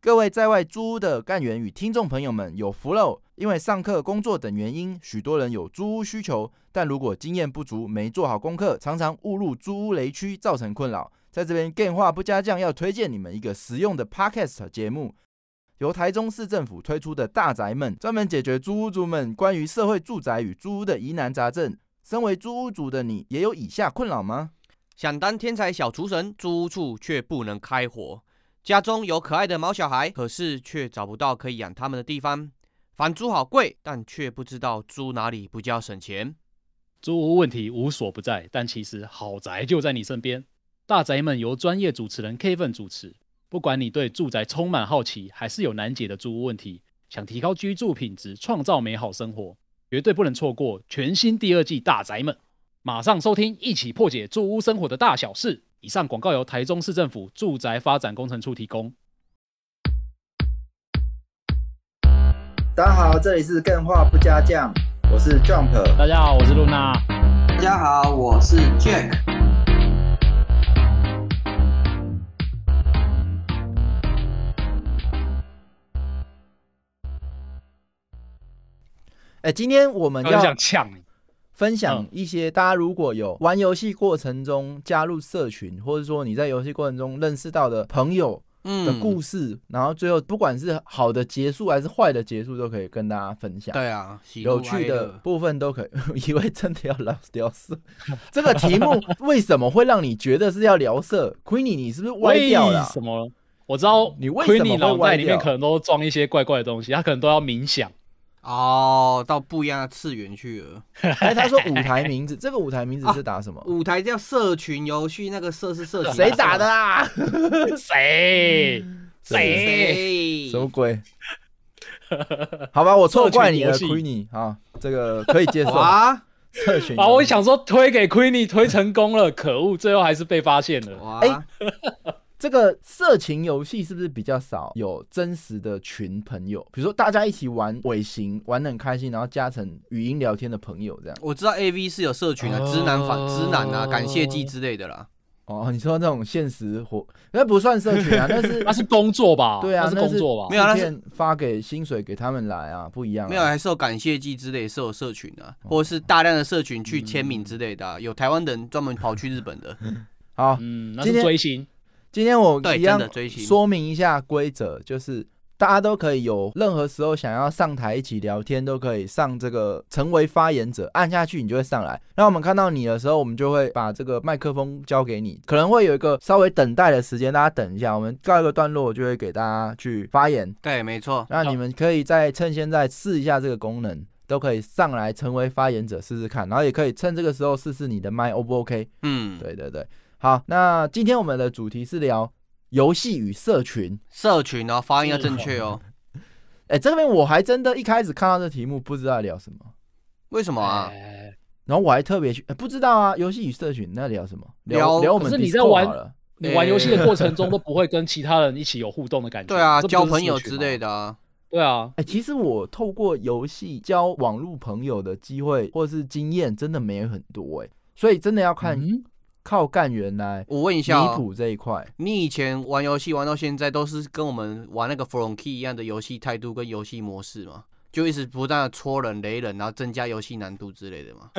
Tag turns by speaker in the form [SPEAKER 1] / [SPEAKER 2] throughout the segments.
[SPEAKER 1] 各位在外租屋的干员与听众朋友们有福喽！因为上课、工作等原因，许多人有租屋需求，但如果经验不足、没做好功课，常常误入租屋雷区，造成困扰。在这边电话不加酱，要推荐你们一个实用的 Podcast 节目，由台中市政府推出的《大宅们》，专门解决租屋族们关于社会住宅与租屋的疑难杂症。身为租屋族的你，也有以下困扰吗？
[SPEAKER 2] 想当天才小厨神，租屋处却不能开火。家中有可爱的毛小孩，可是却找不到可以养它们的地方。房租好贵，但却不知道租哪里比较省钱。
[SPEAKER 3] 租屋问题无所不在，但其实好宅就在你身边。大宅们由专业主持人 Kevin 主持。不管你对住宅充满好奇，还是有难解的租屋问题，想提高居住品质，创造美好生活，绝对不能错过全新第二季《大宅们》。马上收听，一起破解住屋生活的大小事。以上广告由台中市政府住宅发展工程处提供。
[SPEAKER 1] 大家好，这里是更话不加酱，我是 Jump。
[SPEAKER 3] 大家好，我是露娜。
[SPEAKER 4] 大家好，我是 Jack。
[SPEAKER 1] 哎、今天我们
[SPEAKER 3] 我很
[SPEAKER 1] 要
[SPEAKER 3] 想呛你，
[SPEAKER 1] 分享
[SPEAKER 3] 嗯
[SPEAKER 1] 一些大家如果有玩游戏过程中加入社群，或者说你在游戏过程中认识到的朋友的
[SPEAKER 2] 嗯
[SPEAKER 1] 故事，然后最后不管是好的结束还是坏的结束，都可以跟大家分享。
[SPEAKER 2] 对啊，喜怒
[SPEAKER 1] 有趣
[SPEAKER 2] 哀
[SPEAKER 1] 的
[SPEAKER 2] 乐
[SPEAKER 1] 部分都可 以，以为真的要聊聊色。这个题目为什么会让你觉得是要聊色？Queenie，你是不是歪掉了啊
[SPEAKER 3] 为？什么？我知道
[SPEAKER 1] 你为什么
[SPEAKER 3] Queenie
[SPEAKER 1] 会
[SPEAKER 3] 脑
[SPEAKER 1] 歪
[SPEAKER 3] 袋里面
[SPEAKER 1] 掉
[SPEAKER 3] 可能都装一些怪怪的东西，他可能都要 冥想。
[SPEAKER 2] 哦，到不一样的次元去了。
[SPEAKER 1] 哎，他说舞台名字，这个舞台名字是打什么？
[SPEAKER 2] 舞台叫社群游戏，那个社是社群，
[SPEAKER 1] 谁打的？啊？
[SPEAKER 3] 谁？嗯谁？
[SPEAKER 2] 谁？
[SPEAKER 1] 什么 鬼？好吧，我错怪你了
[SPEAKER 3] 社群游戏
[SPEAKER 1] ，Queenie 啊，这个可以接受。
[SPEAKER 2] 哇
[SPEAKER 1] 社群游戏
[SPEAKER 3] 啊！我想说推给 Queenie 推成功了，可恶，最后还是被发现了。
[SPEAKER 2] 哇！
[SPEAKER 1] 哎这个色情游戏是不是比较少有真实的群朋友？比如说大家一起玩尾行，玩的很开心，然后加成语音聊天的朋友这样。
[SPEAKER 2] 我知道 A V 是有社群的，
[SPEAKER 3] 哦
[SPEAKER 2] 知男反知男啊，感谢祭之类的啦。
[SPEAKER 1] 哦，你说那种现实活，那不算社群啊，那 是
[SPEAKER 3] 那是工作吧？
[SPEAKER 1] 对啊，
[SPEAKER 3] 那是工作吧
[SPEAKER 2] 没？有那是
[SPEAKER 1] 是发给薪水给他们来啊，不一样啊、
[SPEAKER 2] 没有，还是有感谢祭之类，是有社群啊，
[SPEAKER 3] 哦
[SPEAKER 2] 或者是大量的社群去签名之类的啊、有台湾人专门跑去日 本的。
[SPEAKER 1] 好，
[SPEAKER 3] 嗯，那
[SPEAKER 1] 今
[SPEAKER 3] 是
[SPEAKER 1] 天
[SPEAKER 3] 追星。
[SPEAKER 1] 今天我
[SPEAKER 2] 对
[SPEAKER 1] 一样
[SPEAKER 2] 真的追星
[SPEAKER 1] 说明一下规则，就是大家都可以有任何时候想要上台一起聊天，都可以上这个成为发言者，按下去你就会上来。然后我们看到你的时候，我们就会把这个麦克风交给你，可能会有一个稍微等待的时间，大家等一下，我们告一个段落，我就会给大家去发言。
[SPEAKER 2] 对，没错。
[SPEAKER 1] 那你们可以再趁现在试一下这个功能，都可以上来成为发言者试试看，然后也可以趁这个时候试试你的麦 O 不 OK？
[SPEAKER 2] 嗯，
[SPEAKER 1] 对对对，好，那今天我们的主题是聊游戏与社群。
[SPEAKER 2] 社群哦，发音要正确哦。
[SPEAKER 3] 啊
[SPEAKER 1] 哎、这边我还真的一开始看到这题目不知道聊什么，
[SPEAKER 2] 为什么啊？
[SPEAKER 3] 哎
[SPEAKER 1] 然后我还特别去、哎不知道啊，游戏与社群那聊什么？聊
[SPEAKER 2] 聊
[SPEAKER 1] 聊我们
[SPEAKER 3] 可是你
[SPEAKER 1] Discord
[SPEAKER 3] 在玩
[SPEAKER 1] 好了。
[SPEAKER 3] 你玩游戏的过程中都不会跟其他人一起有互动的感觉，
[SPEAKER 2] 对啊，
[SPEAKER 3] 这不
[SPEAKER 2] 交
[SPEAKER 3] 就是
[SPEAKER 2] 朋友
[SPEAKER 3] 社群
[SPEAKER 2] 之
[SPEAKER 3] 吗
[SPEAKER 2] 类。的啊。
[SPEAKER 3] 对啊，
[SPEAKER 1] 哎、其实我透过游戏交网络朋友的机会或是经验真的没有很多哎、所以真的要看
[SPEAKER 3] 嗯
[SPEAKER 1] 靠干员来
[SPEAKER 2] 我问一
[SPEAKER 1] 弥
[SPEAKER 2] 下、哦，
[SPEAKER 1] 补这一块。
[SPEAKER 2] 你以前玩游戏玩到现在，都是跟我们玩那个 From Key 一样的游戏态度跟游戏模式吗？就一直不断的戳人、雷人，然后增加游戏难度之类的 吗？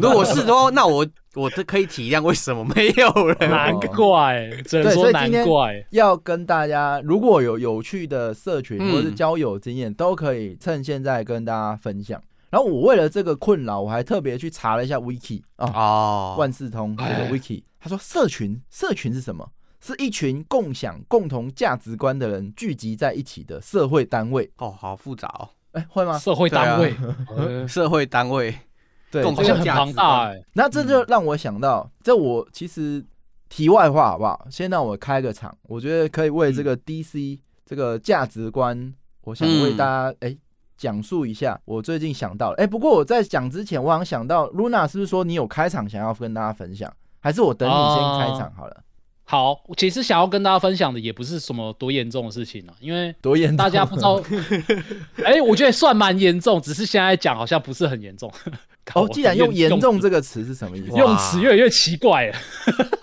[SPEAKER 2] 如果是的话，那我我这可以体谅为什么没有人
[SPEAKER 3] 难怪，只能
[SPEAKER 1] 啊所
[SPEAKER 3] 说
[SPEAKER 1] 以
[SPEAKER 3] 难
[SPEAKER 1] 今天
[SPEAKER 3] 怪。
[SPEAKER 1] 要跟大家，如果有有趣的社群
[SPEAKER 2] 嗯
[SPEAKER 1] 或是交友经验，都可以趁现在跟大家分享。然后我为了这个困扰，我还特别去查了一下 wiki 啊、
[SPEAKER 2] 哦
[SPEAKER 1] 万事通这个
[SPEAKER 3] 哎
[SPEAKER 1] wiki，他说社群，社群是什么？是一群共享共同价值观的人聚集在一起的社会单位。
[SPEAKER 2] 哦，好复杂哦，
[SPEAKER 1] 哎，会吗？
[SPEAKER 3] 社会单位，
[SPEAKER 1] 啊
[SPEAKER 3] 呃
[SPEAKER 2] 社会单位，
[SPEAKER 1] 对，
[SPEAKER 2] 共
[SPEAKER 1] 这
[SPEAKER 3] 好
[SPEAKER 1] 个
[SPEAKER 3] 像很庞大哎。
[SPEAKER 1] 那这就让我想到，这我其实题外话好不好？先让我开个场，我觉得可以为这
[SPEAKER 3] 嗯
[SPEAKER 1] 个 DC、这个价值观，我想为大
[SPEAKER 3] 嗯
[SPEAKER 1] 家哎讲、述一下我最近想到了。哎、不过我在讲之前，我好像想到 Luna 是不是说你有开场想要跟大家分享？还是我等你先开场好了？
[SPEAKER 3] 嗯好，我其实想要跟大家分享的也不是什么多严重的事情啊，因为
[SPEAKER 1] 多严重！
[SPEAKER 3] 大家不知 道，哎、我觉得算蛮严重，只是现在讲好像不是很严重。
[SPEAKER 1] 哦哦，既然用“严重”
[SPEAKER 3] 这
[SPEAKER 1] 这 个词是什么意思？
[SPEAKER 3] 用词越来越奇怪了，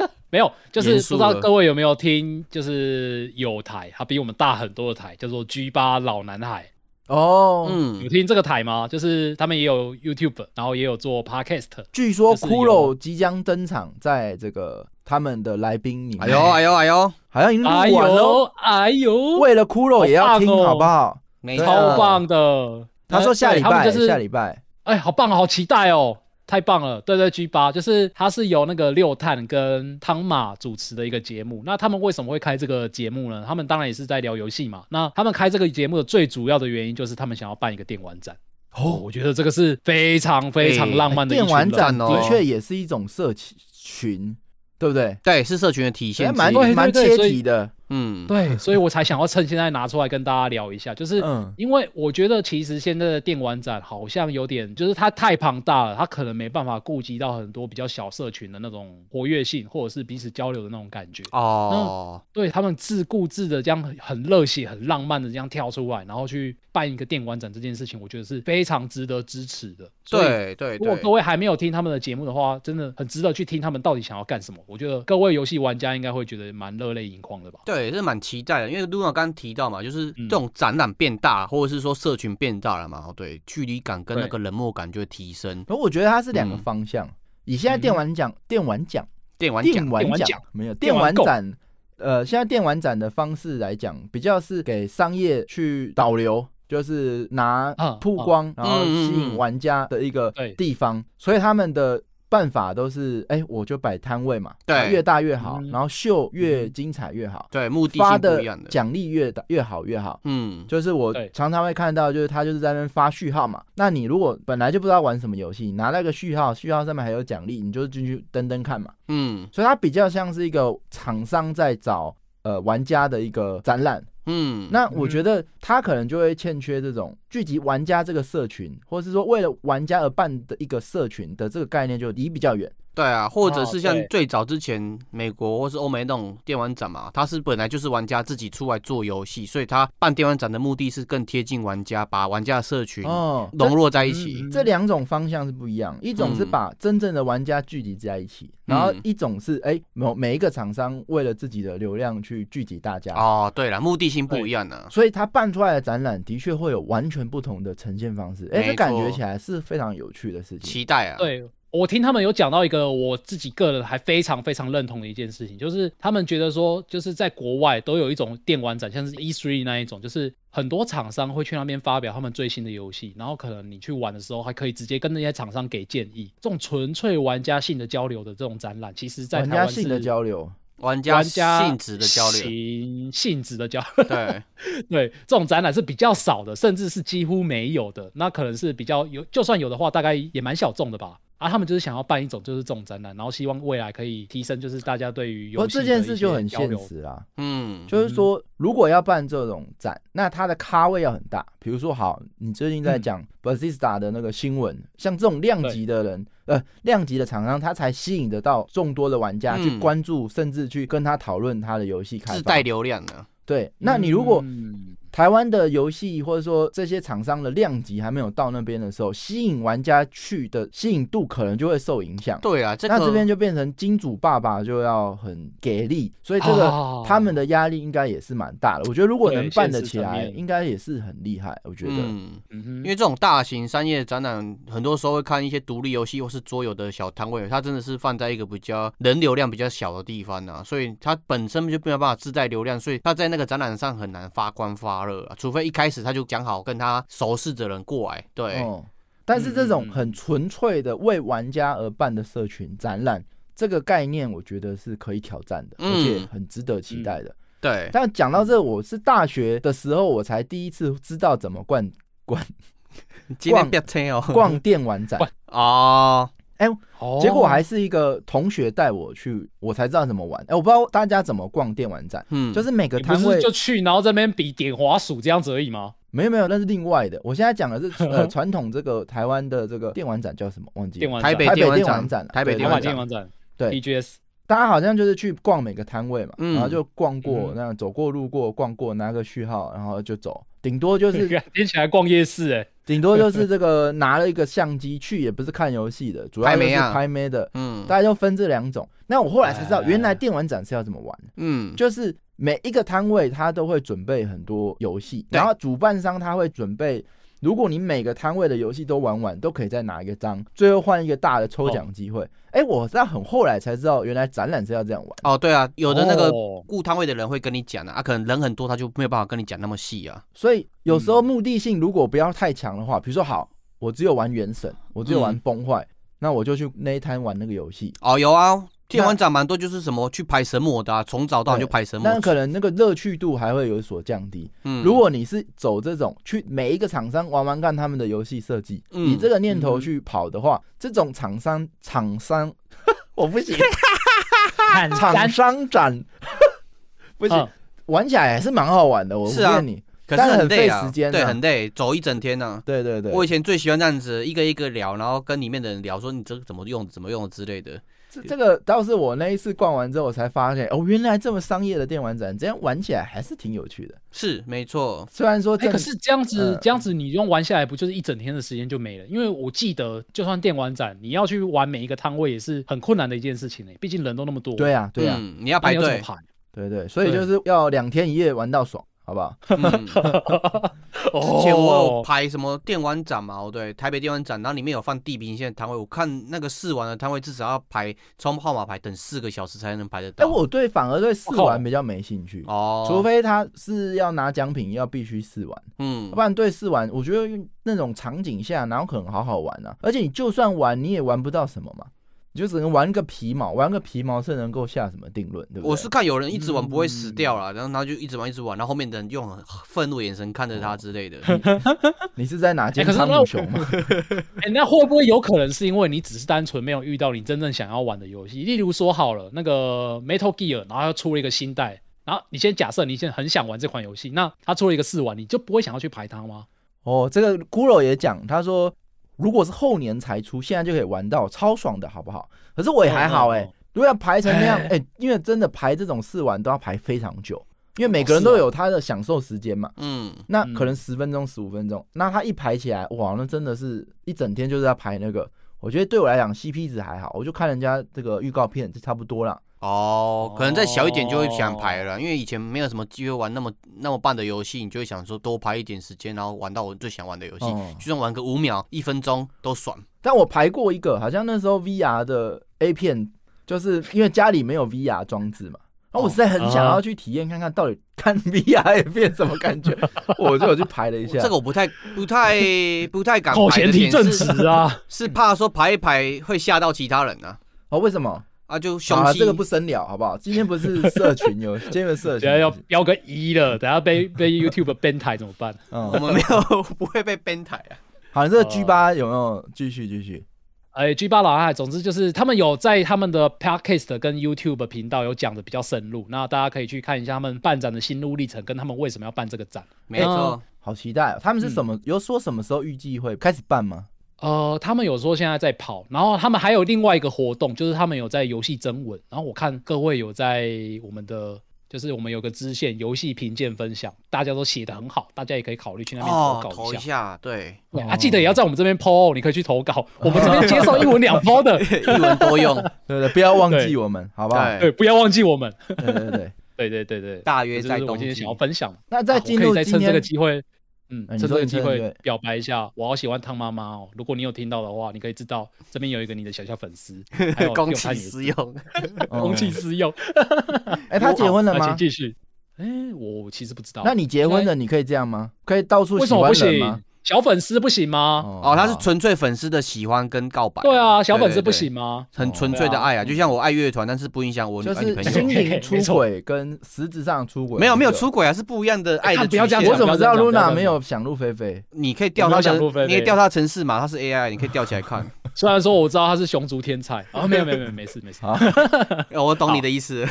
[SPEAKER 3] 没有，就是
[SPEAKER 2] 严
[SPEAKER 3] 不
[SPEAKER 2] 肃
[SPEAKER 3] 知道
[SPEAKER 2] 了
[SPEAKER 3] 各位有没有听，就是有台，它比我们大很多的台，叫做 G 八老男孩。
[SPEAKER 1] 哦，
[SPEAKER 2] 嗯
[SPEAKER 3] 有，听这个台吗？就是他们也有 YouTube，然后也有做 Podcast。
[SPEAKER 1] 据说
[SPEAKER 3] 就是有
[SPEAKER 1] 骷髅即将登场在这个他们的来宾里面，
[SPEAKER 2] 哎呦哎呦哎呦，
[SPEAKER 1] 好像已经录
[SPEAKER 3] 哎
[SPEAKER 1] 完了
[SPEAKER 3] 呦
[SPEAKER 1] 哦。
[SPEAKER 3] 哎呦，
[SPEAKER 1] 为了骷髅也要听，
[SPEAKER 3] 好棒哦
[SPEAKER 1] 好不好？
[SPEAKER 2] 没
[SPEAKER 1] 对
[SPEAKER 2] 错
[SPEAKER 1] 啊
[SPEAKER 3] 超棒的！呃
[SPEAKER 1] 他说下礼
[SPEAKER 3] 对他
[SPEAKER 1] 拜，
[SPEAKER 3] 们就是
[SPEAKER 1] 下礼拜，
[SPEAKER 3] 哎，好棒，好期待哦！太棒了，对对，G 八就是它是由那个六探跟汤马主持的一个节目。那他们为什么会开这个节目呢？他们当然也是在聊游戏嘛。那他们开这个节目的最主要的原因就是他们想要办一个电玩展。哦，我觉得这个是非常非常
[SPEAKER 2] 哎
[SPEAKER 3] 浪漫的一
[SPEAKER 1] 电
[SPEAKER 3] 群人、
[SPEAKER 1] 玩展
[SPEAKER 2] 赞哦
[SPEAKER 1] 的确也是一种社群，对不对？
[SPEAKER 2] 对，是社群的体现
[SPEAKER 1] 还
[SPEAKER 2] 之
[SPEAKER 1] 蛮
[SPEAKER 2] 一。
[SPEAKER 3] 对
[SPEAKER 1] 蛮
[SPEAKER 3] 对
[SPEAKER 1] 切
[SPEAKER 3] 所以
[SPEAKER 1] 题的，
[SPEAKER 2] 嗯，
[SPEAKER 3] 对，所以我才想要趁现在拿出来跟大家聊一下，就是
[SPEAKER 1] 嗯
[SPEAKER 3] 因为我觉得其实现在的电玩展好像有点，就是它太庞大了，它可能没办法顾及到很多比较小社群的那种活跃性，或者是彼此交流的那种感觉。
[SPEAKER 2] 哦，
[SPEAKER 3] 对他们自顾自的这样很很热血、很浪漫的这样跳出来，然后去办一个电玩展这件事情，我觉得是非常值得支持的。所以
[SPEAKER 2] 对对
[SPEAKER 3] 如果各
[SPEAKER 2] 对，
[SPEAKER 3] 位还没有听他们的节目的话，真的很值得去听他们到底想要干什么。我觉得各位游戏玩家应该会觉得蛮热泪盈眶的吧。
[SPEAKER 2] 对，是蛮期待的，因为露娜刚刚提到嘛，就是
[SPEAKER 3] 嗯
[SPEAKER 2] 这种展览变大，或者是说社群变大了嘛，哦对，距离感跟那个冷漠感就会提升。
[SPEAKER 1] 然后我觉得它是两个
[SPEAKER 2] 嗯
[SPEAKER 1] 方向。以现在
[SPEAKER 3] 嗯
[SPEAKER 1] 电玩奖、电玩奖、
[SPEAKER 2] 电玩
[SPEAKER 1] 电
[SPEAKER 2] 奖，
[SPEAKER 1] 玩
[SPEAKER 3] 电玩
[SPEAKER 1] 奖
[SPEAKER 3] 奖
[SPEAKER 1] 没有电
[SPEAKER 3] 电
[SPEAKER 1] 玩
[SPEAKER 3] 玩购
[SPEAKER 1] 展，呃，现在电玩展的方式来讲，比较是给商业去导流，就是拿
[SPEAKER 3] 啊
[SPEAKER 1] 曝
[SPEAKER 3] 啊
[SPEAKER 1] 光，然后吸
[SPEAKER 2] 嗯嗯
[SPEAKER 1] 引
[SPEAKER 2] 嗯
[SPEAKER 1] 玩家的一个
[SPEAKER 3] 对
[SPEAKER 1] 地方，所以他们的。办法都是哎、我就摆摊位嘛，
[SPEAKER 2] 对
[SPEAKER 1] 越大越好，
[SPEAKER 3] 嗯
[SPEAKER 1] 然后秀越精彩越好，
[SPEAKER 2] 对，目的
[SPEAKER 1] 发
[SPEAKER 2] 性不
[SPEAKER 1] 的
[SPEAKER 2] 一样的。
[SPEAKER 1] 奖励越大越好越好。
[SPEAKER 2] 嗯，
[SPEAKER 1] 就是我
[SPEAKER 3] 对
[SPEAKER 1] 常常会看到，就是他就是在那边发序号嘛。那你如果本来就不知道玩什么游戏，拿那个序号，序号上面还有奖励，你就进去登登看嘛。
[SPEAKER 2] 嗯
[SPEAKER 1] 所以它比较像是一个厂商在找呃玩家的一个展览。
[SPEAKER 2] 嗯，
[SPEAKER 1] 那我觉得它可能就会欠缺这种聚集玩家这个社群，或是说为了玩家而办的一个社群的这个概念就离比较远。
[SPEAKER 2] 对啊，或者
[SPEAKER 3] 哦
[SPEAKER 2] 是像
[SPEAKER 3] 对
[SPEAKER 2] 最早之前美国或是欧美那种电玩展嘛，它是本来就是玩家自己出来做游戏，所以它办电玩展的目的是更贴近玩家，把玩家的社群
[SPEAKER 1] 哦，嗯
[SPEAKER 2] 笼络在一起。
[SPEAKER 1] 这两种方向是不一样，一种是把真正的玩家聚集在一起，然
[SPEAKER 2] 嗯
[SPEAKER 1] 后一种是哎某每一个厂商为了自己的流量去聚集大家。
[SPEAKER 2] 哦，对了，目的性不一样啊呢。
[SPEAKER 1] 所以他办出来的展览的确会有完全不同的呈现方式，哎，这
[SPEAKER 2] 没错
[SPEAKER 1] 感觉起来是非常有趣的事情。
[SPEAKER 2] 期待啊。，
[SPEAKER 3] 对我听他们有讲到一个我自己个人还非常非常认同的一件事情，就是他们觉得说，就是在国外都有一种电玩展，像是 E3 那一种，就是很多厂商会去那边发表他们最新的游戏，然后可能你去玩的时候还可以直接跟那些厂商给建议，这种纯粹玩家性的交流的这种展览，其实在
[SPEAKER 1] 玩
[SPEAKER 3] 台
[SPEAKER 1] 家
[SPEAKER 3] 湾
[SPEAKER 1] 性的
[SPEAKER 3] 是
[SPEAKER 1] 交流，
[SPEAKER 2] 玩家
[SPEAKER 3] 玩家
[SPEAKER 2] 性质的交流，
[SPEAKER 3] 行性质的交流，
[SPEAKER 2] 对，
[SPEAKER 3] 对，这种展览是比较少的，甚至是几乎没有的。那可能是比较有，就算有的话，大概也蛮小众的吧。啊，他们就是想要办一种就是这种展览，然后希望未来可以提升，就是大家对于
[SPEAKER 1] 不
[SPEAKER 3] 游
[SPEAKER 1] 过
[SPEAKER 3] 戏
[SPEAKER 1] 这
[SPEAKER 3] 的一
[SPEAKER 1] 件事就
[SPEAKER 3] 些
[SPEAKER 1] 很
[SPEAKER 3] 交
[SPEAKER 1] 现
[SPEAKER 3] 流。
[SPEAKER 1] 实啦，
[SPEAKER 2] 嗯，
[SPEAKER 1] 就是说，如果要办这种展，那它的咖位要很大。比如说，好，你最近在
[SPEAKER 3] 嗯
[SPEAKER 1] 讲 b a s i s t a 的那个新闻，像这种量级的人，呃，量级的厂商，他才吸引得到众多的玩家
[SPEAKER 2] 嗯
[SPEAKER 1] 去关注，甚至去跟他讨论他的游戏开
[SPEAKER 2] 自
[SPEAKER 1] 发。
[SPEAKER 2] 带流量啊的，
[SPEAKER 1] 对，那你如果
[SPEAKER 3] 嗯
[SPEAKER 1] 台湾的游戏或者说这些厂商的量级还没有到那边的时候，吸引玩家去的吸引度可能就会受影响。
[SPEAKER 2] 对啊，这
[SPEAKER 1] 那这边
[SPEAKER 2] 个
[SPEAKER 1] 就变成金主爸爸就要很给力，所以这个
[SPEAKER 3] 哦
[SPEAKER 1] 他们的压力应该也是蛮大的。我觉得如果
[SPEAKER 3] 对
[SPEAKER 1] 能办
[SPEAKER 3] 现
[SPEAKER 1] 得
[SPEAKER 3] 实
[SPEAKER 1] 起
[SPEAKER 3] 层
[SPEAKER 1] 来，
[SPEAKER 3] 面
[SPEAKER 1] 应该也是很厉害。我觉得，
[SPEAKER 2] 嗯。
[SPEAKER 3] 嗯
[SPEAKER 2] 因
[SPEAKER 3] 哼，
[SPEAKER 2] 为这种大型商业展览，很多时候会看一些独立游戏或是桌游的小摊位，它真的是放在一个比较人流量比较小的地方啊，所以它本身就没有办法自带流量，所以它在那个展览上很难发光发热啊，除非一开始他就讲好跟他熟识的人过来，对，
[SPEAKER 1] 哦，但是这种
[SPEAKER 3] 嗯嗯嗯
[SPEAKER 1] 很纯粹的为玩家而办的社群展览，这个概念我觉得是可以挑战的，
[SPEAKER 2] 嗯
[SPEAKER 1] 而且很值得
[SPEAKER 3] 嗯
[SPEAKER 1] 期待的。
[SPEAKER 2] 对，
[SPEAKER 1] 但讲到这，我是大学的时候我才第一次知道怎么
[SPEAKER 3] 嗯
[SPEAKER 1] 逛
[SPEAKER 2] 今天不要听哦，
[SPEAKER 1] 逛电玩展。
[SPEAKER 2] 哦，
[SPEAKER 3] 哦
[SPEAKER 1] 结果还是一个同学带我去，我才知道怎么玩。哎、我不知道大家怎么逛电玩展，
[SPEAKER 2] 嗯，
[SPEAKER 1] 就是每个
[SPEAKER 3] 你不
[SPEAKER 1] 摊位
[SPEAKER 3] 是就去，然后这边比点滑鼠这样子而已吗？
[SPEAKER 1] 没有没有，那是另外的。我现在讲的 是呃传统这个台湾的这个电玩展叫什么？忘记了
[SPEAKER 3] 电玩
[SPEAKER 2] 台北
[SPEAKER 1] 台北
[SPEAKER 2] 电玩
[SPEAKER 1] 电玩
[SPEAKER 2] 展啊
[SPEAKER 1] 展，
[SPEAKER 2] 台北
[SPEAKER 1] 对
[SPEAKER 2] 电
[SPEAKER 3] 台
[SPEAKER 2] 玩
[SPEAKER 3] 湾
[SPEAKER 1] 台
[SPEAKER 3] 电
[SPEAKER 2] 展，
[SPEAKER 3] 玩展
[SPEAKER 1] 对，
[SPEAKER 3] TGS，
[SPEAKER 1] 大家好像就是去逛每个摊位嘛，
[SPEAKER 2] 嗯
[SPEAKER 1] 然后就逛过
[SPEAKER 3] 嗯，
[SPEAKER 1] 那样走过路过逛过，拿个序号，然后就走。顶多就是
[SPEAKER 3] 听起来逛夜市哎、
[SPEAKER 1] 顶多就是这个拿了一个相机去，也不是看游戏的，主要
[SPEAKER 2] 拍
[SPEAKER 1] 就是
[SPEAKER 2] 妹啊
[SPEAKER 1] 拍妹的。
[SPEAKER 2] 嗯
[SPEAKER 1] 大家就分这两种。那我后来才知道，
[SPEAKER 3] 哎
[SPEAKER 1] 原来电玩展是要怎么玩，
[SPEAKER 2] 嗯，
[SPEAKER 1] 就是每一个摊位它都会准备很多游戏，
[SPEAKER 2] 对
[SPEAKER 1] 然后主办商他会准备。如果你每个摊位的游戏都玩完，都可以再拿一个章，最后换一个大的抽
[SPEAKER 2] 哦
[SPEAKER 1] 奖机会。哎、我在很后来才知道，原来展览是要这样玩。
[SPEAKER 2] 哦，对啊，有的那个
[SPEAKER 3] 哦
[SPEAKER 2] 顾摊位的人会跟你讲啊，啊，可能人很多，他就没有办法跟你讲那么细啊。
[SPEAKER 1] 所以有时候目的性如果不要太强的话，比如说好，我只有玩原神，我只有玩
[SPEAKER 2] 嗯
[SPEAKER 1] 崩坏，那我就去那一摊玩那个游戏。
[SPEAKER 2] 哦，有啊，电玩展蛮多，就是什么去排神魔的、啊，从早到晚就排神魔。
[SPEAKER 1] 但可能那个乐趣度还会有所降低。
[SPEAKER 2] 嗯
[SPEAKER 1] 如果你是走这种去每一个厂商玩玩看他们的游戏设计，
[SPEAKER 2] 嗯
[SPEAKER 1] 以这个念头
[SPEAKER 3] 嗯
[SPEAKER 1] 去跑的话，这种厂商厂商 我不行，
[SPEAKER 3] 看
[SPEAKER 1] 厂商展 不行，
[SPEAKER 3] 嗯
[SPEAKER 1] 玩起来还是蛮好玩的。我不
[SPEAKER 2] 是啊
[SPEAKER 1] 骗你，
[SPEAKER 2] 可
[SPEAKER 1] 但
[SPEAKER 2] 是
[SPEAKER 1] 很
[SPEAKER 2] 累
[SPEAKER 1] 费
[SPEAKER 2] 啊，
[SPEAKER 1] 时间啊
[SPEAKER 2] 对，很累，走一整天呢、
[SPEAKER 1] 对对
[SPEAKER 2] 啊。
[SPEAKER 1] 对，
[SPEAKER 2] 我以前最喜欢这样子，一个一个聊，然后跟里面的人聊，说你这个怎么用，怎么用之类的。
[SPEAKER 1] 这这个倒是我那一次逛完之后，我才发现哦，原来这么商业的电玩展，这样玩起来还是挺有趣的。
[SPEAKER 2] 是，没错。
[SPEAKER 1] 虽然说
[SPEAKER 3] 哎、
[SPEAKER 1] 这、
[SPEAKER 3] 可是这样子
[SPEAKER 1] 呃，
[SPEAKER 3] 这样子你用玩下来，不就是一整天的时间就没了？因为我记得，就算电玩展，你要去玩每一个摊位也是很困难的一件事情欸呢、毕竟人都那么多。
[SPEAKER 1] 对，啊对啊、
[SPEAKER 2] 嗯，你要
[SPEAKER 3] 那
[SPEAKER 2] 排
[SPEAKER 3] 你要怎么
[SPEAKER 2] 队。
[SPEAKER 3] 排？
[SPEAKER 1] 对对，所以就是要两天一夜玩到爽，好不好？
[SPEAKER 2] 嗯之
[SPEAKER 3] 之
[SPEAKER 2] 前
[SPEAKER 1] 哦
[SPEAKER 2] 我
[SPEAKER 3] 哦
[SPEAKER 2] 有排什么电玩展嘛，哦对，台北电玩展，然后里面有放地平线的摊位，我看那个试玩的摊位至少要排抽号码牌，等四个小时才能排得
[SPEAKER 1] 哎、
[SPEAKER 2] 到。
[SPEAKER 1] 我对反而对试
[SPEAKER 3] 我靠
[SPEAKER 1] 玩比较没兴趣。
[SPEAKER 2] 哦，
[SPEAKER 1] 除非他是要拿奖品，要必须试玩，
[SPEAKER 2] 嗯
[SPEAKER 1] 要不然对试玩，我觉得那种场景下哪有可能好好玩啊？而且你就算玩，你也玩不到什么嘛，你就只能玩个皮毛，玩个皮毛是能够下什么定论，对不对？
[SPEAKER 2] 我是看有人一直玩不会死
[SPEAKER 3] 嗯
[SPEAKER 2] 掉啦，然后他就一直玩一直玩，然后后面的人用很愤怒的眼神看着
[SPEAKER 1] 哦
[SPEAKER 2] 他之类 的。
[SPEAKER 1] 你是在哪间
[SPEAKER 3] 哎可是
[SPEAKER 1] 汤
[SPEAKER 3] 那
[SPEAKER 1] 姆熊吗？
[SPEAKER 3] 哎、那会不会有可能是因为你只是单纯没有遇到你真正想要玩的游戏？例如说好了，那个 Metal Gear，然后又出了一个新代，然后你先假设你现在很想玩这款游戏，那它出了一个试玩，你就不会想要去排它吗？
[SPEAKER 1] 哦，这个骷髅也讲，他说如果是后年才出，现在就可以玩到，超爽的好不好？可是我也还好哎、
[SPEAKER 3] 嗯嗯嗯
[SPEAKER 1] 如果要排成那样，哎、因为真的排这种试玩都要排非常久，因为每个人
[SPEAKER 3] 哦是哦
[SPEAKER 1] 都有他的享受时间嘛。
[SPEAKER 2] 嗯，
[SPEAKER 1] 那
[SPEAKER 3] 嗯
[SPEAKER 1] 可能十分钟、十五分钟，那他一排起来，哇，那真的是一整天就是在排那个。我觉得对我来讲，CP 值还好，我就看人家这个预告片，就差不多啦。
[SPEAKER 2] 哦，可能再小一点就会
[SPEAKER 1] 哦
[SPEAKER 2] 想排了，因为以前没有什么机会玩那么那么棒的游戏，你就会想说多排一点时间，然后玩到我最想玩的游戏，
[SPEAKER 1] 哦
[SPEAKER 2] 就算玩个五秒、一分钟都爽。
[SPEAKER 1] 但我排过一个，好像那时候 VR 的 A 片，就是因为家里没有 VR 装置嘛，然后我实在很想要去体验看看到底看 VR 也变什么感觉，我就有去排了一下。
[SPEAKER 2] 这个我不太、不太、 不太敢
[SPEAKER 3] 口
[SPEAKER 2] 排
[SPEAKER 3] 哦前
[SPEAKER 2] 的
[SPEAKER 3] 提
[SPEAKER 2] 点
[SPEAKER 3] 正
[SPEAKER 2] 是
[SPEAKER 3] 直啊！
[SPEAKER 2] 是怕说排一排会吓到其他人啊，
[SPEAKER 1] 哦，为什么？
[SPEAKER 2] 啊就凶
[SPEAKER 1] 好了，
[SPEAKER 2] 器。
[SPEAKER 1] 这个不深聊好不好？今天不是社群游戏，今天不是社 群
[SPEAKER 3] 等下要
[SPEAKER 1] 游戏，
[SPEAKER 3] 标个一了，等下被被 YouTube 编台怎么办？
[SPEAKER 2] 我
[SPEAKER 1] 嗯，
[SPEAKER 2] 们没有 不会被编台啊。
[SPEAKER 1] 好，你这个 G 八有没有继续继续？
[SPEAKER 3] 哎，G 八老爱，总之就是他们有在他们的 Podcast 跟 YouTube 频道有讲的比较深入，那大家可以去看一下他们办展的心路历程，跟他们为什么要办这个展。
[SPEAKER 2] 没错，
[SPEAKER 1] 好期待、哦！他们是什么？
[SPEAKER 3] 嗯
[SPEAKER 1] 有说什么时候预计会开始办吗？
[SPEAKER 3] 呃，他们有说现在在跑，然后他们还有另外一个活动，就是他们有在游戏征文，然后我看各位有在我们的。就是我们有个支线游戏评鉴分享，大家都写的很好，大家也可以考虑去那边
[SPEAKER 2] 哦，
[SPEAKER 3] 投稿
[SPEAKER 2] 投
[SPEAKER 3] 一
[SPEAKER 2] 一
[SPEAKER 3] 下。
[SPEAKER 2] 下，对，
[SPEAKER 3] 对啊，记得也要在我们这边 PO，哦你可以去投稿，我们这边接受一文两 PO 的，
[SPEAKER 2] 一文多用，
[SPEAKER 1] 对不对？不要忘记
[SPEAKER 3] 对
[SPEAKER 1] 我们，好不好？
[SPEAKER 3] 对，
[SPEAKER 2] 对，
[SPEAKER 3] 不要忘记我们。
[SPEAKER 1] 对对对。
[SPEAKER 3] 对对对对，
[SPEAKER 2] 大
[SPEAKER 3] 这
[SPEAKER 2] 约
[SPEAKER 3] 就
[SPEAKER 2] 在
[SPEAKER 3] 是我
[SPEAKER 2] 冬
[SPEAKER 3] 今天
[SPEAKER 2] 季
[SPEAKER 3] 想。要分享。
[SPEAKER 1] 那再
[SPEAKER 3] 啊我
[SPEAKER 1] 进
[SPEAKER 3] 可以
[SPEAKER 1] 入
[SPEAKER 3] 再
[SPEAKER 1] 今
[SPEAKER 3] 趁这
[SPEAKER 1] 天
[SPEAKER 3] 个，机会，嗯，
[SPEAKER 1] 哎你
[SPEAKER 3] 趁这
[SPEAKER 1] 说
[SPEAKER 3] 个
[SPEAKER 1] 你
[SPEAKER 3] 机
[SPEAKER 1] 趁这
[SPEAKER 3] 会
[SPEAKER 1] 个
[SPEAKER 3] 表白一下，我好喜欢汤妈妈哦。如果你有听到的话，你可以知道这边有一个你的小小粉 丝，还有
[SPEAKER 2] 公
[SPEAKER 3] 六
[SPEAKER 2] 器
[SPEAKER 3] 探也
[SPEAKER 2] 私
[SPEAKER 3] 是
[SPEAKER 2] 用，
[SPEAKER 3] 公器
[SPEAKER 1] 嗯
[SPEAKER 3] 私用。
[SPEAKER 1] 哎，他结婚了
[SPEAKER 3] 那
[SPEAKER 1] 吗
[SPEAKER 3] 啊请？继续。哎，我其实不知道，
[SPEAKER 1] 那你结婚了，你可以这样吗？可以到处
[SPEAKER 3] 为
[SPEAKER 1] 喜
[SPEAKER 3] 什么
[SPEAKER 1] 欢
[SPEAKER 3] 不
[SPEAKER 1] 人吗
[SPEAKER 3] 行？？啊小粉丝不行吗？
[SPEAKER 2] 哦，他是
[SPEAKER 1] 好
[SPEAKER 2] 纯粹粉丝的喜欢跟告白。
[SPEAKER 3] 对啊，小粉丝
[SPEAKER 2] 对
[SPEAKER 3] 不行，吗？
[SPEAKER 2] 对很纯粹的爱啊，就像我爱乐团，但是不影响我
[SPEAKER 1] 就
[SPEAKER 2] 爱女朋
[SPEAKER 1] 是
[SPEAKER 2] 友
[SPEAKER 1] 心。灵
[SPEAKER 3] 没
[SPEAKER 1] 出
[SPEAKER 3] 错
[SPEAKER 1] 轨跟实质上出轨，
[SPEAKER 2] 没有没有
[SPEAKER 1] 这个。
[SPEAKER 2] 出轨啊，是不一样的爱的
[SPEAKER 3] 看不要这样
[SPEAKER 2] 曲
[SPEAKER 3] 子
[SPEAKER 1] 我
[SPEAKER 2] 线啊
[SPEAKER 1] 怎么知道
[SPEAKER 3] 不要这样
[SPEAKER 1] Luna 没有想入非非？
[SPEAKER 2] 你可以调
[SPEAKER 3] 我没
[SPEAKER 2] 他
[SPEAKER 3] 有想入
[SPEAKER 2] 的，
[SPEAKER 3] 非
[SPEAKER 2] 你可以
[SPEAKER 3] 非
[SPEAKER 2] 调他的城市嘛，他是 AI，你可以调起来看。
[SPEAKER 3] 虽然说我知道他是熊族天才啊，没有没有没有，没事没事。
[SPEAKER 1] 好
[SPEAKER 2] 哦我懂你的意思。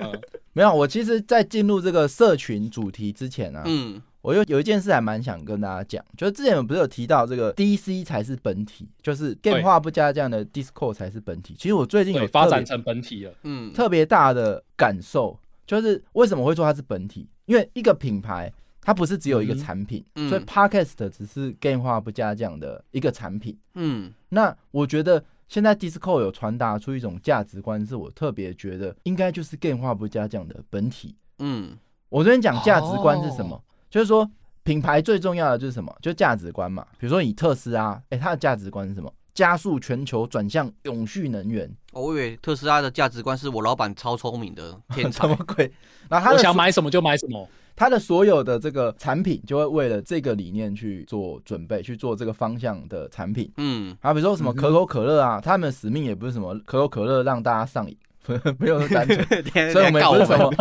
[SPEAKER 3] 嗯
[SPEAKER 1] 没有，我其实，在进入这个社群主题之前啊，
[SPEAKER 2] 嗯，
[SPEAKER 1] 我又有一件事还蛮想跟大家讲，就是之前我不是有提到这个 DC 才是本体，就是 Game 化不加酱的 Discord 才是本体。其实我最近有
[SPEAKER 3] 对，发
[SPEAKER 1] 特别
[SPEAKER 3] 展成本体了。
[SPEAKER 2] 嗯，
[SPEAKER 1] 特别大的感受，就是为什么会说它是本体？因为一个品牌它不是只有一个
[SPEAKER 3] 嗯
[SPEAKER 1] 产品，
[SPEAKER 2] 嗯
[SPEAKER 1] 所以 Podcast 只是 Game 化不加酱的一个产品。
[SPEAKER 2] 嗯
[SPEAKER 1] 那我觉得现在 Disco 有传达出一种价值观，是我特别觉得应该就是 Game 化不加酱的本体。
[SPEAKER 2] 嗯
[SPEAKER 1] 我昨天讲价值观是
[SPEAKER 3] 哦
[SPEAKER 1] 什么，就是说品牌最重要的就是什么，就价值观嘛。比如说以特斯拉，哎、它的价值观是什么？加速全球转向永续能源，
[SPEAKER 2] 哦我以为特斯拉的价值观是我老板超聪明的天
[SPEAKER 1] 什
[SPEAKER 2] 才
[SPEAKER 1] 么，鬼？然后它
[SPEAKER 3] 哎我
[SPEAKER 1] 的
[SPEAKER 3] 想
[SPEAKER 1] 所
[SPEAKER 3] 买什么就买什么。
[SPEAKER 1] 它的所有的这个产品就会为了这个理念去做准备，去做这个方向的产品。
[SPEAKER 2] 嗯，
[SPEAKER 1] 啊，比如说什么可口可乐啊，他们的使命也不是什么可口可乐让大家上瘾， 没有那么单纯，
[SPEAKER 2] 天
[SPEAKER 1] 所以我们也不是什
[SPEAKER 2] 告
[SPEAKER 1] 么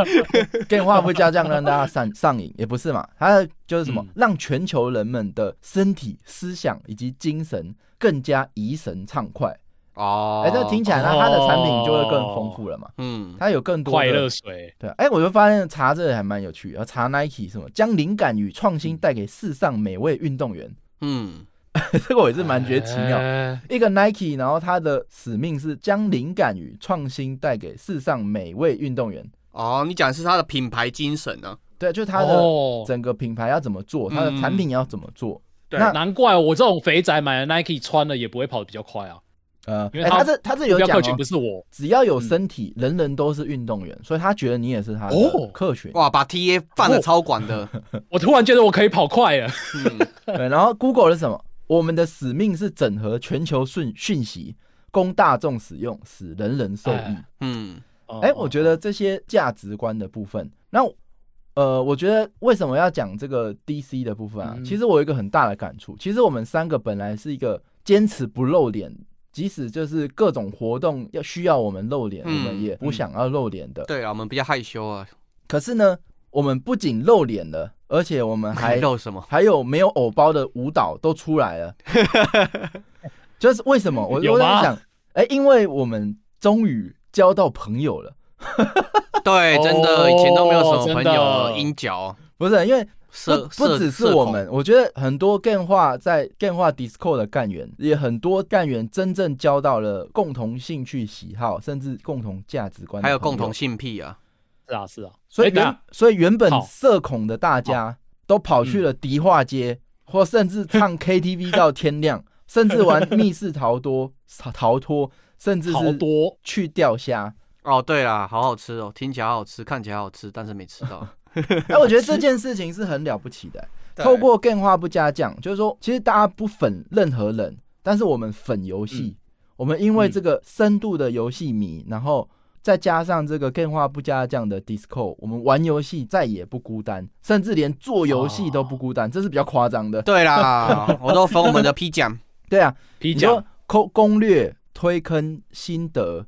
[SPEAKER 1] 电话不加酱让大家上上瘾，也不是嘛，它的就是什么、
[SPEAKER 3] 嗯
[SPEAKER 1] 让全球人们的身体、思想以及精神更加怡神畅快。
[SPEAKER 2] 哦，
[SPEAKER 1] 哎、这听起来呢，它的产品就会更丰富了嘛，
[SPEAKER 2] 嗯
[SPEAKER 1] 它有更多的
[SPEAKER 3] 哦快乐水，
[SPEAKER 1] 对啊，哎、我就发现查这个还蛮有趣的，要查 Nike 什么，将灵感与创
[SPEAKER 3] 嗯
[SPEAKER 1] 新带给世上每位运动员，
[SPEAKER 2] 嗯
[SPEAKER 1] 这个我也是蛮觉得奇妙。
[SPEAKER 3] 哎
[SPEAKER 1] 一个 Nike，然后它的使命是将灵感与创新带给世上每位运动员。
[SPEAKER 2] 哦，你讲的是它的品牌精神啊呢？
[SPEAKER 1] 对，就是它的
[SPEAKER 3] 哦，嗯
[SPEAKER 1] 整个品牌要怎么做，它的产品要怎么做。
[SPEAKER 3] 对
[SPEAKER 1] 那
[SPEAKER 3] 难怪我这种肥宅买了 Nike 穿了也不会跑得比较快啊，
[SPEAKER 1] 呃，
[SPEAKER 3] 因为
[SPEAKER 1] 哎
[SPEAKER 3] 它
[SPEAKER 1] 它这它这有
[SPEAKER 3] 目
[SPEAKER 1] 讲、
[SPEAKER 3] 标客群
[SPEAKER 1] 哦
[SPEAKER 3] 不，是嗯我。
[SPEAKER 1] 只要有身体，人人都是运动员，所以他觉得你也是他的
[SPEAKER 3] 哦
[SPEAKER 1] 客群。
[SPEAKER 2] 哇，把 TA 放的超广的，
[SPEAKER 1] 哦
[SPEAKER 3] 我突然觉得我可以跑快了，
[SPEAKER 2] 嗯
[SPEAKER 1] 对，然后 Google 是什么？我们的使命是整合全球讯讯息，供大众使用，使人人受益。
[SPEAKER 3] 哎
[SPEAKER 2] 嗯
[SPEAKER 1] 哎、
[SPEAKER 3] 哦
[SPEAKER 1] 我觉得这些价值观的部分，那呃，我觉得为什么要讲这个 DC 的部分啊？
[SPEAKER 3] 嗯
[SPEAKER 1] 其实我有一个很大的感触，其实我们三个本来是一个坚持不露脸，即使就是各种活动要需要我们露脸，我们
[SPEAKER 2] 嗯
[SPEAKER 1] 也不想要露脸的。
[SPEAKER 2] 对啊，我们比较害羞啊，
[SPEAKER 1] 可是呢，我们不仅露脸了，而且我们还
[SPEAKER 2] 露什么？
[SPEAKER 1] 还有没有偶包的舞蹈都出来了，就是为什么我
[SPEAKER 3] 有
[SPEAKER 1] 我在
[SPEAKER 3] 吗
[SPEAKER 1] 想，哎、因为我们终于交到朋友了。
[SPEAKER 2] 对，真的，
[SPEAKER 3] 哦
[SPEAKER 2] 以前都没有什么朋友了，
[SPEAKER 3] 真的
[SPEAKER 2] 阴角
[SPEAKER 1] 不是，因为
[SPEAKER 2] 社
[SPEAKER 1] 哦不不只是我，们，我觉得很多干话在干话 Discord 的干员，也很多干员真正交到了共同兴趣喜好，甚至共同价值观，
[SPEAKER 2] 还有共同，性癖啊，
[SPEAKER 3] 是啊是啊，
[SPEAKER 1] 所以
[SPEAKER 3] 哎等一
[SPEAKER 1] 原
[SPEAKER 3] 下
[SPEAKER 1] 所以原本
[SPEAKER 3] 好
[SPEAKER 1] 社恐的大家都跑去了迪化街，或甚至唱 KTV 到天亮，甚至玩密室逃脱、逃逃脱，甚至
[SPEAKER 3] 好
[SPEAKER 1] 是
[SPEAKER 3] 多
[SPEAKER 1] 去钓虾。
[SPEAKER 2] 哦，对啦，好好吃哦，听起来好好吃，看起来好好吃，但是没吃到。
[SPEAKER 1] 哎，我觉得这件事情是很了不起的、 透过更花不加酱，就是说，其实大家不粉任何人，但是我们粉游戏，我们因为这个深度的游戏迷，然后再加上这个更花不加酱的 Disco，我们玩游戏再也不孤单，甚至连做游戏都不孤单，这是比较夸张的。
[SPEAKER 2] 对啦，我都封我们的 P 奖，
[SPEAKER 1] 对啊，
[SPEAKER 3] 皮
[SPEAKER 1] 你
[SPEAKER 3] 夹
[SPEAKER 1] 说攻攻略、推坑、心得，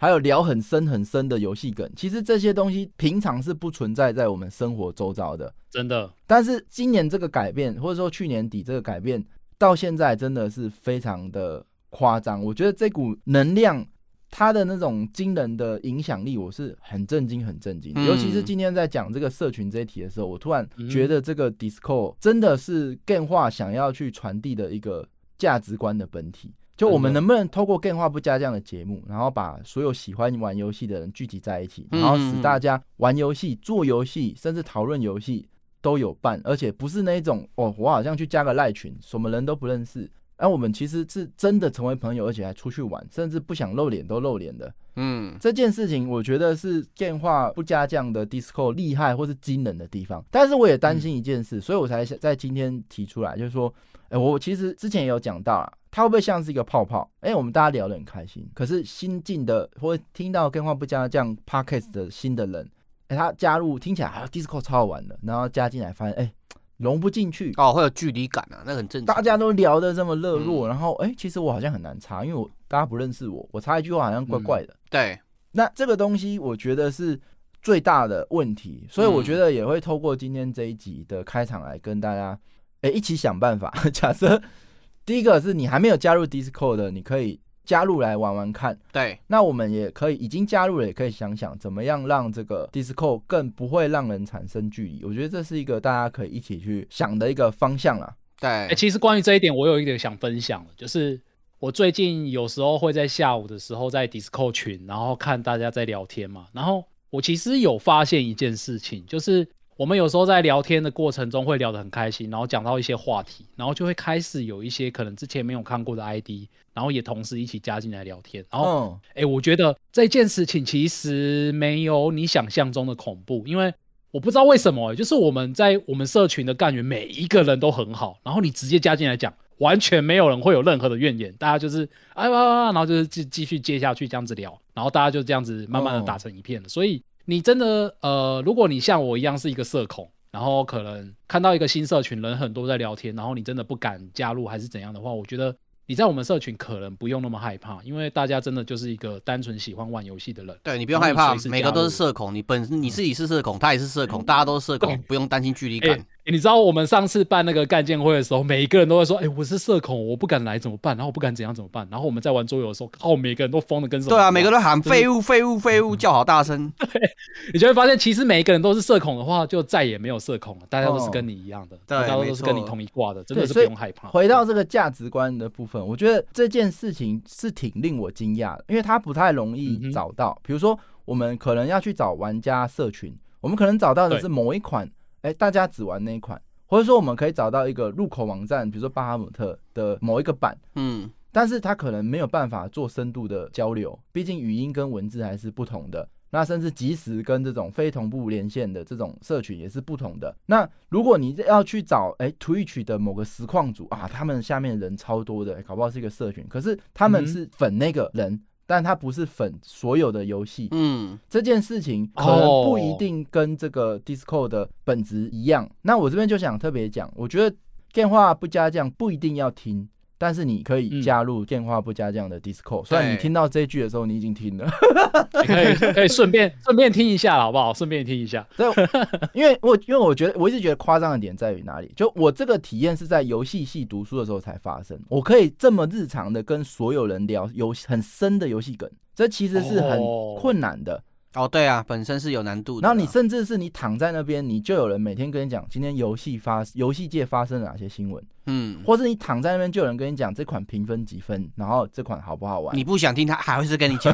[SPEAKER 1] 还有聊很深很深的游戏梗，其实这些东西平常是不存在在我们生活周遭的。
[SPEAKER 3] 真的
[SPEAKER 1] 但是今年这个改变，或者说去年底这个改变，到现在真的是非常的夸张。我觉得这股能量，它的那种惊人的影响力，我是很震惊、很震惊。
[SPEAKER 2] 嗯
[SPEAKER 1] 尤其是今天在讲这个社群这一题的时候，我突然觉
[SPEAKER 3] 嗯
[SPEAKER 1] 得这个 Discord 真的是 Game 化想要去传递的一个价值观的本体。就我们
[SPEAKER 3] 真的
[SPEAKER 1] 能不能透过 Game 化不加酱的节目，然后把所有喜欢玩游戏的人聚集在一起，然后使大家玩游戏、做游戏，甚至讨论游戏，都有办，而且不是那一种哦，我好像去加个赖群，什么人都不认识。那、我们其实是真的成为朋友，而且还出去玩，甚至不想露脸都露脸的
[SPEAKER 2] 嗯，
[SPEAKER 1] 这件事情，我觉得是电话不加酱的 Disco 厉害或是惊人的地方。但是我也担心一件事，所以我才想在今天提出来，就是说，哎、我其实之前也有讲到啊，它会不会像是一个泡泡？哎、我们大家聊得很开心，可是新进的或听到电话不加酱 Podcast 的新的人，哎、他加入听起来啊 disco 超好玩的，然后加进来发现哎、融不进去，
[SPEAKER 2] 哦，会有距离感啊，那个很正常。
[SPEAKER 1] 大家都聊得这么热络，然后哎、其实我好像很难插，因为我大家不认识我，我插一句话好像怪怪的。
[SPEAKER 2] 对，
[SPEAKER 1] 那这个东西我觉得是最大的问题，所以我觉得也会透过今天这一集的开场来跟大家 哎、一起想办法。假设第一个是你还没有加入 Discord 的，你可以加入来玩玩看。
[SPEAKER 2] 对，
[SPEAKER 1] 那我们也可以已经加入了，也可以想想怎么样让这个 Discord 更不会让人产生距离。我觉得这是一个大家可以一起去想的一个方向啦。
[SPEAKER 3] 哎、
[SPEAKER 2] 对，
[SPEAKER 3] 其实关于这一点，我有一点想分享的，就是我最近有时候会在下午的时候在 Discord 群，然后看大家在聊天嘛。然后我其实有发现一件事情，就是我们有时候在聊天的过程中会聊得很开心，然后讲到一些话题，然后就会开始有一些可能之前没有看过的 ID，然后也同时一起加进来聊天。然后，
[SPEAKER 1] 嗯，
[SPEAKER 3] 哎、我觉得这件事情其实没有你想象中的恐怖，因为我不知道为什么、欸就是我们在我们社群的干员每一个人都很好，然后你直接加进来讲，完全没有人会有任何的怨言，大家就是哎哇哇哇，然后就是继继续接下去这样子聊，然后大家就这样子慢慢的
[SPEAKER 1] 哦
[SPEAKER 3] 打成一片了。所以你真的呃，如果你像我一样是一个社恐。然后可能看到一个新社群人很多在聊天，然后你真的不敢加入还是怎样的话，我觉得你在我们社群可能不用那么害怕，因为大家真的就是一个单纯喜欢玩游戏的人。
[SPEAKER 2] 对你不用害怕
[SPEAKER 3] 然后你随，时
[SPEAKER 2] 每个都是
[SPEAKER 3] 加
[SPEAKER 2] 社恐，你本
[SPEAKER 1] 嗯
[SPEAKER 2] 你自己是社恐，他也是社恐，大家都是社恐，不用担心距离
[SPEAKER 3] 哎、
[SPEAKER 2] 感。
[SPEAKER 3] 你知道我们上次办那个干建会的时候，每一个人都会说：“哎、我是社恐，我不敢来怎么办？然后我不敢怎样怎么办？”然后我们在玩桌游的时候，靠，每个人都疯的跟什么一
[SPEAKER 2] 对
[SPEAKER 3] 样？
[SPEAKER 2] 啊，每个都喊
[SPEAKER 3] 就是
[SPEAKER 2] 废物废物废
[SPEAKER 1] 嗯
[SPEAKER 2] 物，叫好大声。
[SPEAKER 3] 你就会发现，其实每一个人都是社恐的话，就再也没有社恐了。大家都是
[SPEAKER 1] 哦
[SPEAKER 3] 跟你一样的，
[SPEAKER 2] 对
[SPEAKER 3] 大家都
[SPEAKER 2] 没
[SPEAKER 3] 是
[SPEAKER 2] 错
[SPEAKER 3] 跟你同一挂的，真的
[SPEAKER 1] 对
[SPEAKER 3] 是不
[SPEAKER 1] 所以
[SPEAKER 3] 用害怕。
[SPEAKER 1] 回到这个价值观的部分，我觉得这件事情是挺令我惊讶的，因为它不太容
[SPEAKER 3] 嗯哼
[SPEAKER 1] 易找到。比如说，我们可能要去找玩家社群，我们可能找到的
[SPEAKER 3] 对
[SPEAKER 1] 是某一款，哎，大家只玩那一款，或者说我们可以找到一个入口网站，比如说巴哈姆特的某一个版，
[SPEAKER 2] 嗯，
[SPEAKER 1] 但是他可能没有办法做深度的交流，毕竟语音跟文字还是不同的。那甚至即时跟这种非同步连线的这种社群也是不同的。那如果你要去找哎 Twitch 的某个实况组啊，他们下面人超多的，哎搞不好是一个社群，可是他
[SPEAKER 3] 嗯
[SPEAKER 1] 们
[SPEAKER 3] 哼
[SPEAKER 1] 是粉那个人，但他不是粉所有的游戏。
[SPEAKER 2] 嗯，
[SPEAKER 1] 这件事情可能不一定跟这个 Discord 的本质一样。那我这边就想特别讲，我觉得电话不加酱不一定要听，但是你可以加入电话不加酱的 Discord、虽然你听到这一句的时候，你已经听了，
[SPEAKER 3] 你可以可以顺便 顺便听一下，好不好？顺便听一下。
[SPEAKER 1] 但因为我因为我觉得我一直觉得夸张的点在于哪里？就我这个体验是在游戏系读书的时候才发生，我可以这么日常的跟所有人聊游很深的游戏梗，这其实是很
[SPEAKER 3] 哦
[SPEAKER 1] 困难的。
[SPEAKER 2] 哦，对啊，本身是有难度的
[SPEAKER 1] 然
[SPEAKER 2] 啦。
[SPEAKER 1] 后你甚至是你躺在那边，你就有人每天跟你讲今天游戏发游戏界发生了哪些新闻，
[SPEAKER 2] 嗯，
[SPEAKER 1] 或是你躺在那边就有人跟你讲这款评分几分，然后这款好不好玩
[SPEAKER 2] 你。不想听他，还会是跟你 讲。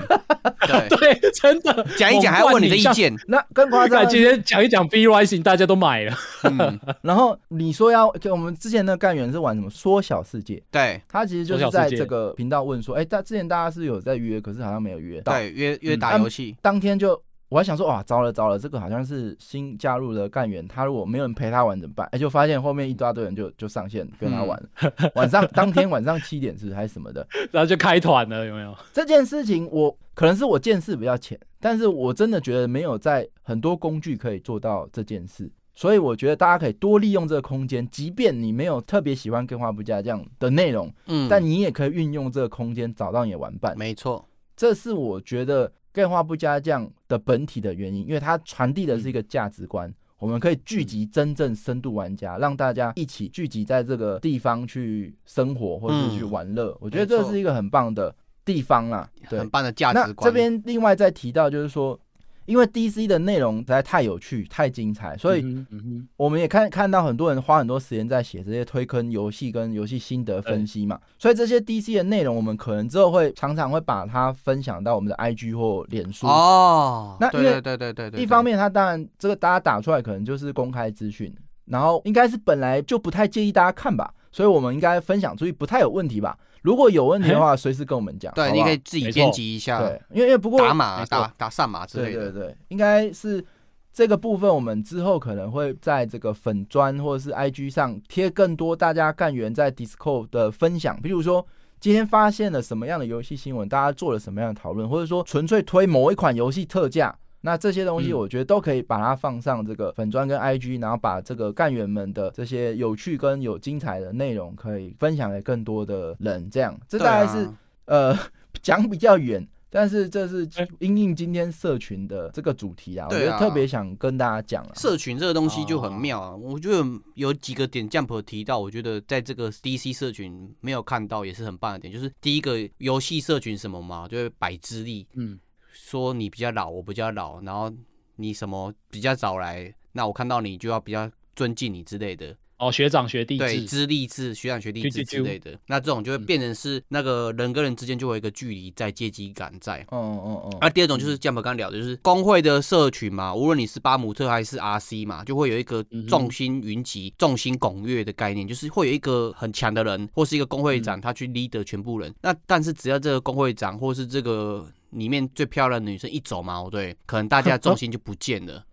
[SPEAKER 2] 对，
[SPEAKER 3] 对，真的
[SPEAKER 2] 讲一讲还问你的意。 见。
[SPEAKER 1] 那更夸
[SPEAKER 3] 我
[SPEAKER 1] 张
[SPEAKER 3] 看
[SPEAKER 1] 的
[SPEAKER 3] 今
[SPEAKER 1] 是，
[SPEAKER 3] 天讲一讲 B Rising，大家都买了。
[SPEAKER 2] 嗯，
[SPEAKER 1] 然后你说要就我们之前那个干员是玩什么缩小世界，
[SPEAKER 2] 对
[SPEAKER 1] 他其实就
[SPEAKER 3] 缩小
[SPEAKER 1] 是
[SPEAKER 3] 世
[SPEAKER 1] 在
[SPEAKER 3] 界
[SPEAKER 1] 这个频道问说，哎，大之前大家是有在约，可是好像没有约到。
[SPEAKER 2] 对，约约
[SPEAKER 3] 嗯
[SPEAKER 2] 打
[SPEAKER 1] 那
[SPEAKER 2] 游戏。
[SPEAKER 1] 当天就我还想说，哇，啊糟了糟了，这个好像是新加入的干员，他如果没有人陪他玩怎么办？哎、就发现后面一大堆人就就上线跟他玩了， 晚上当天晚上七点是不是还是什么的？
[SPEAKER 3] 然后就开团了，有没有？
[SPEAKER 1] 这件事情我可能是我见识比较浅，但是我真的觉得没有在很多工具可以做到这件事。所以我觉得大家可以多利用这个空间，即便你没有特别喜欢“更花不加”这样的内容，
[SPEAKER 2] 嗯，
[SPEAKER 1] 但你也可以运用这个空间找到你的玩伴。
[SPEAKER 2] 没错，
[SPEAKER 1] 这是我觉得钙化不加酱的本体的原因，因为它传递
[SPEAKER 2] 嗯
[SPEAKER 1] 的是一个价值观。我们可以聚集真正深度玩家，让大家一起聚集在这个地方去生活或是去玩乐。我觉得
[SPEAKER 2] 嗯没错
[SPEAKER 1] 这是一个很棒的地方啦。对
[SPEAKER 2] 很，棒的价
[SPEAKER 1] 那
[SPEAKER 2] 值观。
[SPEAKER 1] 这边另外再提到就是说，因为 DC 的内容实在太有趣、太精彩，所以
[SPEAKER 3] 嗯哼，嗯哼
[SPEAKER 1] 我们也看看到很多人花很多时间在写这些推坑游戏跟游戏心得分析嘛，所以这些 DC 的内容，我们可能之后会常常会把它分享到我们的 IG 或脸书。
[SPEAKER 2] 哦，
[SPEAKER 1] 那
[SPEAKER 2] 对
[SPEAKER 1] 因
[SPEAKER 2] 对
[SPEAKER 1] 为
[SPEAKER 2] 对对对对，
[SPEAKER 1] 一方面，它当然这个大家打出来可能就是公开资讯，然后应该是本来就不太介意大家看吧，所以我们应该分享出去不太有问题吧。如果有问题的 话，随时跟我们讲。
[SPEAKER 2] 对，
[SPEAKER 1] 好不
[SPEAKER 2] 你
[SPEAKER 1] 好
[SPEAKER 2] 可以自己
[SPEAKER 3] 没错
[SPEAKER 2] 编辑一下，
[SPEAKER 1] 对，因为因为不过
[SPEAKER 2] 打码、
[SPEAKER 3] 没错
[SPEAKER 2] 打打上码之类
[SPEAKER 1] 对对
[SPEAKER 2] 的。
[SPEAKER 1] 对，应该是这个部分，我们之后可能会在这个粉砖或者是 IG 上贴更多大家干员在 Discord 的分享，比如说。今天发现了什么样的游戏新闻？大家做了什么样的讨论，或者说纯粹推某一款游戏特价？那这些东西，
[SPEAKER 3] 嗯
[SPEAKER 1] 我觉得都可以把它放上这个粉砖跟 IG，然后把这个干员们的这些有趣跟有精彩的内容，可以分享给更多的人。这样，这大概
[SPEAKER 2] 对啊
[SPEAKER 1] 是呃 讲比较远，但是这是
[SPEAKER 3] 哎
[SPEAKER 1] 因应今天社群的这个主题啊，我觉
[SPEAKER 2] 对
[SPEAKER 1] 得
[SPEAKER 2] 啊
[SPEAKER 1] 特别想跟大家讲啊，
[SPEAKER 2] 社群这个东西就很妙啊，我觉得有几个点 Jump 有提到，我觉得在这个 DC 社群没有看到也是很棒的点，就是第一个游戏社群什么嘛，就是摆资历，
[SPEAKER 3] 嗯，
[SPEAKER 2] 说你比较老，我比较老，然后你什么比较早来，那我看到你就要比较尊敬你之类的，
[SPEAKER 3] 哦，学长学弟
[SPEAKER 2] 对，
[SPEAKER 3] 制，
[SPEAKER 2] 资历制、学长学弟制
[SPEAKER 3] 啾啾啾
[SPEAKER 2] 之类的，那这种就会变成是那个人跟人之间就会有一个距离在、阶级感在。
[SPEAKER 1] 嗯嗯
[SPEAKER 2] 那
[SPEAKER 1] 嗯，
[SPEAKER 2] 第二种就是江博刚聊的，就是工会的社群嘛，无论你是巴姆特还是 RC 嘛，就会有一个
[SPEAKER 3] 嗯哼
[SPEAKER 2] 众星云集、众星拱月的概念，就是会有一个很强的人或是一个工会
[SPEAKER 1] 嗯
[SPEAKER 2] 长，他去 leader 全部人。那但是只要这个工会长或是这个里面最漂亮的女生一走嘛，哦对，可能大家的重心就不见 了，
[SPEAKER 1] 嗯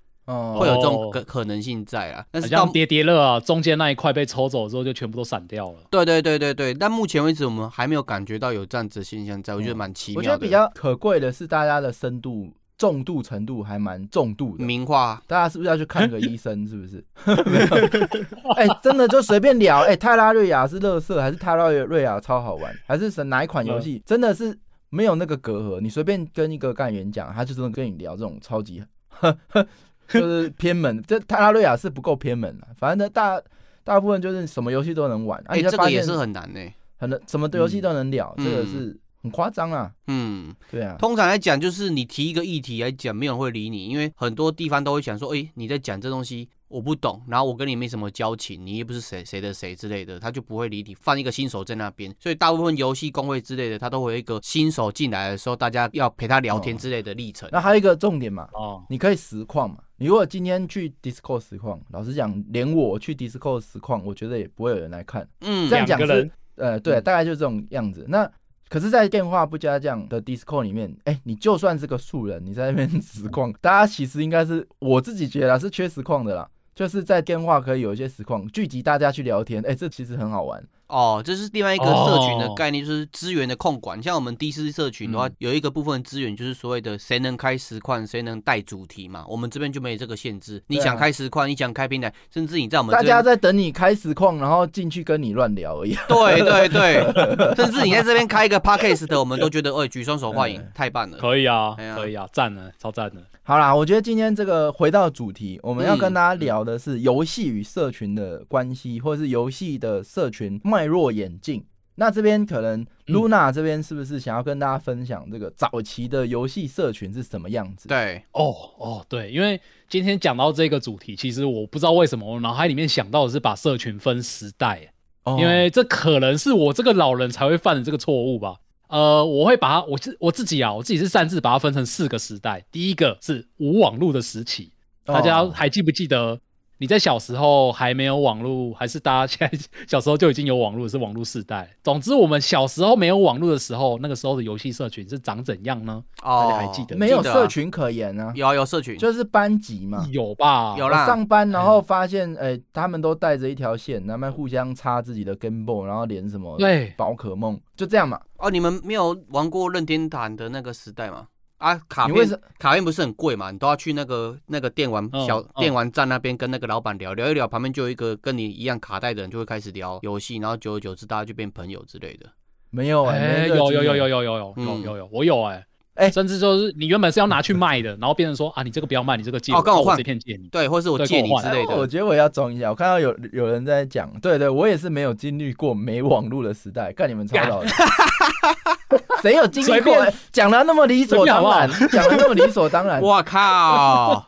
[SPEAKER 2] 会有这种
[SPEAKER 3] 哦
[SPEAKER 2] 可可能性在啊。但
[SPEAKER 3] 好
[SPEAKER 2] 是到
[SPEAKER 3] 像叠叠乐啊，中间那一块被抽走之后就全部都散掉了。
[SPEAKER 2] 对对对对对，但目前为止我们还没有感觉到有这样子的现象在，我觉得蛮奇
[SPEAKER 1] 哦我觉
[SPEAKER 2] 妙的。
[SPEAKER 1] 得比较可贵的是大家的深度、重度程度还蛮重度的。
[SPEAKER 2] 名画，
[SPEAKER 1] 大家是不是要去看个医生？是不是？ 哎、真的就随便聊。哎、泰拉瑞亚是乐色，还是泰拉瑞亚超好玩，还是什哪一款游
[SPEAKER 2] 嗯
[SPEAKER 1] 戏？真的是没有那个隔阂。你随便跟一个干员讲，他就真的跟你聊这种超级， 就是偏门。这泰拉瑞亚是不够偏门了、啊反正呢大大部分就是什么游戏都能玩，而、
[SPEAKER 2] 哎、
[SPEAKER 1] 且、
[SPEAKER 2] 这个
[SPEAKER 1] 发
[SPEAKER 2] 也
[SPEAKER 1] 现
[SPEAKER 2] 是很难呢、
[SPEAKER 1] 很多什么游戏都能聊，
[SPEAKER 2] 嗯
[SPEAKER 1] 这个是很夸张啊。
[SPEAKER 2] 嗯，
[SPEAKER 1] 对啊，
[SPEAKER 2] 通常来讲，就是你提一个议题来讲，没有人会理你，因为很多地方都会想说，哎、你在讲这东西我不懂，然后我跟你没什么交情，你也不是谁谁的谁之类的，他就不会理你，放一个新手在那边。所以大部分游戏工会之类的，他都会有一个新手进来的时候，大家要陪他聊天之类的历程。
[SPEAKER 1] 那还有一个重点嘛，
[SPEAKER 3] 哦，
[SPEAKER 1] 你可以实况嘛。你如果今天去 Discord 实况，老实讲，连我去 Discord 实况，我觉得也不会有人来看。
[SPEAKER 2] 嗯
[SPEAKER 1] 这样讲
[SPEAKER 3] 两个
[SPEAKER 1] 是
[SPEAKER 3] 人，
[SPEAKER 1] 呃，对，
[SPEAKER 3] 嗯
[SPEAKER 1] 大概就这种样子。那可是，在电话不加酱的 Discord 里面，哎、你就算是个素人，你在那边实况，大家其实应该是我自己觉得啦是缺实况的啦。就是在电话可以有一些实况，聚集大家去聊天，哎、这其实很好玩。
[SPEAKER 2] 哦，这是另外一个社群的
[SPEAKER 3] 哦
[SPEAKER 2] 概念，就是资源的控管。像我们第四社群的话，
[SPEAKER 3] 嗯
[SPEAKER 2] 有一个部分资源就是所谓的谁能开实况，谁能带主题嘛。我们这边就没这个限制，你
[SPEAKER 1] 对啊
[SPEAKER 2] 想开实况，你想开平台，甚至你在我们
[SPEAKER 1] 大
[SPEAKER 2] 这
[SPEAKER 1] 家
[SPEAKER 2] 边，
[SPEAKER 1] 在等你开实况，然后进去跟你乱聊而已。
[SPEAKER 2] 对对对，甚至你在这边开一个 podcast 的，我们都觉得，哎，举双手欢迎，
[SPEAKER 3] 嗯
[SPEAKER 2] 太棒了。
[SPEAKER 3] 可以啊，
[SPEAKER 2] 哎呀
[SPEAKER 3] 可以啊，赞了，超赞的。
[SPEAKER 1] 好啦，我觉得今天这个回到主题，我们要跟
[SPEAKER 2] 嗯
[SPEAKER 1] 大家聊的是游戏与社群的关系，或是游戏的社群脉络演进。那这边可能
[SPEAKER 3] 嗯
[SPEAKER 1] Luna 这边是不是想要跟大家分享这个早期的游戏社群是什么样子？
[SPEAKER 2] 对，
[SPEAKER 3] 哦哦，对，因为今天讲到这个主题，其实我不知道为什么我脑海里面想到的是把社群分时代，啊
[SPEAKER 1] 哦
[SPEAKER 3] 因为这可能是我这个老人才会犯的这个错误吧。呃，我会把它，我自我自己啊，我自己是擅自把它分成四个时代。第一个是无网络的时期，大家
[SPEAKER 1] 哦
[SPEAKER 3] 还记不记得你在小时候还没有网络，还是大家现在小时候就已经有网络，是网络世代？总之，我们小时候没有网络的时候，那个时候的游戏社群是长怎样呢？
[SPEAKER 2] 哦，
[SPEAKER 3] 大家还记得
[SPEAKER 1] 没有
[SPEAKER 2] 记得啊
[SPEAKER 1] 社，群可言啊，
[SPEAKER 2] 有啊有社群，
[SPEAKER 1] 就是班级嘛。
[SPEAKER 3] 有吧？
[SPEAKER 2] 有
[SPEAKER 1] 我
[SPEAKER 2] 啦
[SPEAKER 1] 上班，然后发现，哎、他们都带着一条线，他们互相插自己的 Game Boy，然后连什么
[SPEAKER 3] 对，
[SPEAKER 1] 宝可梦，就这样嘛。
[SPEAKER 2] 哦，你们没有玩过任天堂的那个时代吗？啊，卡
[SPEAKER 1] 你为
[SPEAKER 2] 片
[SPEAKER 1] 什
[SPEAKER 2] 卡片不是很贵嘛？你都要去那个那个电玩
[SPEAKER 3] 嗯
[SPEAKER 2] 小、
[SPEAKER 3] 嗯
[SPEAKER 2] 电玩站那边跟那个老板聊聊一聊，旁边就有一个跟你一样卡带的人就会开始聊游戏，然后久而久之大家就变朋友之类的。
[SPEAKER 1] 没有哎、
[SPEAKER 3] 哎、
[SPEAKER 1] 没这
[SPEAKER 3] 有
[SPEAKER 1] 个经
[SPEAKER 3] 有
[SPEAKER 1] 验
[SPEAKER 3] 有有有有有有
[SPEAKER 2] 嗯
[SPEAKER 3] 有有，我有哎、
[SPEAKER 1] 哎
[SPEAKER 3] 甚至就是你原本是要拿去卖的，然后变成说啊，你这个不要卖，你这个借
[SPEAKER 2] 哦跟我
[SPEAKER 3] 那
[SPEAKER 2] 换
[SPEAKER 3] 这片借你。
[SPEAKER 2] 对，或是我
[SPEAKER 3] 对
[SPEAKER 2] 借
[SPEAKER 3] 跟
[SPEAKER 2] 你
[SPEAKER 3] 我
[SPEAKER 2] 之
[SPEAKER 3] 换
[SPEAKER 2] 类
[SPEAKER 1] 哦我
[SPEAKER 2] 的。
[SPEAKER 1] 觉得我也要装一下，我看到有有人在讲，对对，我也是没有经历过没网络的时代，干你们超 老的，谁有经历
[SPEAKER 3] 随
[SPEAKER 1] 过
[SPEAKER 3] 便？
[SPEAKER 1] 讲的那么理所当然
[SPEAKER 3] 随，
[SPEAKER 1] 讲的那么理所当 然，
[SPEAKER 2] 我靠！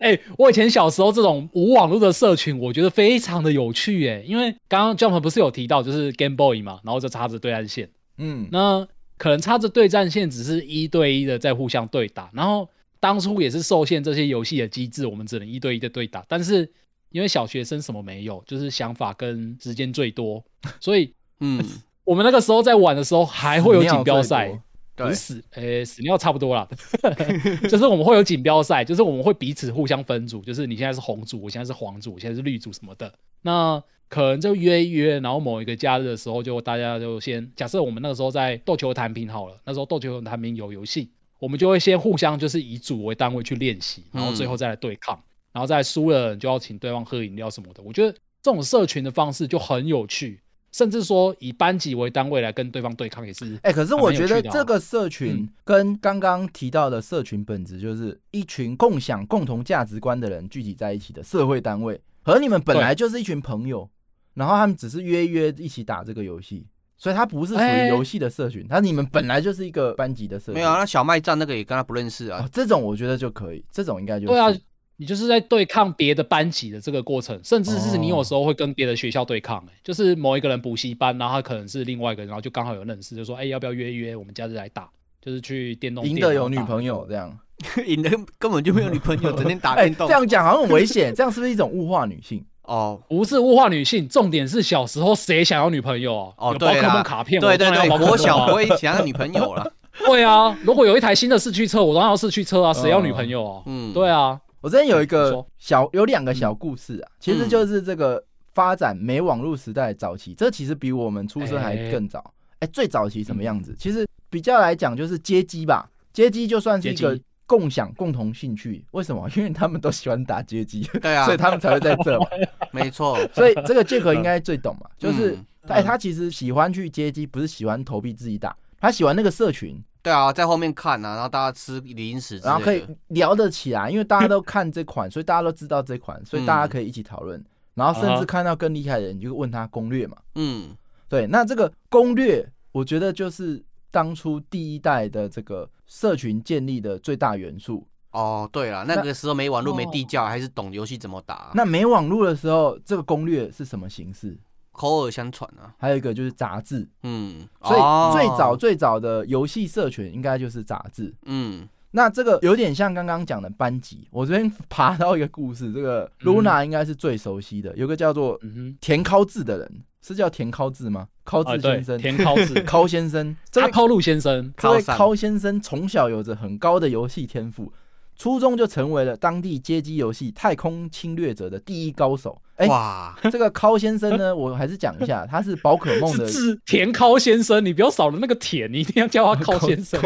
[SPEAKER 3] 哎、我以前小时候这种无网络的社群，我觉得非常的有趣哎、因为刚刚 Jump 不是有提到就是 Game Boy 嘛，然后就插着对岸线，
[SPEAKER 1] 嗯，
[SPEAKER 3] 那可能插着对战线只是一对一的在互相对打，然后当初也是受限这些游戏的机制，我们只能一对一的对打，但是因为小学生什么没有，就是想法跟时间最多，所以
[SPEAKER 2] 嗯，
[SPEAKER 3] 我们那个时候在玩的时候还会有锦标赛
[SPEAKER 1] 屎尿最多，
[SPEAKER 2] 对
[SPEAKER 3] 不是，死，呃、死尿差不多啦， 就是我们会有锦标赛，就是我们会彼此互相分组，就是你现在是红组，我现在是黄组，我现在是绿组什么的。那可能就约一约，然后某一个假日的时候，就大家就先假设我们那个时候在斗球弹屏好了，那时候斗球弹屏有游戏，我们就会先互相就是以组为单位去练习，然后最后再来对抗，然后再输了你就要请对方喝饮料什么的。我觉得这种社群的方式就很有趣，甚至说以班级为单位来跟对方对抗也是。
[SPEAKER 1] 哎、可是我觉
[SPEAKER 3] 还蛮
[SPEAKER 1] 得
[SPEAKER 3] 有趣的哦
[SPEAKER 1] 这个社群跟刚刚提到的社群本质就是一群共享共同价值观的人聚集在一起的社会单位，和你们本
[SPEAKER 3] 对
[SPEAKER 1] 来就是一群朋友，然后他们只是约一约一起打这个游戏，所以它不是属于
[SPEAKER 3] 哎
[SPEAKER 1] 游戏的社群，它你们本来就是一个班级的社群。
[SPEAKER 2] 没有啊，那小麦站那个也跟他不认识啊
[SPEAKER 1] 哦，，这种我觉得就可以，这种应该就是
[SPEAKER 3] 对啊，你就是在对抗别的班级的这个过程，甚至是你
[SPEAKER 2] 哦
[SPEAKER 3] 有时候会跟别的学校对抗、欸，就是某一个人补习班，然后他可能是另外一个人，然后就刚好有认识，就说，哎、要不要约一约，我们假日来打，就是去电动
[SPEAKER 1] 赢
[SPEAKER 3] 店
[SPEAKER 1] 得
[SPEAKER 3] 然
[SPEAKER 1] 有
[SPEAKER 3] 后
[SPEAKER 1] 女
[SPEAKER 3] 打
[SPEAKER 1] 朋友这样。
[SPEAKER 2] 赢的根本就没有女朋友，整天打
[SPEAKER 1] 哎、
[SPEAKER 2] 电动
[SPEAKER 1] 这。样讲好像很危险，这样是不是一种物化女性？
[SPEAKER 2] 哦，
[SPEAKER 3] 不是物化女性，重点是小时候谁想要女朋友啊？
[SPEAKER 2] 哦
[SPEAKER 3] 有宝
[SPEAKER 2] 对
[SPEAKER 3] 可
[SPEAKER 2] 啦
[SPEAKER 3] 梦卡片，
[SPEAKER 2] 对
[SPEAKER 3] 我
[SPEAKER 2] 对
[SPEAKER 3] 当然
[SPEAKER 2] 对
[SPEAKER 3] 要宝，可
[SPEAKER 2] 国
[SPEAKER 3] 梦啊
[SPEAKER 2] 小不会想要女朋友 了。
[SPEAKER 3] 对啊，如果有一台新的四驱车，我当然要四驱车啊，谁要女朋友啊？
[SPEAKER 2] 嗯，
[SPEAKER 3] 对
[SPEAKER 2] 啊，
[SPEAKER 3] 啊，
[SPEAKER 1] 我之前有一
[SPEAKER 3] 你
[SPEAKER 1] 个
[SPEAKER 3] 说嗯
[SPEAKER 1] 小有两个小故事啊，其实
[SPEAKER 2] 嗯
[SPEAKER 1] 就是这个发展没网络时代早期，这其实比我们出生还
[SPEAKER 3] 哎
[SPEAKER 1] 更早。哎、最早期什
[SPEAKER 3] 嗯
[SPEAKER 1] 么样子？其实比较来讲就是街机吧，街机就算是一
[SPEAKER 3] 街
[SPEAKER 1] 个
[SPEAKER 3] 机
[SPEAKER 1] 共享共同兴趣。为什么？因 为他们都喜欢打街机，
[SPEAKER 2] 对啊
[SPEAKER 1] 所以，他们才会在 这嘛。
[SPEAKER 2] 没错，
[SPEAKER 1] 所以这个 Jack 应该最懂嘛，就是
[SPEAKER 2] 嗯
[SPEAKER 1] 哎、他其实喜欢去街机，不是喜欢投币自己打，他喜欢那个社群，
[SPEAKER 2] 对啊，在后面看啊，然后大家吃零食之类的，
[SPEAKER 1] 然后可以聊得起来，因为大家都看这款，所以大家都知道这款，所以大家可以一起讨论。然后甚
[SPEAKER 3] 啊
[SPEAKER 1] 至
[SPEAKER 3] 哈
[SPEAKER 1] 看到更厉害的人，你就问他攻略嘛。
[SPEAKER 2] 嗯，
[SPEAKER 1] 对，那这个攻略，我觉得就是当初第一代的这个社群建立的最大元素。
[SPEAKER 2] 哦，对了，那个时候没网络
[SPEAKER 3] 哦
[SPEAKER 2] 没地窖，还是懂游戏怎么打啊，
[SPEAKER 1] 那没网络的时候，这个攻略是什么形式？
[SPEAKER 2] 口耳相传啊，
[SPEAKER 1] 还有一个就是杂志，
[SPEAKER 2] 嗯，
[SPEAKER 1] 所以最早
[SPEAKER 2] 哦，
[SPEAKER 1] 最早的游戏社群应该就是杂志。
[SPEAKER 2] 嗯，
[SPEAKER 1] 那这个有点像刚刚讲的班级。我这边爬到一个故事，这个
[SPEAKER 2] 嗯
[SPEAKER 1] Luna 应该是最熟悉的，有个叫做
[SPEAKER 3] 嗯
[SPEAKER 1] 田尻智的人，是叫田尻智吗？尻
[SPEAKER 3] 哼，啊
[SPEAKER 1] 智
[SPEAKER 3] 对
[SPEAKER 1] 先，生，，
[SPEAKER 3] 田尻子
[SPEAKER 1] 尻先生， 这
[SPEAKER 3] 阿
[SPEAKER 1] 位
[SPEAKER 3] 抛路先生，
[SPEAKER 1] 这位
[SPEAKER 2] 尻上
[SPEAKER 1] 尻先生从小有着很高的游戏天赋，初中就成为了当地街机游戏《太空侵略者》的第一高手。哎、
[SPEAKER 2] 哇，
[SPEAKER 1] 这个尻先生 呢，我还是讲一下，他是宝可梦
[SPEAKER 3] 是
[SPEAKER 1] 的
[SPEAKER 3] 字田尻先生，你不要少了那个田，你一定要叫他尻先生，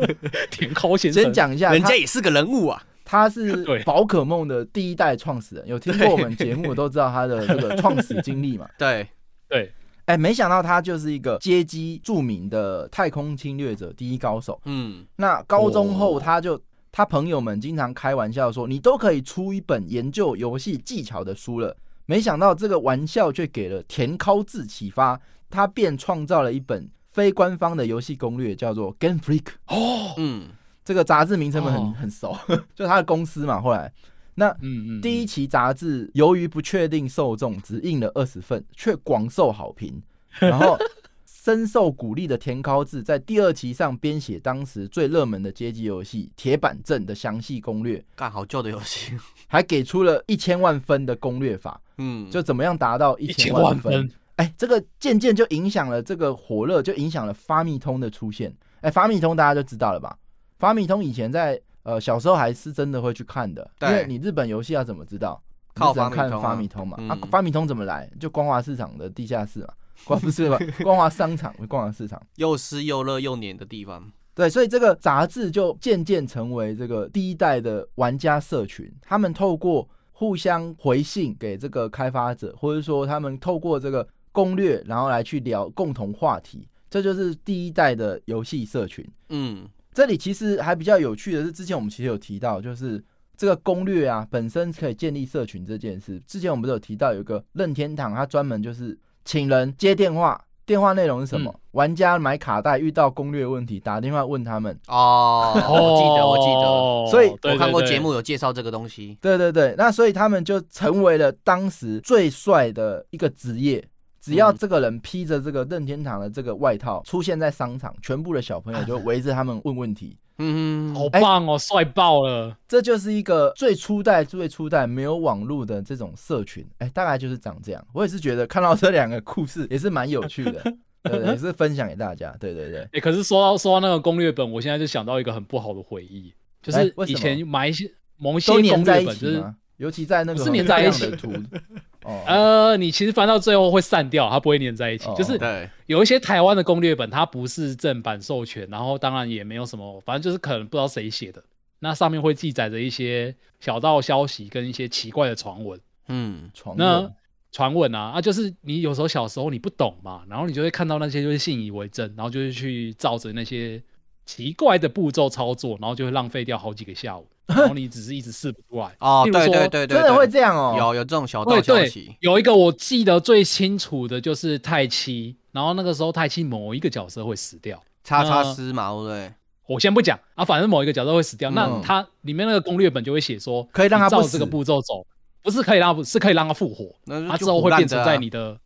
[SPEAKER 3] 田尻先生。
[SPEAKER 1] 先讲一下，
[SPEAKER 2] 人
[SPEAKER 1] 他
[SPEAKER 2] 家也是个人物啊，
[SPEAKER 1] 他是
[SPEAKER 3] 对
[SPEAKER 1] 宝可梦的第一代创始人，有听过我们节目都知道他的这个创始经历嘛？
[SPEAKER 2] 对，
[SPEAKER 3] 对，
[SPEAKER 1] 哎，没想到他就是一个街机著名的太空侵略者第一高手。
[SPEAKER 2] 嗯，
[SPEAKER 1] 那高中后，
[SPEAKER 3] 哦
[SPEAKER 1] 他就他朋友们经常开玩笑说，你都可以出一本研究游戏技巧的书了。没想到这个玩笑却给了田尻智启发，他便创造了一本非官方的游戏攻略，叫做《Game Freak》。
[SPEAKER 3] 哦，
[SPEAKER 2] 嗯，
[SPEAKER 1] 这个杂志名称们很、
[SPEAKER 3] 哦
[SPEAKER 1] 很熟， 就他的公司嘛。后来，那
[SPEAKER 3] 嗯嗯，
[SPEAKER 1] 第一
[SPEAKER 3] 嗯
[SPEAKER 1] 期杂志由于不确定受众，只印了二十份，却广受好评。然后深受鼓励的田尻智在第二期上编写当时最热门的街机游戏《铁板阵》的详细攻略，
[SPEAKER 2] 干好旧的游戏，
[SPEAKER 1] 还给出了一千万分的攻略法，
[SPEAKER 2] 嗯，
[SPEAKER 1] 就怎么样达到一
[SPEAKER 3] 一千
[SPEAKER 1] 万
[SPEAKER 3] 万分。
[SPEAKER 1] 哎，这个渐渐就影响了这个火热，就影响了发密通的出现。哎，发密通大家就知道了吧？发密通以前在呃小时候还是真的会去看的，因
[SPEAKER 2] 对
[SPEAKER 1] 为你日本游戏要怎么知道？你
[SPEAKER 2] 靠
[SPEAKER 1] 只能看发
[SPEAKER 2] 发
[SPEAKER 1] 密
[SPEAKER 2] 密
[SPEAKER 1] 通嘛。
[SPEAKER 2] 嗯
[SPEAKER 1] 啊，发密通怎么来？就光华市场的地下室嘛，光 不是吧？光华商场、光华市场。
[SPEAKER 2] 又湿又热又黏的地方，
[SPEAKER 1] 对，所以这个杂志就渐渐成为这个第一代的玩家社群。他们透过互相回信给这个开发者，或者说他们透过这个攻略，然后来去聊共同话题，这就是第一代的游戏社群。
[SPEAKER 2] 嗯，
[SPEAKER 1] 这里其实还比较有趣的是，之前我们其实有提到，就是这个攻略啊本身可以建立社群这件事。之前我们不是有提到有一个任天堂，它专门就是请人接电话，电话内容是什么？玩家买卡带遇到攻略问题，打电话问他们。
[SPEAKER 2] 哦，我记得，我记得。
[SPEAKER 3] 哦
[SPEAKER 1] 所以
[SPEAKER 3] 对
[SPEAKER 2] 我看过
[SPEAKER 3] 对对
[SPEAKER 2] 节目有介绍这个东西，
[SPEAKER 1] 对对对，那所以他们就成为了当时最帅的一个职业。只要
[SPEAKER 2] 嗯
[SPEAKER 1] 这个人披着这个任天堂的这个外套出现在商场，全部的小 朋友就围着他们问问题。
[SPEAKER 2] 嗯
[SPEAKER 3] 好棒哦，帅爆了！
[SPEAKER 1] 这就是一个最初代、最初代没有网络的这种社群，哎，大概就是长这样。我也是觉得看到这两个故事也是蛮有趣 的，对，也是分享给大家。对对对，
[SPEAKER 3] 哎、可是说到说到那个攻略本，我现在就想到一个很不好的回忆，就
[SPEAKER 1] 哎
[SPEAKER 3] 是
[SPEAKER 1] 为什
[SPEAKER 3] 以
[SPEAKER 1] 么
[SPEAKER 3] 前买一些某一些
[SPEAKER 1] 都
[SPEAKER 3] 攻
[SPEAKER 1] 粘
[SPEAKER 3] 略
[SPEAKER 1] 在一
[SPEAKER 3] 本，就
[SPEAKER 1] 起
[SPEAKER 3] 是
[SPEAKER 1] 吗？尤其在那个
[SPEAKER 3] 不是粘在一起
[SPEAKER 1] 很漂亮的图，哦，
[SPEAKER 3] 呃，你其实翻到最后会散掉，它不会粘在一起。
[SPEAKER 1] 哦
[SPEAKER 3] 就是
[SPEAKER 2] 对，
[SPEAKER 3] 有一些台湾的攻略本，它不是正版授权，然后当然也没有什么，反正就是可能不知道谁写的，那上面会记载着一些小道消息跟一些奇怪的传闻。
[SPEAKER 2] 嗯，
[SPEAKER 1] 床
[SPEAKER 3] 那
[SPEAKER 1] 垫
[SPEAKER 3] 传闻啊啊，就是你有时候小时候你不懂嘛，然后你就会看到那些就会信以为真，然后就会去照着那些奇怪的步骤操作，然后就会浪费掉好几 个下午，然后你只是一直试不出来。
[SPEAKER 2] 哦，
[SPEAKER 3] 例如
[SPEAKER 2] 对
[SPEAKER 3] 说
[SPEAKER 2] 对对对，
[SPEAKER 1] 真的会
[SPEAKER 2] 对
[SPEAKER 1] 这样哦、
[SPEAKER 2] 有有这种小道
[SPEAKER 3] 对
[SPEAKER 2] 消
[SPEAKER 3] 对
[SPEAKER 2] 息，，
[SPEAKER 3] 有一个我记得最清楚的就是太七，然后那个时候太七某一个角色会死掉，
[SPEAKER 2] 叉叉
[SPEAKER 3] 嗯
[SPEAKER 2] 师嘛，对不对？
[SPEAKER 3] 我先不讲啊，反正某一个角色会死掉，
[SPEAKER 1] 嗯
[SPEAKER 3] 那它里面那个攻略本就会写说，
[SPEAKER 1] 可以让它
[SPEAKER 3] 你照
[SPEAKER 1] 不死
[SPEAKER 3] 这个步骤走，不是可以让它不是可以让它复活，
[SPEAKER 2] 那就
[SPEAKER 3] 它之
[SPEAKER 2] 就
[SPEAKER 3] 后会
[SPEAKER 2] 胡乱
[SPEAKER 3] 变成
[SPEAKER 2] 的
[SPEAKER 3] 在
[SPEAKER 2] 啊
[SPEAKER 3] 你的。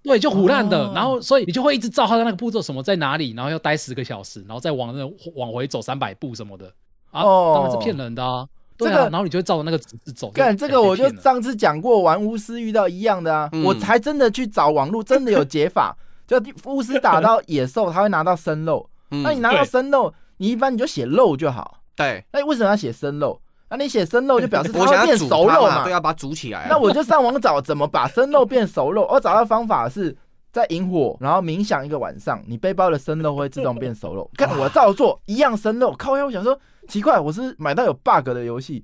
[SPEAKER 3] 对，就胡乱的，
[SPEAKER 1] 哦
[SPEAKER 3] 然后所以你就会一直照它的那个步骤，什么在哪里，然后要待十个小时，然后再往那往回走三百步什么的啊，
[SPEAKER 1] 哦
[SPEAKER 3] 当然是骗人的啊，对
[SPEAKER 1] 这
[SPEAKER 3] 啊，
[SPEAKER 1] 个
[SPEAKER 3] 然后你就会照着那个指示走。
[SPEAKER 1] 干这个我就
[SPEAKER 3] 被骗了
[SPEAKER 1] 上次讲过，玩巫师遇到一样的啊，
[SPEAKER 2] 嗯
[SPEAKER 1] 我才真的去找网络，真的有解 法。就巫师打到野兽，他会拿到生肉，
[SPEAKER 2] 嗯
[SPEAKER 1] 那你拿到
[SPEAKER 3] 对
[SPEAKER 1] 生肉，你一般你就写肉就好。
[SPEAKER 2] 对，
[SPEAKER 1] 那为什么要写生肉？那你写生肉就表示它
[SPEAKER 2] 我想
[SPEAKER 1] 会
[SPEAKER 2] 要
[SPEAKER 1] 变
[SPEAKER 2] 煮
[SPEAKER 1] 熟
[SPEAKER 2] 它
[SPEAKER 1] 肉
[SPEAKER 2] 对，要把它煮起来啊。
[SPEAKER 1] 那 我就上网找怎么把生肉变熟肉，哦我找到方法是在引火，然后冥想一个晚上，你背包的生肉会自动变熟肉。看我照做，一样生肉。靠呀，我想说奇怪，我是买到有 bug 的游戏，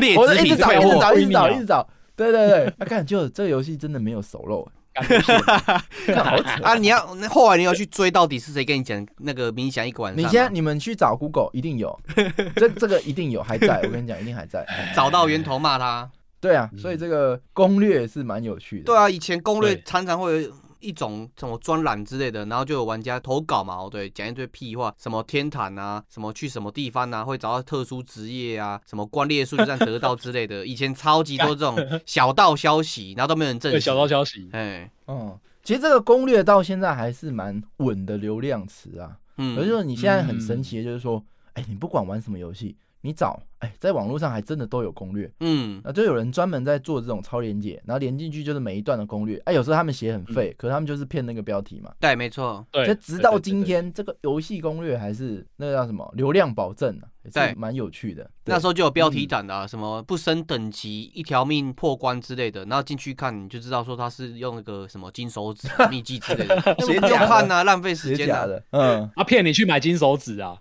[SPEAKER 2] 劣
[SPEAKER 1] 我
[SPEAKER 2] 质
[SPEAKER 1] 是一直
[SPEAKER 2] 品
[SPEAKER 1] 找，
[SPEAKER 2] 退
[SPEAKER 1] 一直
[SPEAKER 2] 货，
[SPEAKER 1] 找，一
[SPEAKER 3] 推
[SPEAKER 1] 直
[SPEAKER 3] 你
[SPEAKER 1] 找，
[SPEAKER 3] 啊
[SPEAKER 1] 一直找。对对对，啊，看就这个游戏真的没有熟肉，看好扯。
[SPEAKER 2] 啊！你要那后来你要去追到底是谁跟你讲那个冥想一个晚上
[SPEAKER 1] 你
[SPEAKER 2] 嘛，
[SPEAKER 1] 先，你们去找 Google，一定有，这这个一定有，还在，我跟你讲，一定还 在。
[SPEAKER 2] 找到源头骂他。
[SPEAKER 1] 对啊，所以这个攻略是蛮有趣的。
[SPEAKER 2] 嗯对啊，以前攻略
[SPEAKER 3] 对
[SPEAKER 2] 常常会有一种什么专栏之类的，然后就有玩家投稿嘛，哦对，讲一堆屁话，什么天坛啊，什么去什么地方啊，会找到特殊职业啊，什么关猎数据站得到之类 的，以前超级多这种小道消息，然后都没有人证实。
[SPEAKER 3] 对小道消息，
[SPEAKER 2] 哎，
[SPEAKER 1] 嗯，其实这个攻略到现在还是蛮稳的流量池啊。
[SPEAKER 2] 嗯，
[SPEAKER 1] 可是说你现在很神奇的就是说，哎、你不管玩什么游戏，你找哎、在网络上还真的都有攻略，
[SPEAKER 2] 嗯，
[SPEAKER 1] 那就有人专门在做这种超连接，然后连进去就是每一段的攻略。哎、有时候他们写很
[SPEAKER 2] 嗯
[SPEAKER 1] 废，可是他们就是骗那个标题嘛。
[SPEAKER 2] 对，没错，
[SPEAKER 3] 对，
[SPEAKER 1] 就直到
[SPEAKER 3] 对
[SPEAKER 1] 今，天，这个游戏攻略还是那个叫什么流量保证啊，也
[SPEAKER 2] 对
[SPEAKER 1] 是蛮有趣的。
[SPEAKER 2] 那时
[SPEAKER 1] 候
[SPEAKER 2] 候就有标题党的、啊，什么不升等级一条命破关之类的，然后进去看你就知道说他是用那个什么金手指秘籍之类的， 那
[SPEAKER 1] 写
[SPEAKER 2] 不用
[SPEAKER 1] 假的
[SPEAKER 2] 看啊，浪费时
[SPEAKER 1] 写
[SPEAKER 2] 间
[SPEAKER 1] 假
[SPEAKER 2] 啊。
[SPEAKER 1] 的，嗯，
[SPEAKER 3] 对对对啊，骗你去买金手指啊！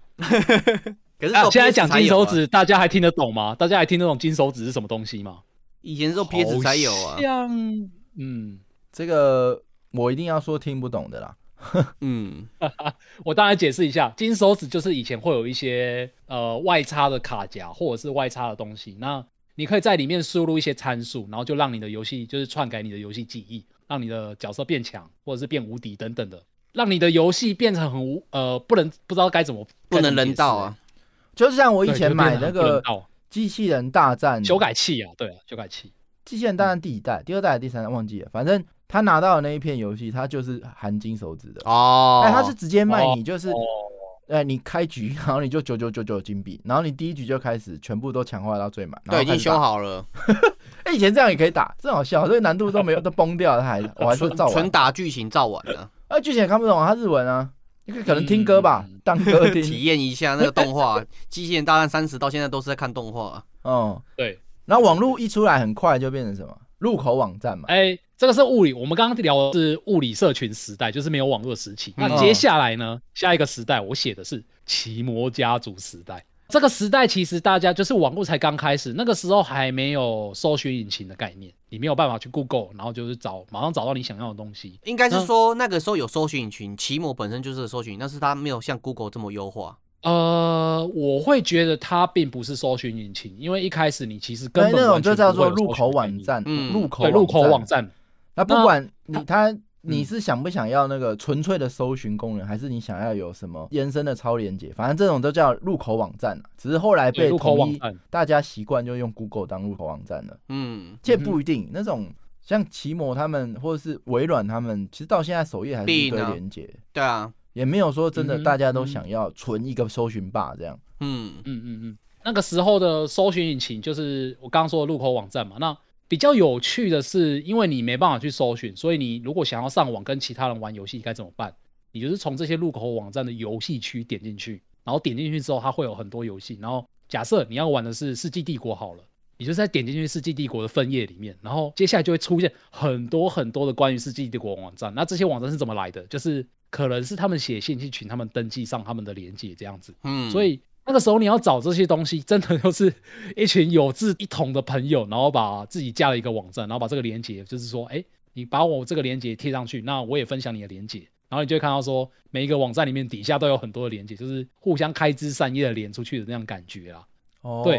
[SPEAKER 2] 可是
[SPEAKER 3] 啊
[SPEAKER 2] 只有
[SPEAKER 3] 现在
[SPEAKER 2] PS
[SPEAKER 3] 讲
[SPEAKER 2] 才
[SPEAKER 3] 金
[SPEAKER 2] 有
[SPEAKER 3] 手
[SPEAKER 2] 啊
[SPEAKER 3] 指，大家还听得懂吗？大家还听得懂金手指是什么东西吗？
[SPEAKER 2] 以前只有 PS 才有啊
[SPEAKER 3] 好。像嗯，
[SPEAKER 1] 这个我一定要说听不懂的啦。
[SPEAKER 2] 嗯，
[SPEAKER 3] 我大概解释一下，金手指就是以前会有一些呃外插的卡夹或者是外插的东西，那你可以在里面输入一些参数，然后就让你的游戏就是篡改你的游戏记忆，让你的角色变强或者是变无敌等等的，让你的游戏变成很无呃不能不知道该怎么
[SPEAKER 2] 不能人道啊。
[SPEAKER 1] 就像我
[SPEAKER 3] 我
[SPEAKER 1] 以前买那个机器人大
[SPEAKER 2] 嗯
[SPEAKER 1] 战
[SPEAKER 3] 修改器啊，对啊，修改器。
[SPEAKER 1] 机器人大战第一代、第二代、第三代忘记了，反正他拿到的那一片游戏，它就是含金手指的。
[SPEAKER 2] 哦，
[SPEAKER 1] 哎，他是直接卖你，就是
[SPEAKER 3] 哦，
[SPEAKER 1] 哎，你开局，然后你就九九九九金币，然后你第一局就开始全部都强化到最满。然后
[SPEAKER 2] 对，已经
[SPEAKER 1] 开始打
[SPEAKER 2] 修。好了，
[SPEAKER 1] 哎，以前这样也可以打，真好笑，这个难度都没有，都崩掉了，他 还我还是照
[SPEAKER 2] 纯
[SPEAKER 1] 玩。
[SPEAKER 2] 打剧情照完了，
[SPEAKER 1] 啊，剧情也看不懂，他日文啊，你可能听歌吧，
[SPEAKER 3] 嗯
[SPEAKER 1] 当 歌听。
[SPEAKER 2] 体验一下那个动画 《机器人大战三十》，到现在都是在看动画啊。
[SPEAKER 1] 哦，
[SPEAKER 3] 对，
[SPEAKER 1] 然后网络一出来，很快就变成什么入口网站嘛。
[SPEAKER 3] 哎，这个是物理，我们刚刚聊的是物理社群时代，就是没有网络时期。
[SPEAKER 2] 嗯
[SPEAKER 3] 那
[SPEAKER 1] 哦
[SPEAKER 3] 接下来呢，下一个时代我写的是奇摩家族时代。这个时代其实大家就是网络才刚开始，那个时候还没有搜寻引擎的概念，你没有办法去 Google，然后就是找马上找到你想要的东西。
[SPEAKER 2] 应该是说
[SPEAKER 3] 嗯
[SPEAKER 2] 那个时候有搜寻引擎，奇摩本身就是个搜寻，但是它没有像 Google 这么优化。
[SPEAKER 3] 呃，我会觉得它并不是搜寻引擎，因为一开始你其实根
[SPEAKER 1] 对，
[SPEAKER 3] 本
[SPEAKER 1] 哎那种就
[SPEAKER 3] 完全
[SPEAKER 1] 叫
[SPEAKER 3] 不
[SPEAKER 1] 做
[SPEAKER 3] 会有搜寻
[SPEAKER 1] 入口网
[SPEAKER 3] 概念，
[SPEAKER 1] 站，
[SPEAKER 2] 嗯
[SPEAKER 1] 入口
[SPEAKER 3] 对入口网
[SPEAKER 1] 网站。
[SPEAKER 3] 站。
[SPEAKER 1] 那不
[SPEAKER 3] 那嗯
[SPEAKER 1] 管你他你是想不想要那个纯粹的搜寻功能，还是你想要有什么延伸的超连接？反正这种都叫入口网站、啊、只是后来
[SPEAKER 3] 对
[SPEAKER 1] 被
[SPEAKER 3] 入口
[SPEAKER 1] 统
[SPEAKER 3] 网
[SPEAKER 1] 一
[SPEAKER 3] 站，
[SPEAKER 1] 大家习惯就用 Google 当入口网站了。
[SPEAKER 2] 嗯，
[SPEAKER 1] 这也不一定，那种像奇摩他们或者是微软他们，其实到现在首页还是一堆
[SPEAKER 2] Bing 啊
[SPEAKER 1] 连接，
[SPEAKER 2] 对啊，
[SPEAKER 1] 也没有说真的
[SPEAKER 3] 嗯哼
[SPEAKER 1] 大家都想要存一个搜寻霸这样。
[SPEAKER 2] 嗯，
[SPEAKER 3] 嗯嗯嗯，那个时候的搜寻引擎就是我刚刚说的入口网站嘛。那比较有趣的是，因为你没办法去搜寻，所以你如果想要上网跟其他人玩游戏该怎么办？你就是从这些入口网站的游戏区点进去，然后点进去之后，它会有很多游戏。然后假设你要玩的是《世纪帝国》好了，你就是在点进去《世纪帝国》的分页里面，然后接下来就会出现很多很多的关于《世纪帝国》网站。那这些网站是怎么来的？就是可能是他们写信去请他们登记上他们的连接这样子。
[SPEAKER 2] 嗯，
[SPEAKER 3] 所以那个时候你要找这些东西，真的就是 一群有志一同的朋友，然后把自己架了一个网站，然后把这个连接，就是说，哎，你把我这个连接贴上去，那我也分享你的连接，然后你就会看到说，每一个网站里面底下都有很多的连接，就是互相开枝散叶的连出去的那样感觉啦。
[SPEAKER 1] 哦，
[SPEAKER 3] 嗯对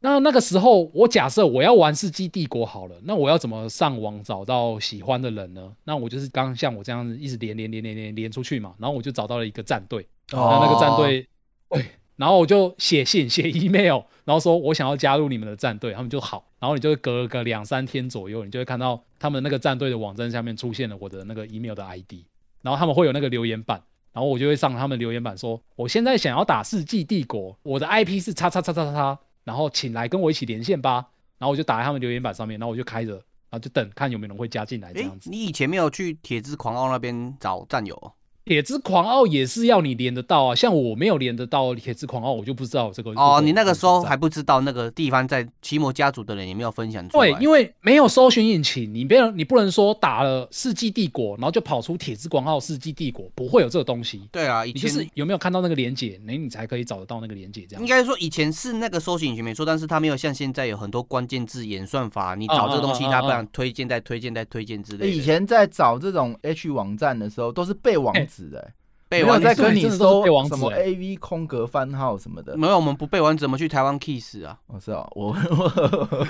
[SPEAKER 3] 那那个时候，我假设我要玩《世纪帝国》好了，那我要怎么上网找到喜欢的人呢？那我就是刚像我这样子一直连连连连连连出去嘛，然后我就找到了一个战队，
[SPEAKER 1] 哦
[SPEAKER 3] 然哦后那个战队，对，然后我就写信 写 email，然后说我想要加入你们的战队，他们就好，然后你就隔个两三天左右，你就会看到他们那个战队的网站下面出现了我的那个 email 的 ID，然后他们会有那个留言板。然后我就会上他们留言板说，我现在想要打《世纪帝国》，我的 IP 是叉叉叉叉叉叉，然后请来跟我一起连线吧。然后我就打在他们留言板上面，然后我就开着，然后就等看有没有人会加进来这
[SPEAKER 2] 哎
[SPEAKER 3] 样，子。
[SPEAKER 2] 你以前没有去铁之狂傲那边找战友哦？
[SPEAKER 3] 铁之狂傲也是要你连得到啊，像我没有连得到铁之狂傲，我就不知道有这个。
[SPEAKER 2] 哦，你那个时候还
[SPEAKER 3] 不
[SPEAKER 2] 不知道那个地方在奇摩家族的人也没有分享出来。
[SPEAKER 3] 对，因为没有搜寻引擎，你没有，你不能说打了《世纪帝国》，然后就跑出铁之狂傲《世纪帝国》，不会有这个东西。
[SPEAKER 2] 对啊，以
[SPEAKER 3] 你就
[SPEAKER 2] 前
[SPEAKER 3] 是有没有看到那个连接，你你才可以找得到那个连接这样
[SPEAKER 2] 应。该说以前是那个搜索引擎没错，但是它没有像现在有很多关键字演算法，
[SPEAKER 1] 哦
[SPEAKER 2] 你找这个东西
[SPEAKER 3] 嗯嗯嗯嗯
[SPEAKER 2] 它不想推荐再推荐再推荐之类的。
[SPEAKER 1] 以前在找这种 H 网站的时候，都是背网址的、欸，
[SPEAKER 2] 背
[SPEAKER 1] 没有
[SPEAKER 2] 完
[SPEAKER 1] 在
[SPEAKER 2] 整
[SPEAKER 1] 跟
[SPEAKER 3] 你
[SPEAKER 1] 你
[SPEAKER 3] 真的都
[SPEAKER 1] 搜
[SPEAKER 3] 是背哎网址嗯
[SPEAKER 1] 什么
[SPEAKER 3] 欸
[SPEAKER 1] AV 空格番号什么的。
[SPEAKER 2] 没有我们不背完怎么去台湾 kiss 啊？
[SPEAKER 1] 我是哦，我我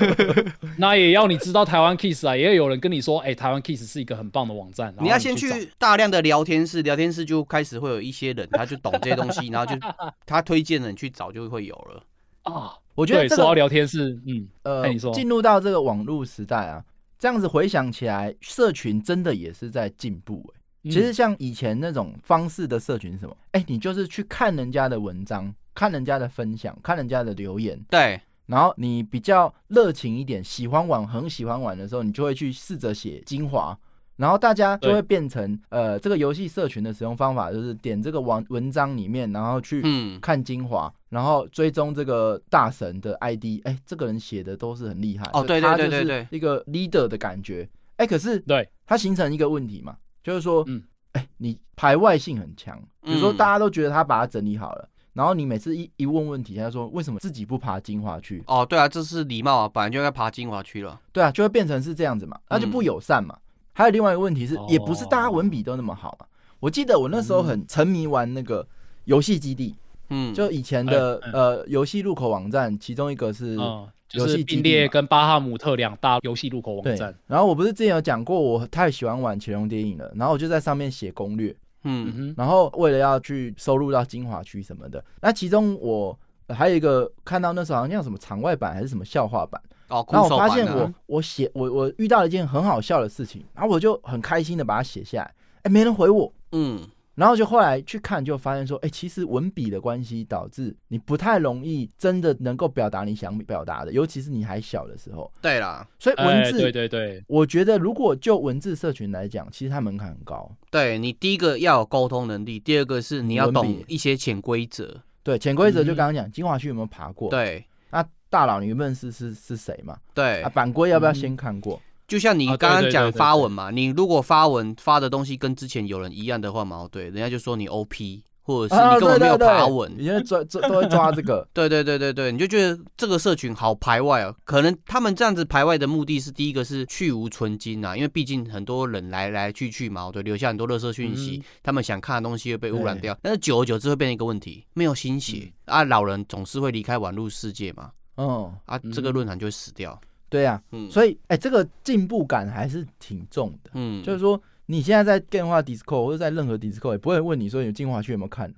[SPEAKER 3] 那也要你知道台湾 Kiss 啊，也有人跟你说，哎、台湾 Kiss 是一个很棒的网站。然后
[SPEAKER 2] 你要先
[SPEAKER 3] 去找
[SPEAKER 2] 去大量的聊天室，聊天室就开始会有一些人他就懂这些东西，然后就他推荐了你去找就会有了。
[SPEAKER 3] 啊，
[SPEAKER 1] 我
[SPEAKER 3] 我
[SPEAKER 1] 觉得这
[SPEAKER 3] 说到
[SPEAKER 1] 个
[SPEAKER 3] 聊天是，嗯，
[SPEAKER 1] 呃
[SPEAKER 3] 哎你，说
[SPEAKER 1] 进入到这个网络时代啊，这样子回想起来，社群真的也是在进步、欸。
[SPEAKER 3] 嗯
[SPEAKER 1] 其实像以前那种方式的社群是什么，哎、你就是去看人家的文章，看人家的分享，看人家的留言，
[SPEAKER 2] 对，
[SPEAKER 1] 然后你比较热情一点，喜欢玩，很喜欢玩的时候，你就会去试着写精华，然后大家就
[SPEAKER 3] 对
[SPEAKER 1] 会变成呃，这个游戏社群的使用方法就是点这个网文章里面，然后去
[SPEAKER 2] 嗯，
[SPEAKER 1] 看精华，然后追踪这个大神的 ID，哎，这个人写的都是很厉害
[SPEAKER 2] 哦
[SPEAKER 1] 所以
[SPEAKER 2] 对对
[SPEAKER 1] 他
[SPEAKER 2] 对
[SPEAKER 1] 就是
[SPEAKER 2] 对对
[SPEAKER 1] 一个 leader 的感觉，哎，可是
[SPEAKER 3] 对
[SPEAKER 1] 它形成一个问题嘛，就是说，
[SPEAKER 3] 嗯
[SPEAKER 1] 嗯，哎，你排外性很强，比如说
[SPEAKER 2] 嗯
[SPEAKER 1] 大家都觉得他把它整理好了。然后你每次一一问问题，他说为什么自己不爬精华区？
[SPEAKER 2] 哦，对啊，这是礼貌啊，本来就应该爬精华区了。
[SPEAKER 1] 对啊，就会变成是这样子嘛，那就不友善嘛。还有另外一个问题是
[SPEAKER 3] 嗯哦，嗯
[SPEAKER 1] 也不是大家文笔都那么好嘛。我记得我那时候很沉迷玩那个游戏基地，
[SPEAKER 2] 嗯，
[SPEAKER 1] 就以前的
[SPEAKER 3] 嗯
[SPEAKER 1] 呃游戏入口网站，其中一个是
[SPEAKER 3] 嗯，就
[SPEAKER 1] 游
[SPEAKER 3] 是
[SPEAKER 1] 戏基
[SPEAKER 3] 并
[SPEAKER 1] 地
[SPEAKER 3] 列
[SPEAKER 1] 嘛。
[SPEAKER 3] 跟巴哈姆特两大游戏入口网
[SPEAKER 1] 对
[SPEAKER 3] 站。，
[SPEAKER 1] 然后我不是之前有讲过，我太喜欢玩《潜龙谍影》了，然后我就在上面写攻略，
[SPEAKER 2] 嗯
[SPEAKER 3] 嗯哼，
[SPEAKER 1] 然后为了要去收录到精华区什么的，那其中我、呃还有一个看到那时候好像叫什么场外版还是什么笑话版，
[SPEAKER 2] 哦，酷
[SPEAKER 1] 然后
[SPEAKER 2] 手
[SPEAKER 1] 我发
[SPEAKER 2] 版
[SPEAKER 1] 现
[SPEAKER 2] 啊
[SPEAKER 1] 我我写我我遇到了一件很好笑的事情，然后我就很开心的把它写下来，哎，没人回我，
[SPEAKER 2] 嗯，
[SPEAKER 1] 然后就后来去看就发现说，哎，其实文笔的关系导致你不太容易真的能够表达你想表达的，尤其是你还小的时候，
[SPEAKER 2] 对啦，
[SPEAKER 1] 所以 文
[SPEAKER 3] 哎
[SPEAKER 1] 字，
[SPEAKER 3] 对对对，
[SPEAKER 1] 我觉得如果就文字社群来讲，其实它门槛很高，
[SPEAKER 2] 对你第一个要有沟通能力，第二个是你要
[SPEAKER 1] 文笔
[SPEAKER 2] 懂一些潜规则。
[SPEAKER 1] 对，潜规则就
[SPEAKER 3] 嗯
[SPEAKER 1] 刚刚讲，精华区有没有爬过？，
[SPEAKER 2] 对
[SPEAKER 1] 那大佬你认识是是谁嘛？
[SPEAKER 2] 对，
[SPEAKER 1] 啊，版规要不要
[SPEAKER 3] 嗯
[SPEAKER 1] 先看过？
[SPEAKER 2] 就像你
[SPEAKER 3] 啊对
[SPEAKER 2] 刚刚
[SPEAKER 3] 对
[SPEAKER 2] 讲
[SPEAKER 3] 对对
[SPEAKER 2] 发
[SPEAKER 3] 对
[SPEAKER 2] 文嘛，你如果发文发的东西跟之前有人一样的话，毛对，人家就说你 OP，或嗯者是
[SPEAKER 1] 啊，
[SPEAKER 2] 你
[SPEAKER 1] 对
[SPEAKER 2] 根本没
[SPEAKER 1] 对
[SPEAKER 2] 有爬
[SPEAKER 1] 对，
[SPEAKER 2] 文。
[SPEAKER 1] 你就抓抓都会抓这个。
[SPEAKER 2] 对对对对对，你就觉得这个社群好排外哦。可能他们这样子排外的目的是，第一个是去无存精啊，因为毕竟很多人来来去去嘛，对，留下很多垃圾讯息，他们想看的东西会被污染
[SPEAKER 1] 对
[SPEAKER 2] 掉。但是久而久之会变成一个问题，没有新血、啊，老人总是会离开网络世界嘛，
[SPEAKER 1] 嗯，
[SPEAKER 2] 啊，
[SPEAKER 3] 嗯
[SPEAKER 2] 这个论坛就会死掉。
[SPEAKER 1] 对呀、
[SPEAKER 2] 嗯，以
[SPEAKER 1] 所以哎、这个进步感还是挺重的。
[SPEAKER 2] 嗯，
[SPEAKER 1] 就是说，你现在在电话 Discord 或者在任何 Discord 也不会问你说你进化区有没有 看，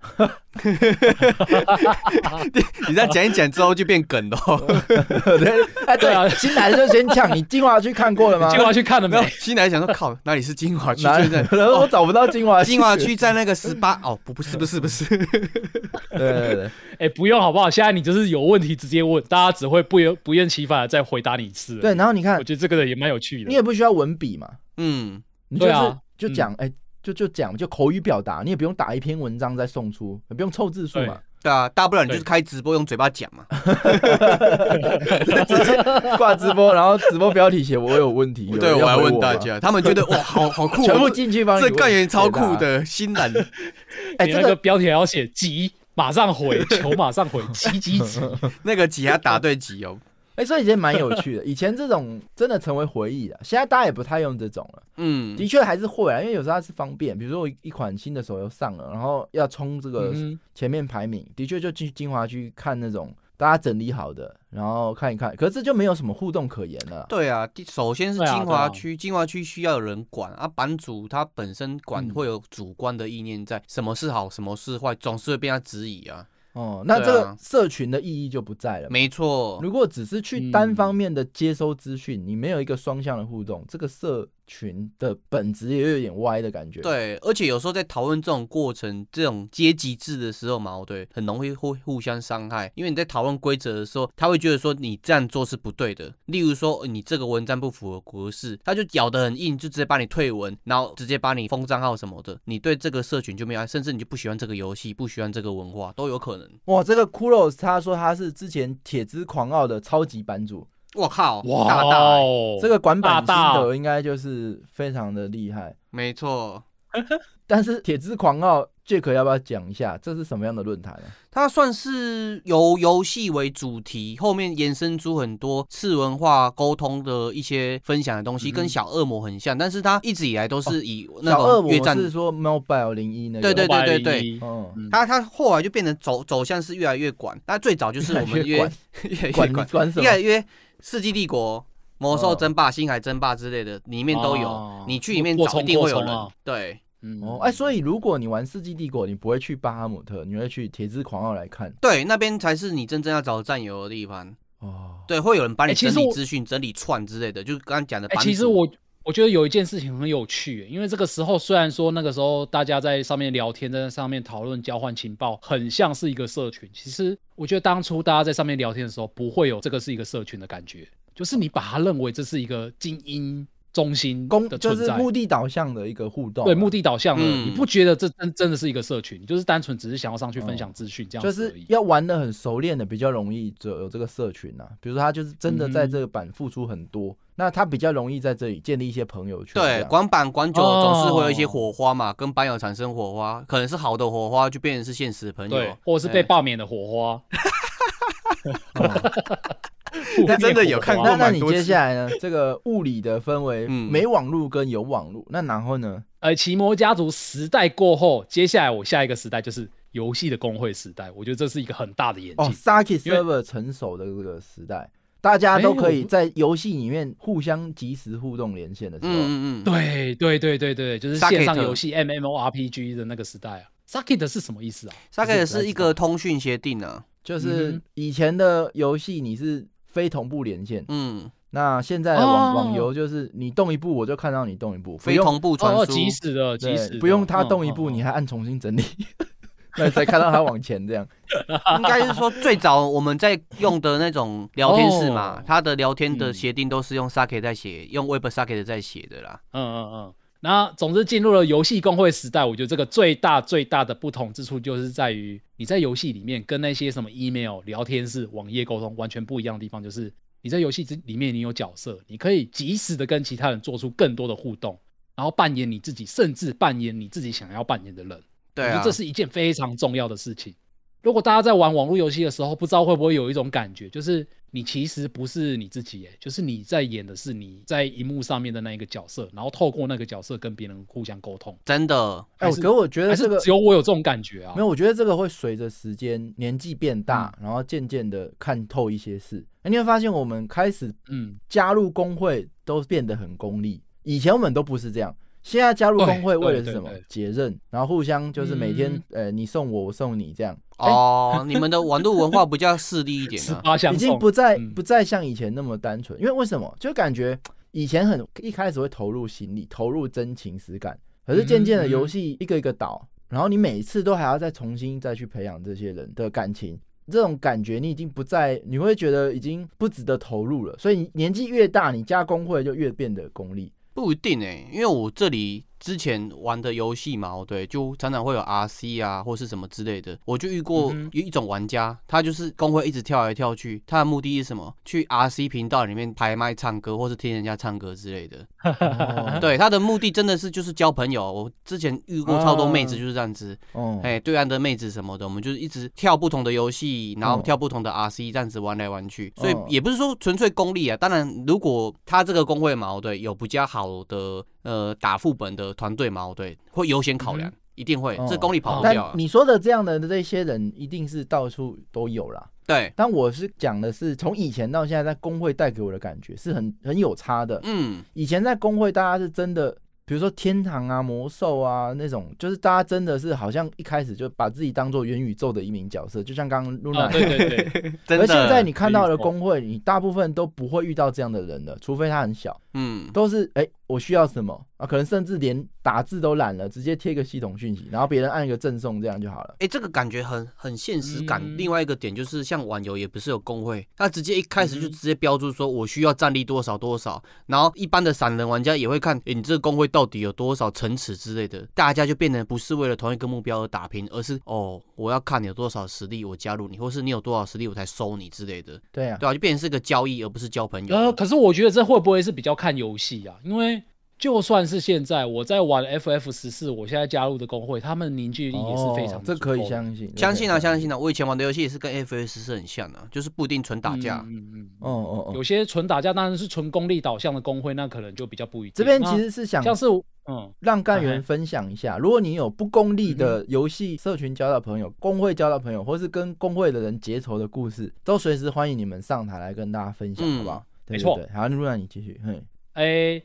[SPEAKER 2] 你这样讲一讲之后就变梗了、 哦。
[SPEAKER 1] 对，哎
[SPEAKER 3] 对 啊
[SPEAKER 1] 对，新来的就先呛你进化区看过了 吗
[SPEAKER 3] 计？划去看了没
[SPEAKER 2] 没有，？ 新来想说靠，哪里是精华区？
[SPEAKER 1] 哪
[SPEAKER 2] 就在
[SPEAKER 1] 然后我找不到精华
[SPEAKER 2] 精华，区在那个十八哦，不不是不是 不是，
[SPEAKER 1] 对对对，
[SPEAKER 3] 哎，不用好不好？现在你就是有问题直接问，大家只会不厌不厌其烦的再回答你一次而已。
[SPEAKER 1] 对。然后你看
[SPEAKER 3] 我，觉得这个也蛮有趣的。
[SPEAKER 1] 你也不需要文笔嘛，
[SPEAKER 2] 嗯，
[SPEAKER 1] 你就是、
[SPEAKER 3] 对啊
[SPEAKER 1] 就讲哎、就就讲就口语表达，你也不用打一篇文章再送出，也不用凑字数嘛，
[SPEAKER 2] 对啊，大不了你就是
[SPEAKER 3] 对
[SPEAKER 2] 开直播用嘴巴讲 嘛。
[SPEAKER 1] 挂直播，然后直播标题写我有问题，有
[SPEAKER 2] 对，
[SPEAKER 1] 人
[SPEAKER 2] 我
[SPEAKER 1] 要
[SPEAKER 2] 来
[SPEAKER 1] 回
[SPEAKER 2] 问大
[SPEAKER 1] 吗，
[SPEAKER 2] 家，他们觉得哇，好好酷 哦，
[SPEAKER 1] 全部
[SPEAKER 2] 这
[SPEAKER 1] 进去帮你
[SPEAKER 2] 这
[SPEAKER 1] 问
[SPEAKER 2] 干员超酷
[SPEAKER 1] 回答，
[SPEAKER 2] 的，新人。
[SPEAKER 1] 哎、
[SPEAKER 3] 你
[SPEAKER 1] 这
[SPEAKER 3] 那个
[SPEAKER 1] 个
[SPEAKER 3] 标题还要写急，马上回，求马上回，急急 急！
[SPEAKER 2] 那个几他打对几哦，
[SPEAKER 1] 哎、所以也蛮有趣的。以前这种真的成为回忆了，现在大家也不太用这种了。
[SPEAKER 2] 嗯
[SPEAKER 1] 的确还是会啊，因为有时候它是方便，比如说我一一款新的手游上了，然后要冲这个
[SPEAKER 3] 嗯
[SPEAKER 1] 前面排名，的确就去精华区看那种大家整理好的，然后看一看。可是这就没有什么互动可言了。
[SPEAKER 2] 对啊，第首先是
[SPEAKER 3] 对啊
[SPEAKER 2] 精
[SPEAKER 3] 对啊
[SPEAKER 2] 华区，精华区需要有人管啊，版主他本身管
[SPEAKER 1] 嗯
[SPEAKER 2] 会有主观的意念在，什么是好，什么是坏，总是会被他质疑啊。
[SPEAKER 1] 哦，那
[SPEAKER 2] 对啊
[SPEAKER 1] 这个社群的意义就不在了嘛。
[SPEAKER 2] 没错，
[SPEAKER 1] 如果只是去单方面的接收资讯，你没有一个双向的互动，这个社群的本质也有点歪的感觉。，
[SPEAKER 2] 对，而且有时候在讨论这种过程、这种阶级制的时候嘛，哦对，很容易互互相伤害。因为你在讨论规则的时候，他会觉得说你这样做是不对的。例如说呃你这个文章不符合格式，他就咬得很硬，就直接把你退文，然后直接把你封账号什么的。你对这个社群就没有爱，甚至你就不喜欢这个游戏，不喜欢这个文化都有可能。
[SPEAKER 1] 哇，这个骷髅他说他是之前铁之狂傲的超级版主，
[SPEAKER 2] 我靠，
[SPEAKER 3] 哇
[SPEAKER 2] 大大欸、
[SPEAKER 3] 哦，
[SPEAKER 1] 哎这个管板心
[SPEAKER 3] 大
[SPEAKER 1] 得
[SPEAKER 3] 大
[SPEAKER 1] 应该就是非常的厉害。
[SPEAKER 2] 没错。
[SPEAKER 1] 但是铁之狂傲 Jack 要不要讲一下，这是什么样的论坛啊呢、
[SPEAKER 2] 它算是由游戏为主题，后面延伸出很多次文化沟通的一些分享的东西，
[SPEAKER 1] 嗯
[SPEAKER 2] 跟小恶魔很像，但是它一直以来都是以那
[SPEAKER 1] 小恶
[SPEAKER 2] 种越
[SPEAKER 1] 魔
[SPEAKER 2] 战，
[SPEAKER 1] 是说 Mobile 零一那个，
[SPEAKER 2] 对对对对
[SPEAKER 3] 501
[SPEAKER 2] 对，
[SPEAKER 1] 嗯，
[SPEAKER 2] 它它后来就变成走走向是越来越广，那最早就是我们
[SPEAKER 1] 越
[SPEAKER 2] 越
[SPEAKER 1] 管
[SPEAKER 2] 越来越
[SPEAKER 1] 管
[SPEAKER 2] 广，
[SPEAKER 1] 管什
[SPEAKER 2] 越来
[SPEAKER 1] 么？
[SPEAKER 2] 越世纪帝国。魔兽争霸、星海争霸之类的，里面都有。
[SPEAKER 3] 哦
[SPEAKER 2] 你去里面
[SPEAKER 3] 扩
[SPEAKER 2] 找，
[SPEAKER 3] 充
[SPEAKER 2] 一定会有
[SPEAKER 3] 扩充
[SPEAKER 2] 人。
[SPEAKER 3] 啊
[SPEAKER 2] 对
[SPEAKER 3] 嗯
[SPEAKER 1] 哦，哎，所以如果你玩《世纪帝国》，你不会去巴哈姆特，你会去铁之狂傲来看
[SPEAKER 2] 对，那边才是你真正要找战友的地方。
[SPEAKER 1] 哦。
[SPEAKER 2] 对，会有人帮你
[SPEAKER 3] 哎其
[SPEAKER 2] 整
[SPEAKER 3] 实
[SPEAKER 2] 理
[SPEAKER 3] 我
[SPEAKER 2] 资讯、整理串之类的，就是刚刚讲的
[SPEAKER 3] 哎、
[SPEAKER 2] 版啊主。
[SPEAKER 3] 其实我我觉得有一件事情很有趣，因为这个时候虽然说那个时候大家在上面聊天，在上面讨论交换情报，很像是一个社群。其实我觉得当初大家在上面聊天的时候，不会有这个是一个社群的感觉，就是你把它认为这是一个精英中心
[SPEAKER 1] 公
[SPEAKER 3] 的
[SPEAKER 1] 就
[SPEAKER 3] 存
[SPEAKER 1] 是
[SPEAKER 3] 在。
[SPEAKER 1] 目的导向的一个互动啊，
[SPEAKER 3] 对目的导向的，
[SPEAKER 2] 嗯
[SPEAKER 3] 你不觉得这真真的是一个社群？你就是单纯只是想要上去分享资讯这样
[SPEAKER 1] 就
[SPEAKER 3] 子
[SPEAKER 1] 是
[SPEAKER 3] 而已。
[SPEAKER 1] 要玩的很熟练的，比较容易就有这个社群啊。比如说他就是真的在
[SPEAKER 3] 嗯
[SPEAKER 1] 这个版付出很多，那他比较容易在这里建立一些朋友圈这样。
[SPEAKER 2] 对，管板管久了
[SPEAKER 3] 哦
[SPEAKER 2] 总是会有一些火花嘛，跟班友产生火花，可能是好的火花，就变成是现实的朋
[SPEAKER 3] 对
[SPEAKER 2] 友，，哎
[SPEAKER 3] 或者是被罢免的火花。负面
[SPEAKER 2] 真的有
[SPEAKER 3] 火花
[SPEAKER 2] 看过
[SPEAKER 1] 那那
[SPEAKER 2] 蛮
[SPEAKER 1] 你
[SPEAKER 2] 多
[SPEAKER 1] 接
[SPEAKER 2] 次
[SPEAKER 1] 下来呢？这个物理的分为
[SPEAKER 2] 嗯
[SPEAKER 1] 没网路跟有网路，那然后呢？
[SPEAKER 3] 呃，奇摩家族时代过后，接下来我下一个时代就是游戏的工会时代，我觉得这是一个很大的演
[SPEAKER 1] 哦
[SPEAKER 3] 进。
[SPEAKER 1] ，Saki
[SPEAKER 3] 因为
[SPEAKER 1] Server 成熟的这个时代，大家都可以在游戏里面互相及时互动连线的时候，
[SPEAKER 2] 嗯嗯嗯，
[SPEAKER 3] 对对对对对，就是
[SPEAKER 2] Socket
[SPEAKER 3] 线上游戏 MMORPG 的那个时代啊。Socket 是什么意思啊？
[SPEAKER 2] 大概也是一个通讯协定啊，
[SPEAKER 1] 就是
[SPEAKER 3] 嗯
[SPEAKER 1] 以前的游戏你是非同步连线，
[SPEAKER 2] 嗯，
[SPEAKER 1] 那现在的网、
[SPEAKER 3] 哦
[SPEAKER 1] 网游就是你动一步我就看到你动一步，不
[SPEAKER 2] 非
[SPEAKER 1] 用
[SPEAKER 2] 同步传
[SPEAKER 3] 哦，
[SPEAKER 2] 输，
[SPEAKER 3] 即时的，即
[SPEAKER 1] 对
[SPEAKER 3] 时的
[SPEAKER 1] 不用他动一
[SPEAKER 3] 嗯
[SPEAKER 1] 步，
[SPEAKER 3] 嗯嗯
[SPEAKER 1] 你还按重新整理， 那才看到他往前这 样。
[SPEAKER 2] 应该是说最早我们在用的那种聊天室嘛
[SPEAKER 3] 哦，
[SPEAKER 2] 它的聊天的
[SPEAKER 3] 嗯
[SPEAKER 2] 协定都是用 Sake 在写，用 Web Sake 在写的啦，
[SPEAKER 3] 嗯嗯嗯。那总之进入了游戏工会时代，我觉得这个最大最大的不同之处就是在于你在游戏里面跟那些什么 email、聊天室、网页沟通完全不一样的地方，就是你在游戏之里面你有角色，你可以及时的跟其他人做出更多的互动，然后扮演你自己，甚至扮演你自己想要扮演的人。
[SPEAKER 2] 对
[SPEAKER 3] 我觉
[SPEAKER 2] 啊
[SPEAKER 3] 得，这是一件非常重要的事情。如果大家在玩网络游戏的时候，不知道会不会有一种感觉，就是你其实不是你自己，耶，就是你在演的是你在荧幕上面的那一个角色，然后透过那个角色跟别人互相沟通。
[SPEAKER 2] 真的，
[SPEAKER 1] 哎，
[SPEAKER 3] 还
[SPEAKER 1] 我
[SPEAKER 3] 是
[SPEAKER 1] 可我觉得
[SPEAKER 3] 还
[SPEAKER 1] 这
[SPEAKER 3] 是
[SPEAKER 1] 个
[SPEAKER 3] 只有我有这种感觉啊？嗯
[SPEAKER 1] 没有，我觉得这个会随着时间、年纪变大，然后渐渐的看透一些事。哎你会发现，我们开始
[SPEAKER 3] 嗯，
[SPEAKER 1] 加入工会都变得很功利，以前我们都不是这样。现在加入工会
[SPEAKER 3] 对
[SPEAKER 1] 为的是
[SPEAKER 3] 对
[SPEAKER 1] 什么
[SPEAKER 3] 对？
[SPEAKER 1] 解任，然后互相就是每天，
[SPEAKER 3] 嗯
[SPEAKER 1] 呃，你送我，我送你，这样
[SPEAKER 3] 哎
[SPEAKER 2] 哦，你们的网络文化比较势利一点
[SPEAKER 3] 十
[SPEAKER 2] 啊，
[SPEAKER 3] 八相
[SPEAKER 1] 已经
[SPEAKER 3] 送
[SPEAKER 1] 不再
[SPEAKER 3] 嗯
[SPEAKER 1] 不再像以前那么单纯。因为为什么？就感觉以前很一开始会投入心力，投入真情实感，可是渐渐的
[SPEAKER 3] 嗯
[SPEAKER 1] 游戏一个一个倒，然后你每次都还要再重新再去培养这些人的感情。这种感觉你已经不再，你会觉得已经不值得投入了。 所以你年纪越大，你加工会就越变得功利。
[SPEAKER 2] 欸不一定哎、因为我这里之前玩的游戏嘛，哦对，就常常会有 RC 啊，或是什么之类的。我就遇过
[SPEAKER 3] 嗯哼
[SPEAKER 2] 有一种玩家，他就是工会一直跳来跳去，他的目的是什么？去 RC 频道里面拍卖唱歌，或是听人家唱歌之类的。
[SPEAKER 3] 啊
[SPEAKER 1] 哦
[SPEAKER 2] 对，他的目的真的是就是交朋友。我之前遇过超多妹子
[SPEAKER 1] 啊
[SPEAKER 2] 就是这样子，
[SPEAKER 1] 哦，
[SPEAKER 2] 哎，对岸的妹子什么的，我们就是一直跳不同的游戏，然后
[SPEAKER 1] 嗯
[SPEAKER 2] 跳不同的 RC，这样子玩来玩去，所以
[SPEAKER 1] 嗯
[SPEAKER 2] 也不是说纯粹功利啊。当然，如果他这个工会矛对有比较好的呃打副本的团队矛对，会优先考量，一定会，
[SPEAKER 1] 嗯
[SPEAKER 2] 这功利跑不
[SPEAKER 1] 但
[SPEAKER 2] 掉啊。
[SPEAKER 1] 你说的这样的这些人，一定是到处都有啦。
[SPEAKER 2] 对，
[SPEAKER 1] 但我是讲的是从以前到现在，在工会带给我的感觉是很很有差的。
[SPEAKER 2] 嗯，
[SPEAKER 1] 以前在工会，大家是真的，比如说天堂啊、魔兽啊那种，就是大家真的是好像一开始就把自己当做元宇宙的一名角色，就像刚刚
[SPEAKER 3] 啊，
[SPEAKER 1] Luna
[SPEAKER 3] 对对 对，
[SPEAKER 2] 真
[SPEAKER 1] 而
[SPEAKER 2] 的。
[SPEAKER 1] 现在你看到的
[SPEAKER 3] 没错
[SPEAKER 1] 工会，你大部分都不会遇到这样的人了，除非他很小，
[SPEAKER 2] 嗯，
[SPEAKER 1] 都是哎、我需要什么啊？可能甚至连打字都懒了，直接贴个系统讯息，然后别人按一个赠送，这样就好了。
[SPEAKER 2] 哎、这个感觉很很现实感。
[SPEAKER 3] 嗯
[SPEAKER 2] 另外一个点就是，像网游也不是有工会，他直接一开始就
[SPEAKER 3] 嗯哼
[SPEAKER 2] 直接标注说我需要战力多少多少，然后一般的散人玩家也会看，诶你这个工会到底有多少层次之类的，大家就变得不是为了同一个目标而打拼，而是哦，我要看你有多少实力，我加入你，或是你有多少实力我才收你之类的，
[SPEAKER 1] 对啊，哦
[SPEAKER 2] 对啊，就变成是个交易，而不是交朋友了。
[SPEAKER 3] 呃，可是我觉得这会不会是比较看游戏啊？因为就算是现在我在玩 FF 十四，我现在加入的工会，他们凝聚力也是非常
[SPEAKER 1] 哦
[SPEAKER 3] 的
[SPEAKER 1] 这
[SPEAKER 3] 足
[SPEAKER 1] 可以
[SPEAKER 3] 够的嗯
[SPEAKER 1] 相信，
[SPEAKER 2] 相信啊，相信
[SPEAKER 1] 啊。
[SPEAKER 2] 啊！我以前玩的游戏也是跟 FS 是很像的、啊，就是不一定纯打架。
[SPEAKER 3] 嗯嗯嗯
[SPEAKER 1] 哦哦
[SPEAKER 3] 有
[SPEAKER 1] 哦，
[SPEAKER 3] 些纯打架当然是纯功利导向的工会，那可能就比较不一定。
[SPEAKER 1] 这边
[SPEAKER 3] 那
[SPEAKER 1] 其实是想
[SPEAKER 3] 像是嗯，
[SPEAKER 1] 让干员分享一下，如果你有不功利的游戏社群交到朋友、工会交到朋友，或是跟工会的人结仇的故事，都随时欢迎你们上台来跟大家分享，
[SPEAKER 2] 嗯
[SPEAKER 1] 好不好？对
[SPEAKER 3] 没
[SPEAKER 1] 对
[SPEAKER 3] 错
[SPEAKER 1] 对好，那你继续，嘿，
[SPEAKER 3] 哎、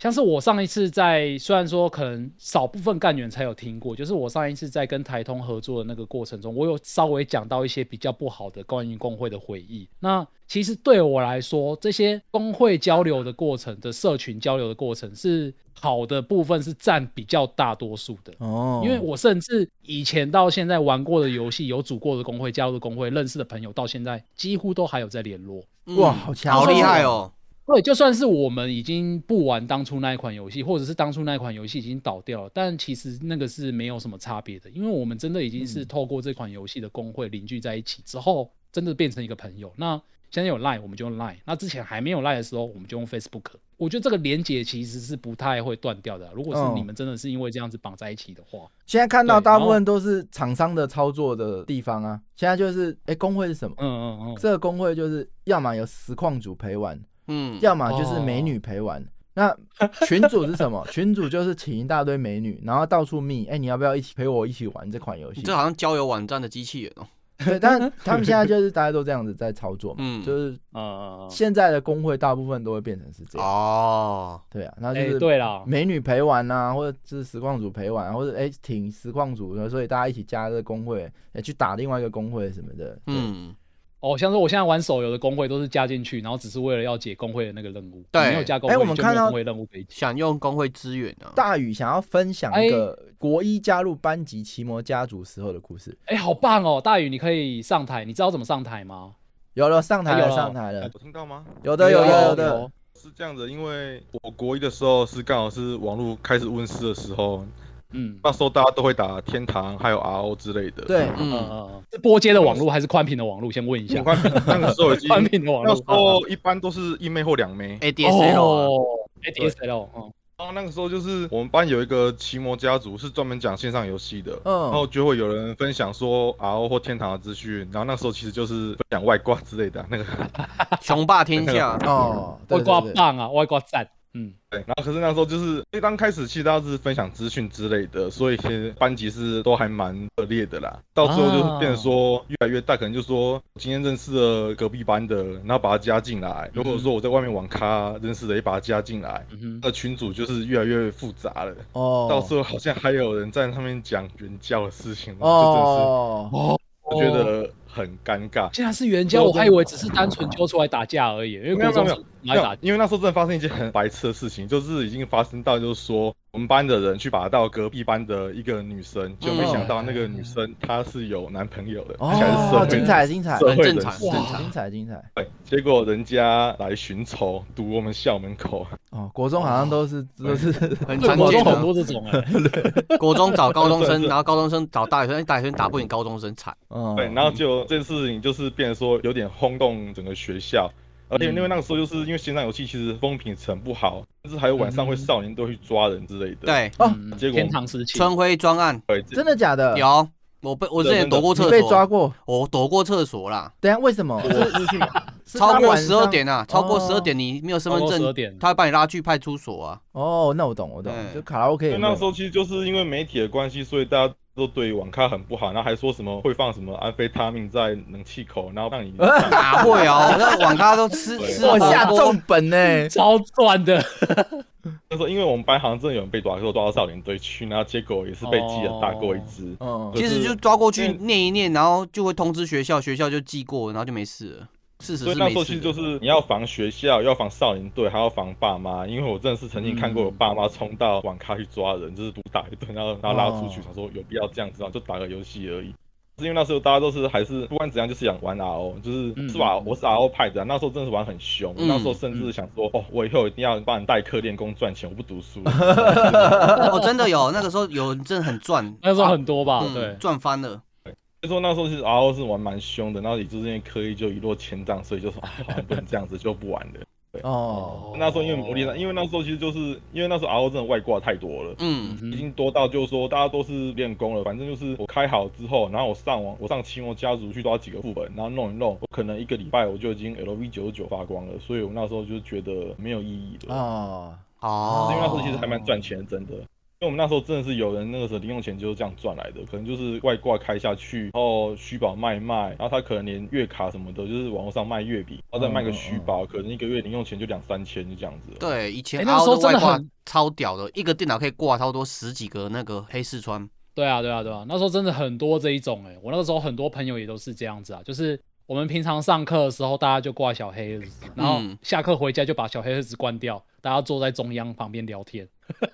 [SPEAKER 3] 像是我上一次在，虽然说可能少部分干员才有听过，就是我上一次在跟台通合作的那个过程中，我有稍微讲到一些比较不好的关于工会的回忆。那其实对我来说，这些工会交流的过程的社群交流的过程是好的部分是占比较大多数的。
[SPEAKER 1] 哦，
[SPEAKER 3] 因为我甚至以前到现在玩过的游戏，有组过的工会、加入的工会、认识的朋友，到现在几乎都还有在联络。
[SPEAKER 2] 嗯
[SPEAKER 1] 哇好强
[SPEAKER 2] 好厉害
[SPEAKER 1] 哦
[SPEAKER 2] 哦！
[SPEAKER 3] 对，就算是我们已经不玩当初那一款游戏，或者是当初那一款游戏已经倒掉了，但其实那个是没有什么差别的，因为我们真的已经是透过这款游戏的工会凝聚在一起之后，真的变成一个朋友。那现在有 Line，我们就用 Line；那之前还没有 Line 的时候，我们就用 Facebook。我觉得这个连接其实是不太会断掉的啊、如果是
[SPEAKER 1] 嗯
[SPEAKER 3] 你们真的是因为这样子绑在一起的话，
[SPEAKER 1] 现在看到
[SPEAKER 3] 对
[SPEAKER 1] 大部分都是厂商的操作的地方啊，现在就是，哎、工会是什么？
[SPEAKER 3] 嗯嗯嗯，
[SPEAKER 1] 这个工会就是要么有实况组陪玩，
[SPEAKER 2] 嗯，
[SPEAKER 1] 要
[SPEAKER 3] 哦
[SPEAKER 1] 么就是美女陪玩。那群主是什么？ 群主就是请一大堆美女，然后到处密，哎、你要不要一起陪我一起玩这款游
[SPEAKER 2] 你
[SPEAKER 1] 戏？
[SPEAKER 2] 这好像交友网站的机器人哦。
[SPEAKER 1] 对，但是他们现在就是大家都这样子在操作嘛，
[SPEAKER 2] 嗯
[SPEAKER 1] 就是
[SPEAKER 3] 呃，
[SPEAKER 1] 现在的工会大部分都会变成是这样，
[SPEAKER 2] 哦，
[SPEAKER 1] 对啊，那就
[SPEAKER 3] 哎，
[SPEAKER 1] 是
[SPEAKER 3] 对啦，
[SPEAKER 1] 美女陪玩啊，或者是实况组陪玩啊，或者哎、挺实况组的，所以大家一起加这个工会，哎、去打另外一个工会什么的，嗯，
[SPEAKER 2] 嗯，
[SPEAKER 3] 哦，像是我现在玩手游的工会都是加进去，然后只是为了要解工会的那个任务，
[SPEAKER 2] 对
[SPEAKER 3] 没有加工
[SPEAKER 1] 哎
[SPEAKER 3] 会
[SPEAKER 1] 我们
[SPEAKER 3] 就
[SPEAKER 1] 看
[SPEAKER 3] 没有
[SPEAKER 1] 到
[SPEAKER 3] 工会任务可以解。
[SPEAKER 2] 想用工会资源啊。
[SPEAKER 1] 大宇想要分享
[SPEAKER 3] 哎
[SPEAKER 1] 一个国一加入班级奇摩家族时候的故事，
[SPEAKER 3] 哎，好棒哦，大宇，你可以上台，你知道怎么上台吗？
[SPEAKER 1] 有了，上台
[SPEAKER 3] 哎有
[SPEAKER 1] 了，
[SPEAKER 3] 了
[SPEAKER 1] 上台了，
[SPEAKER 5] 有听啊到吗？
[SPEAKER 1] 有的，有的，有的，
[SPEAKER 3] 有，
[SPEAKER 5] 是这样子，因为我国一的时候是刚好是网络开始问世的时候，
[SPEAKER 3] 嗯，
[SPEAKER 5] 那时候大家都会打天堂还有 RO 之类的。
[SPEAKER 1] 对，
[SPEAKER 3] 嗯嗯
[SPEAKER 2] 嗯，
[SPEAKER 3] 嗯是波接的网络还是宽频的网络？先问一下
[SPEAKER 5] 很，宽频，那个时候已经
[SPEAKER 3] 宽频 的网哎
[SPEAKER 5] 那
[SPEAKER 3] 络啊哦
[SPEAKER 5] 时。候一般都是一妹或两妹，
[SPEAKER 2] ADSL 啊。
[SPEAKER 3] ADSL，嗯，
[SPEAKER 5] 然后那个时候就是我们班有一个奇摩家族是专门讲线上游戏的。
[SPEAKER 3] 哦
[SPEAKER 5] 然后
[SPEAKER 2] 哦
[SPEAKER 1] 嗯，
[SPEAKER 5] 就会有人分享说 RO 或天堂的资讯，然后那时候其实就是分享外挂之类的啊那个，。
[SPEAKER 2] 雄霸天下
[SPEAKER 1] 哦，对
[SPEAKER 3] 外挂
[SPEAKER 1] 对对
[SPEAKER 3] 棒啊，外挂赞，嗯，
[SPEAKER 5] 对。然后可是那时候就是最刚开始，其实大家是分享资讯之类的，所以其实班级是都还蛮热烈的啦。到最后就是变成
[SPEAKER 1] 啊
[SPEAKER 5] 说越来越大，可能就说今天认识了隔壁班的，然后把他加进
[SPEAKER 1] 嗯
[SPEAKER 5] 来。如果说我在外面网咖认识的，也把他加进来。
[SPEAKER 3] 嗯哼，
[SPEAKER 5] 那群组就是越来越复杂了，到
[SPEAKER 1] 哦，
[SPEAKER 5] 最后好像还有人在上面讲援交的事情，
[SPEAKER 1] 哦，
[SPEAKER 5] 就真的是我觉得很尴尬。
[SPEAKER 3] 现在是援交，我还以为只是单纯揪出来打架而已，因为
[SPEAKER 5] 没有
[SPEAKER 3] 国中
[SPEAKER 5] 没有
[SPEAKER 3] 生
[SPEAKER 5] 没
[SPEAKER 3] 拿来打
[SPEAKER 5] 因为那时候真的发生一件很白痴的事情， 就是已经发生到就是说我们班的人去把到隔壁班的一个女生，就没想到那个女生她是有男朋友的，而且还是社
[SPEAKER 1] 哦，
[SPEAKER 5] 会
[SPEAKER 1] 精彩精彩，
[SPEAKER 5] 社
[SPEAKER 2] 很
[SPEAKER 5] 会
[SPEAKER 2] 正
[SPEAKER 5] 人
[SPEAKER 2] 常，
[SPEAKER 5] 士
[SPEAKER 2] 正
[SPEAKER 3] 哇
[SPEAKER 2] 常
[SPEAKER 1] 精。彩精彩。
[SPEAKER 5] 对，结果人家来寻仇，堵我们校门口，
[SPEAKER 1] 哦，国中好像都是都是
[SPEAKER 2] 很
[SPEAKER 3] 对，
[SPEAKER 2] 常
[SPEAKER 3] 国
[SPEAKER 2] 见
[SPEAKER 3] 中
[SPEAKER 2] 的
[SPEAKER 3] 很多这种哎、
[SPEAKER 2] 国中找高中
[SPEAKER 5] 对
[SPEAKER 2] 生，
[SPEAKER 5] 对
[SPEAKER 2] 然后高中生找大学生，大学生打不赢高中生，惨。
[SPEAKER 1] 嗯，
[SPEAKER 5] 对，然后就这件事情就是变成说有点轰动整个学校，而且
[SPEAKER 1] 嗯
[SPEAKER 5] 因为那个时候就是因为线上游戏其实风评很不好，甚至还有晚
[SPEAKER 1] 嗯
[SPEAKER 5] 上会少年队去抓人之类的。
[SPEAKER 2] 对，
[SPEAKER 1] 哦
[SPEAKER 3] 嗯
[SPEAKER 5] 啊结果
[SPEAKER 3] 天堂时期，
[SPEAKER 2] 春晖专案
[SPEAKER 5] 对，这
[SPEAKER 1] 真的假的？
[SPEAKER 2] 有，我被我之前躲过
[SPEAKER 1] 你
[SPEAKER 2] 厕
[SPEAKER 1] 被抓
[SPEAKER 2] 所，
[SPEAKER 1] 过？
[SPEAKER 2] 我躲过厕所啦，
[SPEAKER 1] 等一下为什么？是
[SPEAKER 2] 超
[SPEAKER 1] 他
[SPEAKER 2] 过
[SPEAKER 1] 晚
[SPEAKER 2] 十二
[SPEAKER 1] 上
[SPEAKER 2] 点啊，超过
[SPEAKER 1] 哦
[SPEAKER 2] 十二点你没有身份
[SPEAKER 3] 超过12
[SPEAKER 2] 证
[SPEAKER 3] 点，
[SPEAKER 2] 他会把你拉去派出所 啊。
[SPEAKER 1] 哦，那我懂我懂，
[SPEAKER 2] 嗯
[SPEAKER 1] 就卡拉 OK
[SPEAKER 5] 因
[SPEAKER 1] 有
[SPEAKER 5] 为
[SPEAKER 1] 没有。
[SPEAKER 5] 那时候其实就是因为媒体的关系，所以大家都对网咖很不好，然后还说什么会放什么安非他命在冷气口，然后让你
[SPEAKER 2] 哪会啊？我在网咖都吃
[SPEAKER 5] 对
[SPEAKER 2] 吃
[SPEAKER 1] 我
[SPEAKER 2] 火
[SPEAKER 1] 下
[SPEAKER 2] 锅
[SPEAKER 1] 重本呢、
[SPEAKER 3] 超赚的，
[SPEAKER 5] 那时候因为我们班好像真的有人被抓，说抓到少年队去，然后结果也是被记了大过一只。
[SPEAKER 1] 嗯，
[SPEAKER 5] 哦就
[SPEAKER 2] 其实
[SPEAKER 5] 是
[SPEAKER 2] 就抓过去
[SPEAKER 5] 因为
[SPEAKER 2] 念一念，然后就会通知学校，学校就记过，然后就没事了。事实
[SPEAKER 5] 所
[SPEAKER 2] 是
[SPEAKER 5] 以那
[SPEAKER 2] 没
[SPEAKER 5] 时候
[SPEAKER 2] 事
[SPEAKER 5] 其
[SPEAKER 2] 的
[SPEAKER 5] 实就是你要防学校，要防少年队，还要防爸妈。因为我真的是曾经看过
[SPEAKER 2] 嗯
[SPEAKER 5] 我爸妈冲到网咖去抓人，就是毒打一顿，然后然后拉出去，
[SPEAKER 1] 哦
[SPEAKER 5] 想说有必要这样子吗？就打个游戏而已。是因为那时候大家都是还是不管怎样就是想玩 RO，就是
[SPEAKER 3] 嗯
[SPEAKER 5] 是吧？我是 RO 派的啊、那时候真的是玩很凶，
[SPEAKER 2] 嗯
[SPEAKER 5] 那时候甚至想说哦，我以后一定要帮你代课练功赚钱，我不读 书。
[SPEAKER 2] 哦，真的有，那个时候有人真的很赚，
[SPEAKER 3] 那时候很多
[SPEAKER 5] 啊
[SPEAKER 3] 吧？
[SPEAKER 2] 嗯
[SPEAKER 3] 对，
[SPEAKER 2] 赚翻了。
[SPEAKER 5] 所以说那时候其实 RO 是玩蛮凶的，然后也就是因为刻意就一落千丈，所以就说啊，好像不能这样子，就不玩了。
[SPEAKER 1] 哦，
[SPEAKER 5] 那时候因为魔力战，因为那时候其实就是因为那时候 RO 真的外挂太多了。
[SPEAKER 2] 嗯，
[SPEAKER 5] 已
[SPEAKER 3] 嗯
[SPEAKER 5] 经多到就是说大家都是练功了，反正就是我开好之后，然后我上网，我上奇摩家族去抓几个副本，然后弄一弄，我可能一个礼拜我就已经 LV 九十九发光了，所以我那时候就觉得没有意义了。
[SPEAKER 1] 哦，
[SPEAKER 2] 哦
[SPEAKER 5] 因为那时候其实还蛮赚钱的，真的。因为我们那时候真的是有人那个时候零用钱就是这样赚来的，可能就是外挂开下去，然后虚宝卖一卖，然后他可能连月卡什么的，就是网络上卖月饼，然后再卖个虚宝，可能一个月零用钱就两三千，就这样子了。
[SPEAKER 2] 对，以前
[SPEAKER 3] 哎
[SPEAKER 2] RO
[SPEAKER 3] 那时候
[SPEAKER 2] 的外
[SPEAKER 3] 真的
[SPEAKER 2] 挂
[SPEAKER 3] 很
[SPEAKER 2] 超屌的，一个电脑可以挂差不多十几个那个黑视窗。
[SPEAKER 3] 对啊，对啊，对啊，那时候真的很多这一种哎、我那个时候很多朋友也都是这样子啊，就是我们平常上课的时候，大家就挂小黑盒子，然后
[SPEAKER 2] 嗯
[SPEAKER 3] 下课回家就把小黑盒子关掉，大家坐在中央旁边聊天，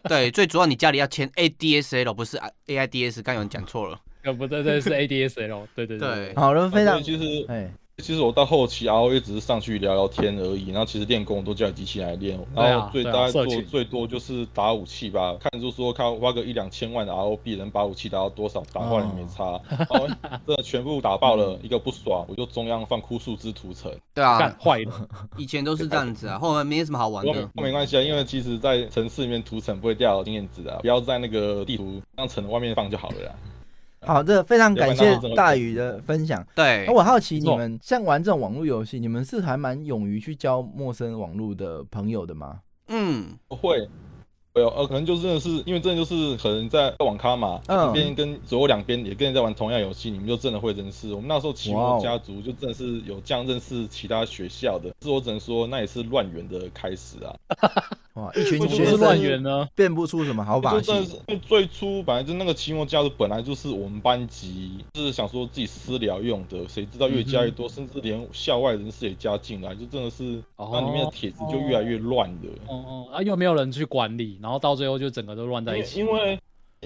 [SPEAKER 2] 对，最主要你家里要签 ADSL，不是 AIDS，刚有人讲错了。
[SPEAKER 3] 呃，不对，对是 ADSL，对对
[SPEAKER 2] 对，
[SPEAKER 1] 好人非
[SPEAKER 5] 所
[SPEAKER 1] 常
[SPEAKER 5] 以其实
[SPEAKER 1] 哎，
[SPEAKER 5] 其实我到后期 RO 也只是上去聊聊天而已，然后其实练功我都叫机器来练，哦
[SPEAKER 3] 对啊
[SPEAKER 5] 然后最
[SPEAKER 3] 对
[SPEAKER 5] 大
[SPEAKER 3] 啊
[SPEAKER 5] 概做、
[SPEAKER 3] 社群
[SPEAKER 5] 最多就是打武器吧，看就是说看花个一两千万的 ROB 能把武器打到多少，打坏了也
[SPEAKER 3] 哦
[SPEAKER 5] 没差，然 后真的全部打爆
[SPEAKER 3] 嗯
[SPEAKER 5] 了，一个不爽我就中央放枯树之屠城，
[SPEAKER 2] 对
[SPEAKER 3] 干
[SPEAKER 2] 啊，
[SPEAKER 3] 坏了，
[SPEAKER 2] 以前都是这样子啊，后面没什么好玩
[SPEAKER 5] 不过
[SPEAKER 2] 的。
[SPEAKER 5] 没关系啊，因为其实在城市里面屠城不会掉经验值啊，不要在那个地图让城外面放就好了啦。
[SPEAKER 1] 好，这非常感谢
[SPEAKER 5] 要不然他们怎么
[SPEAKER 1] 大宇的分享。
[SPEAKER 2] 对
[SPEAKER 1] 那，我好奇
[SPEAKER 3] 没
[SPEAKER 1] 你
[SPEAKER 3] 错
[SPEAKER 1] 们像玩这种网络游戏，你们是还蛮勇于去交陌生网络的朋友的吗？
[SPEAKER 2] 嗯，
[SPEAKER 5] 会，会有呃，可能就真的是因为真的就是可能在网咖嘛，
[SPEAKER 1] 嗯
[SPEAKER 5] 这边跟左右两边也跟人在玩同样游戏，你们就真的会认识。我们那时候奇
[SPEAKER 1] 哇哦
[SPEAKER 5] 摩家族就真的是有这样认识其他学校的，是我只能说那也是乱源的开始啊。
[SPEAKER 1] 哇，一群
[SPEAKER 5] 我觉
[SPEAKER 3] 不
[SPEAKER 1] 学
[SPEAKER 5] 得
[SPEAKER 3] 是乱
[SPEAKER 1] 生
[SPEAKER 3] 源啊呢，
[SPEAKER 1] 变不出什么好把
[SPEAKER 5] 就
[SPEAKER 1] 戏
[SPEAKER 5] 真的是因为最初本来就那个期末假日本来就是我们班级，就是想说自己私聊用的，谁知道越加越
[SPEAKER 1] 嗯
[SPEAKER 5] 多，甚至连校外人士也加进来，就真的是
[SPEAKER 3] 哦
[SPEAKER 5] 那里面的帖子就越来越乱了。
[SPEAKER 3] 哦哦啊，又没有人去管理，然后到最后就整个都乱在一起，
[SPEAKER 5] 因为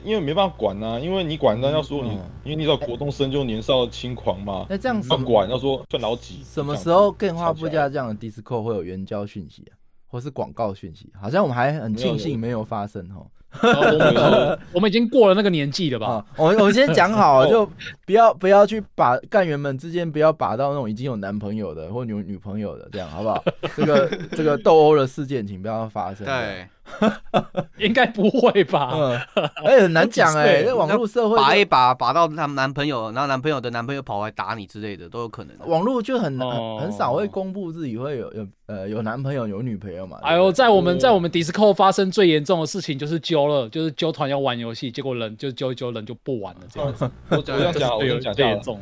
[SPEAKER 5] 因为没办法管呐、因为你管那要说你，
[SPEAKER 1] 嗯
[SPEAKER 5] 因为你知道国中生就年少轻狂嘛，
[SPEAKER 1] 那这样什
[SPEAKER 5] 要
[SPEAKER 1] 么
[SPEAKER 5] 管要说算老几。
[SPEAKER 1] 什么时候
[SPEAKER 5] 更
[SPEAKER 1] 电话不加这样的 Discord 会有援交讯息啊，或是广告讯息？好像我们还很庆幸没有发生哦。
[SPEAKER 3] 然后我们我们已经过了那个年纪了吧？
[SPEAKER 1] 啊，我们我们先讲好，啊
[SPEAKER 5] 哦
[SPEAKER 1] 就不要不要去把干员们之间不要把到那种已经有男朋友的或女女朋友的，这样好不好？这个这个斗殴的事件，请不要发生。，
[SPEAKER 2] 对，
[SPEAKER 3] 应该不会吧？
[SPEAKER 1] 嗯，哎，很难讲哎，
[SPEAKER 3] 几岁
[SPEAKER 1] 这网络社会
[SPEAKER 2] 拔一拔，拔到她男朋友，然后男朋友的男朋友跑来打你之类的都有可能。
[SPEAKER 1] 网络就很很
[SPEAKER 3] 哦
[SPEAKER 1] 很少会公布自己会有有呃有男朋友有女朋友嘛。
[SPEAKER 3] 哎呦，在我们在我们 Discord 发生最严重的事情就是揪了，就是揪团要玩游戏，结果人就揪一揪人就不玩了，这样子。
[SPEAKER 5] 我我哦这样讲啊，我这样讲
[SPEAKER 3] 最
[SPEAKER 5] 下
[SPEAKER 3] 严
[SPEAKER 5] 来，
[SPEAKER 3] 重。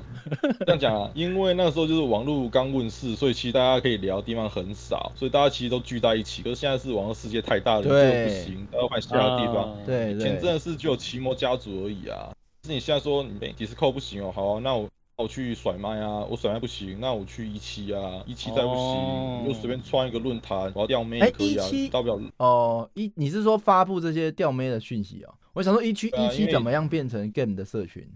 [SPEAKER 5] 这样讲啊，因为那时候就是网络刚问世，所以其实大家可以聊的地方很少，所以大家其实都聚在一起。可是现在是网络世界太大了，
[SPEAKER 1] 对
[SPEAKER 5] 就不行，大家换其他的地方。
[SPEAKER 3] 啊
[SPEAKER 1] 对
[SPEAKER 5] 以前真
[SPEAKER 1] 对，
[SPEAKER 5] 的是只有奇摩家族而已啊，是你现在说你哎 Discord 不行哦，好啊、那我我去甩卖啊，我甩卖不行，那我去一期啊，一期再不
[SPEAKER 3] 哦
[SPEAKER 5] 行，又随便创一个论坛，我要钓妹
[SPEAKER 1] 哎
[SPEAKER 5] 也可以啊
[SPEAKER 1] 17，
[SPEAKER 5] 大 不了
[SPEAKER 1] 哦，一你是说发布这些钓妹的讯息哦？我想说一区
[SPEAKER 5] 对啊
[SPEAKER 1] 一
[SPEAKER 5] 因
[SPEAKER 1] 期
[SPEAKER 5] 为
[SPEAKER 1] 怎么样变成 game 的社群？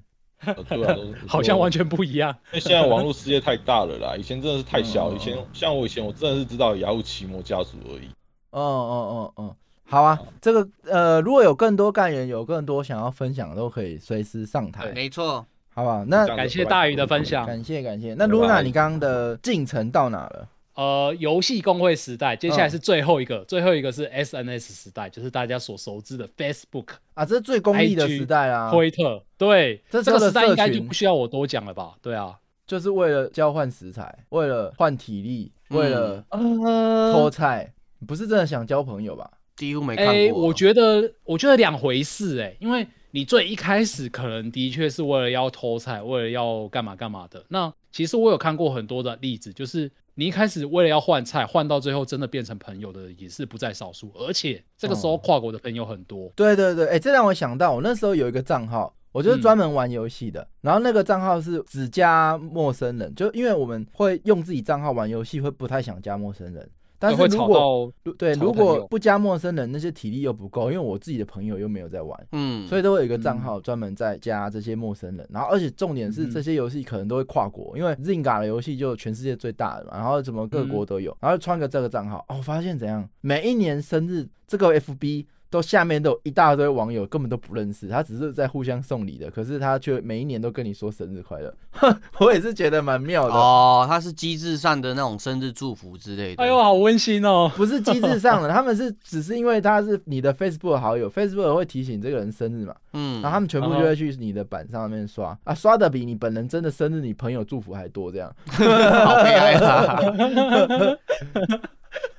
[SPEAKER 5] 呃对 啊，都是
[SPEAKER 3] 好像完全不一样。
[SPEAKER 5] 因为现在网络世界太大了啦，以前真的是太
[SPEAKER 1] 嗯
[SPEAKER 5] 小，
[SPEAKER 3] 哦
[SPEAKER 5] 以前像我以前我真的是知道雅虎奇摩家族而已。
[SPEAKER 1] 哦哦哦哦，好啊，这个呃，如果有更多干人有更多想要分享，都可以随时上台，
[SPEAKER 2] 没错，
[SPEAKER 1] 好不好？那
[SPEAKER 5] 这样子
[SPEAKER 3] 感谢大鱼的分享。
[SPEAKER 1] 感谢感谢。那
[SPEAKER 5] 拜拜
[SPEAKER 1] Luna，你刚刚的进程到哪了？
[SPEAKER 3] 呃，游戏公会时代，接下来是最后一
[SPEAKER 1] 嗯
[SPEAKER 3] 个，最后一个是 SNS 时代，就是大家所熟知的 Facebook、
[SPEAKER 1] 啊，这是最功利的
[SPEAKER 3] IG
[SPEAKER 1] 时代啊，
[SPEAKER 3] 推特。对，
[SPEAKER 1] 这时
[SPEAKER 3] 这
[SPEAKER 1] 候的
[SPEAKER 3] 个时代应该
[SPEAKER 1] 社
[SPEAKER 3] 就
[SPEAKER 1] 群
[SPEAKER 3] 不需要我多讲了吧？对啊，
[SPEAKER 1] 就是为了交换食材，为了换体力，
[SPEAKER 2] 嗯
[SPEAKER 1] 为了偷
[SPEAKER 3] 呃，
[SPEAKER 1] 菜，你不是真的想交朋友吧？
[SPEAKER 2] 几乎没看过。啊
[SPEAKER 3] 哎，我觉得我觉得两回事哎、因为你最一开始可能的确是为了要偷菜，为了要干嘛干嘛的。那其实我有看过很多的例子，就是你一开始为了要换菜，换到最后真的变成朋友的也是不在少数，而且这个时候
[SPEAKER 1] 哦
[SPEAKER 3] 跨国的朋友很多。
[SPEAKER 1] 对对对，哎、这让我想到，我那时候有一个账号，我就是专门玩游戏的。然后那个账号是只加陌生人，就因为我们会用自己账号玩游戏，会不太想加陌生人。但
[SPEAKER 3] 对
[SPEAKER 1] 是
[SPEAKER 3] 会
[SPEAKER 1] 如
[SPEAKER 3] 吵
[SPEAKER 1] 果
[SPEAKER 3] 到
[SPEAKER 1] 如对
[SPEAKER 3] 吵到
[SPEAKER 1] 如
[SPEAKER 3] 朋
[SPEAKER 1] 果
[SPEAKER 3] 友
[SPEAKER 1] 不加陌生人，那些体力又不够，因为我自己的朋友又没有在玩，
[SPEAKER 2] 嗯，
[SPEAKER 1] 所
[SPEAKER 2] 以
[SPEAKER 1] 以都会有一个账号专门在加这些陌生人。然后而且重点是
[SPEAKER 3] 嗯
[SPEAKER 1] 这些游戏可能都会跨国，因为 Zynga 的游戏就全世界最大的嘛，然后什么各国都
[SPEAKER 2] 嗯
[SPEAKER 1] 有，然后创一个这个账号。哦，我发现怎样，每一年生日这个 FB。都下面都有一大堆网友根本都不认识，他只是在互相送礼的，可是他却每一年都跟你说生日快乐， 我也是觉得蛮妙的。
[SPEAKER 2] 哦，它是机制上的那种生日祝福之类的。
[SPEAKER 3] 哎呦，好温馨 哦！
[SPEAKER 1] 不是机制上的，他们是只是因为他是你的 Facebook 好友，Facebook 会提醒这个人生日嘛，
[SPEAKER 2] 嗯，
[SPEAKER 1] 然后他们全部就会去你的板上面刷啊，刷的比你本人真的生日你朋友祝福还多，这样，
[SPEAKER 2] 好悲哀 啦。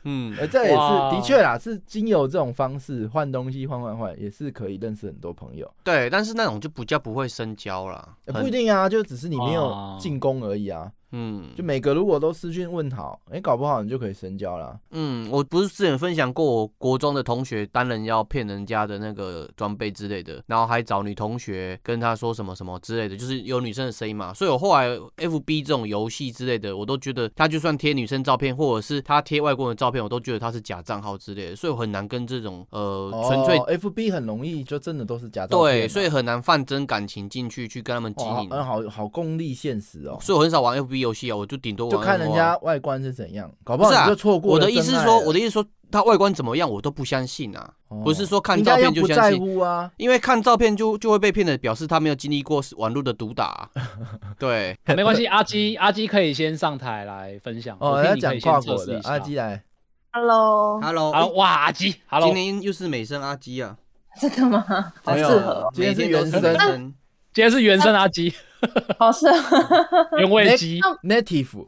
[SPEAKER 2] 嗯，
[SPEAKER 1] 呃，这也是
[SPEAKER 3] 哇
[SPEAKER 1] 的确啦，是经由这种方式换东西换换换，也是可以认识很多朋友，
[SPEAKER 2] 对，但是那种就比较不会深交啦。
[SPEAKER 1] 呃
[SPEAKER 2] 很
[SPEAKER 1] 不一，定啊，就只是你没有
[SPEAKER 3] 哦
[SPEAKER 1] 进攻而已啊，
[SPEAKER 2] 嗯，
[SPEAKER 1] 就每个如果都私讯问好，哎，搞不好你就可以深交啦。
[SPEAKER 2] 嗯，我不是之前分享过，我国中的同学单人要骗人家的那个装备之类的，然后还找女同学跟她说什么什么之类的，就是有女生的声音嘛。所以我后来 F B 这种游戏之类的，我都觉得他就算贴女生照片，或者是他贴外国人的照片，我都觉得他是假账号之类的，所以我很难跟这种呃纯粹、
[SPEAKER 1] 哦、FB 很容易就真的都是假照片
[SPEAKER 2] 对，
[SPEAKER 1] 嘛
[SPEAKER 2] 所以很难泛真感情进去去跟他们经
[SPEAKER 1] 哇，好
[SPEAKER 2] 营。
[SPEAKER 1] 嗯好好功利现实哦。
[SPEAKER 2] 所以我很少玩 F B 游戏啊，我就顶多玩
[SPEAKER 1] 就看
[SPEAKER 2] MMO 啊
[SPEAKER 1] 人家外观是怎样，搞不
[SPEAKER 2] 不
[SPEAKER 1] 好
[SPEAKER 2] 是啊
[SPEAKER 1] 你就错过
[SPEAKER 2] 我
[SPEAKER 1] 了
[SPEAKER 2] 的
[SPEAKER 1] 真爱啊
[SPEAKER 2] 意
[SPEAKER 1] 了。
[SPEAKER 2] 思是说，我的意思是说，他外观怎么样，我都不相信啊。
[SPEAKER 1] 哦
[SPEAKER 2] 不是说看
[SPEAKER 1] 应该
[SPEAKER 2] 照片
[SPEAKER 1] 要
[SPEAKER 2] 就
[SPEAKER 1] 不
[SPEAKER 2] 相
[SPEAKER 1] 在
[SPEAKER 2] 信
[SPEAKER 1] 乎啊。
[SPEAKER 2] 因为看照片就就会被骗的，表示他没有经历过网络的毒打啊、对，
[SPEAKER 3] 没关系，哎阿基阿基可以先上台来分享。
[SPEAKER 1] 哦，
[SPEAKER 3] 我替
[SPEAKER 1] 要
[SPEAKER 3] 你
[SPEAKER 1] 哦
[SPEAKER 3] 可
[SPEAKER 1] 讲
[SPEAKER 3] 以
[SPEAKER 1] 跨
[SPEAKER 3] 先测
[SPEAKER 1] 国
[SPEAKER 3] 试
[SPEAKER 1] 的啊
[SPEAKER 3] 一，下。
[SPEAKER 1] 阿基来，
[SPEAKER 6] Hello，
[SPEAKER 2] Hello，
[SPEAKER 3] 啊，
[SPEAKER 2] 诶
[SPEAKER 3] 哇，阿基，Hello，
[SPEAKER 2] 今天又是美声阿基啊，
[SPEAKER 6] 真的吗？好适合，哦
[SPEAKER 1] 今天
[SPEAKER 2] 每
[SPEAKER 1] 是
[SPEAKER 2] 天都
[SPEAKER 1] 原
[SPEAKER 2] 是
[SPEAKER 1] 声
[SPEAKER 2] 美声，
[SPEAKER 3] 今天是原生阿 基，
[SPEAKER 6] 好适 合。
[SPEAKER 3] 原味基。
[SPEAKER 6] 哦
[SPEAKER 1] native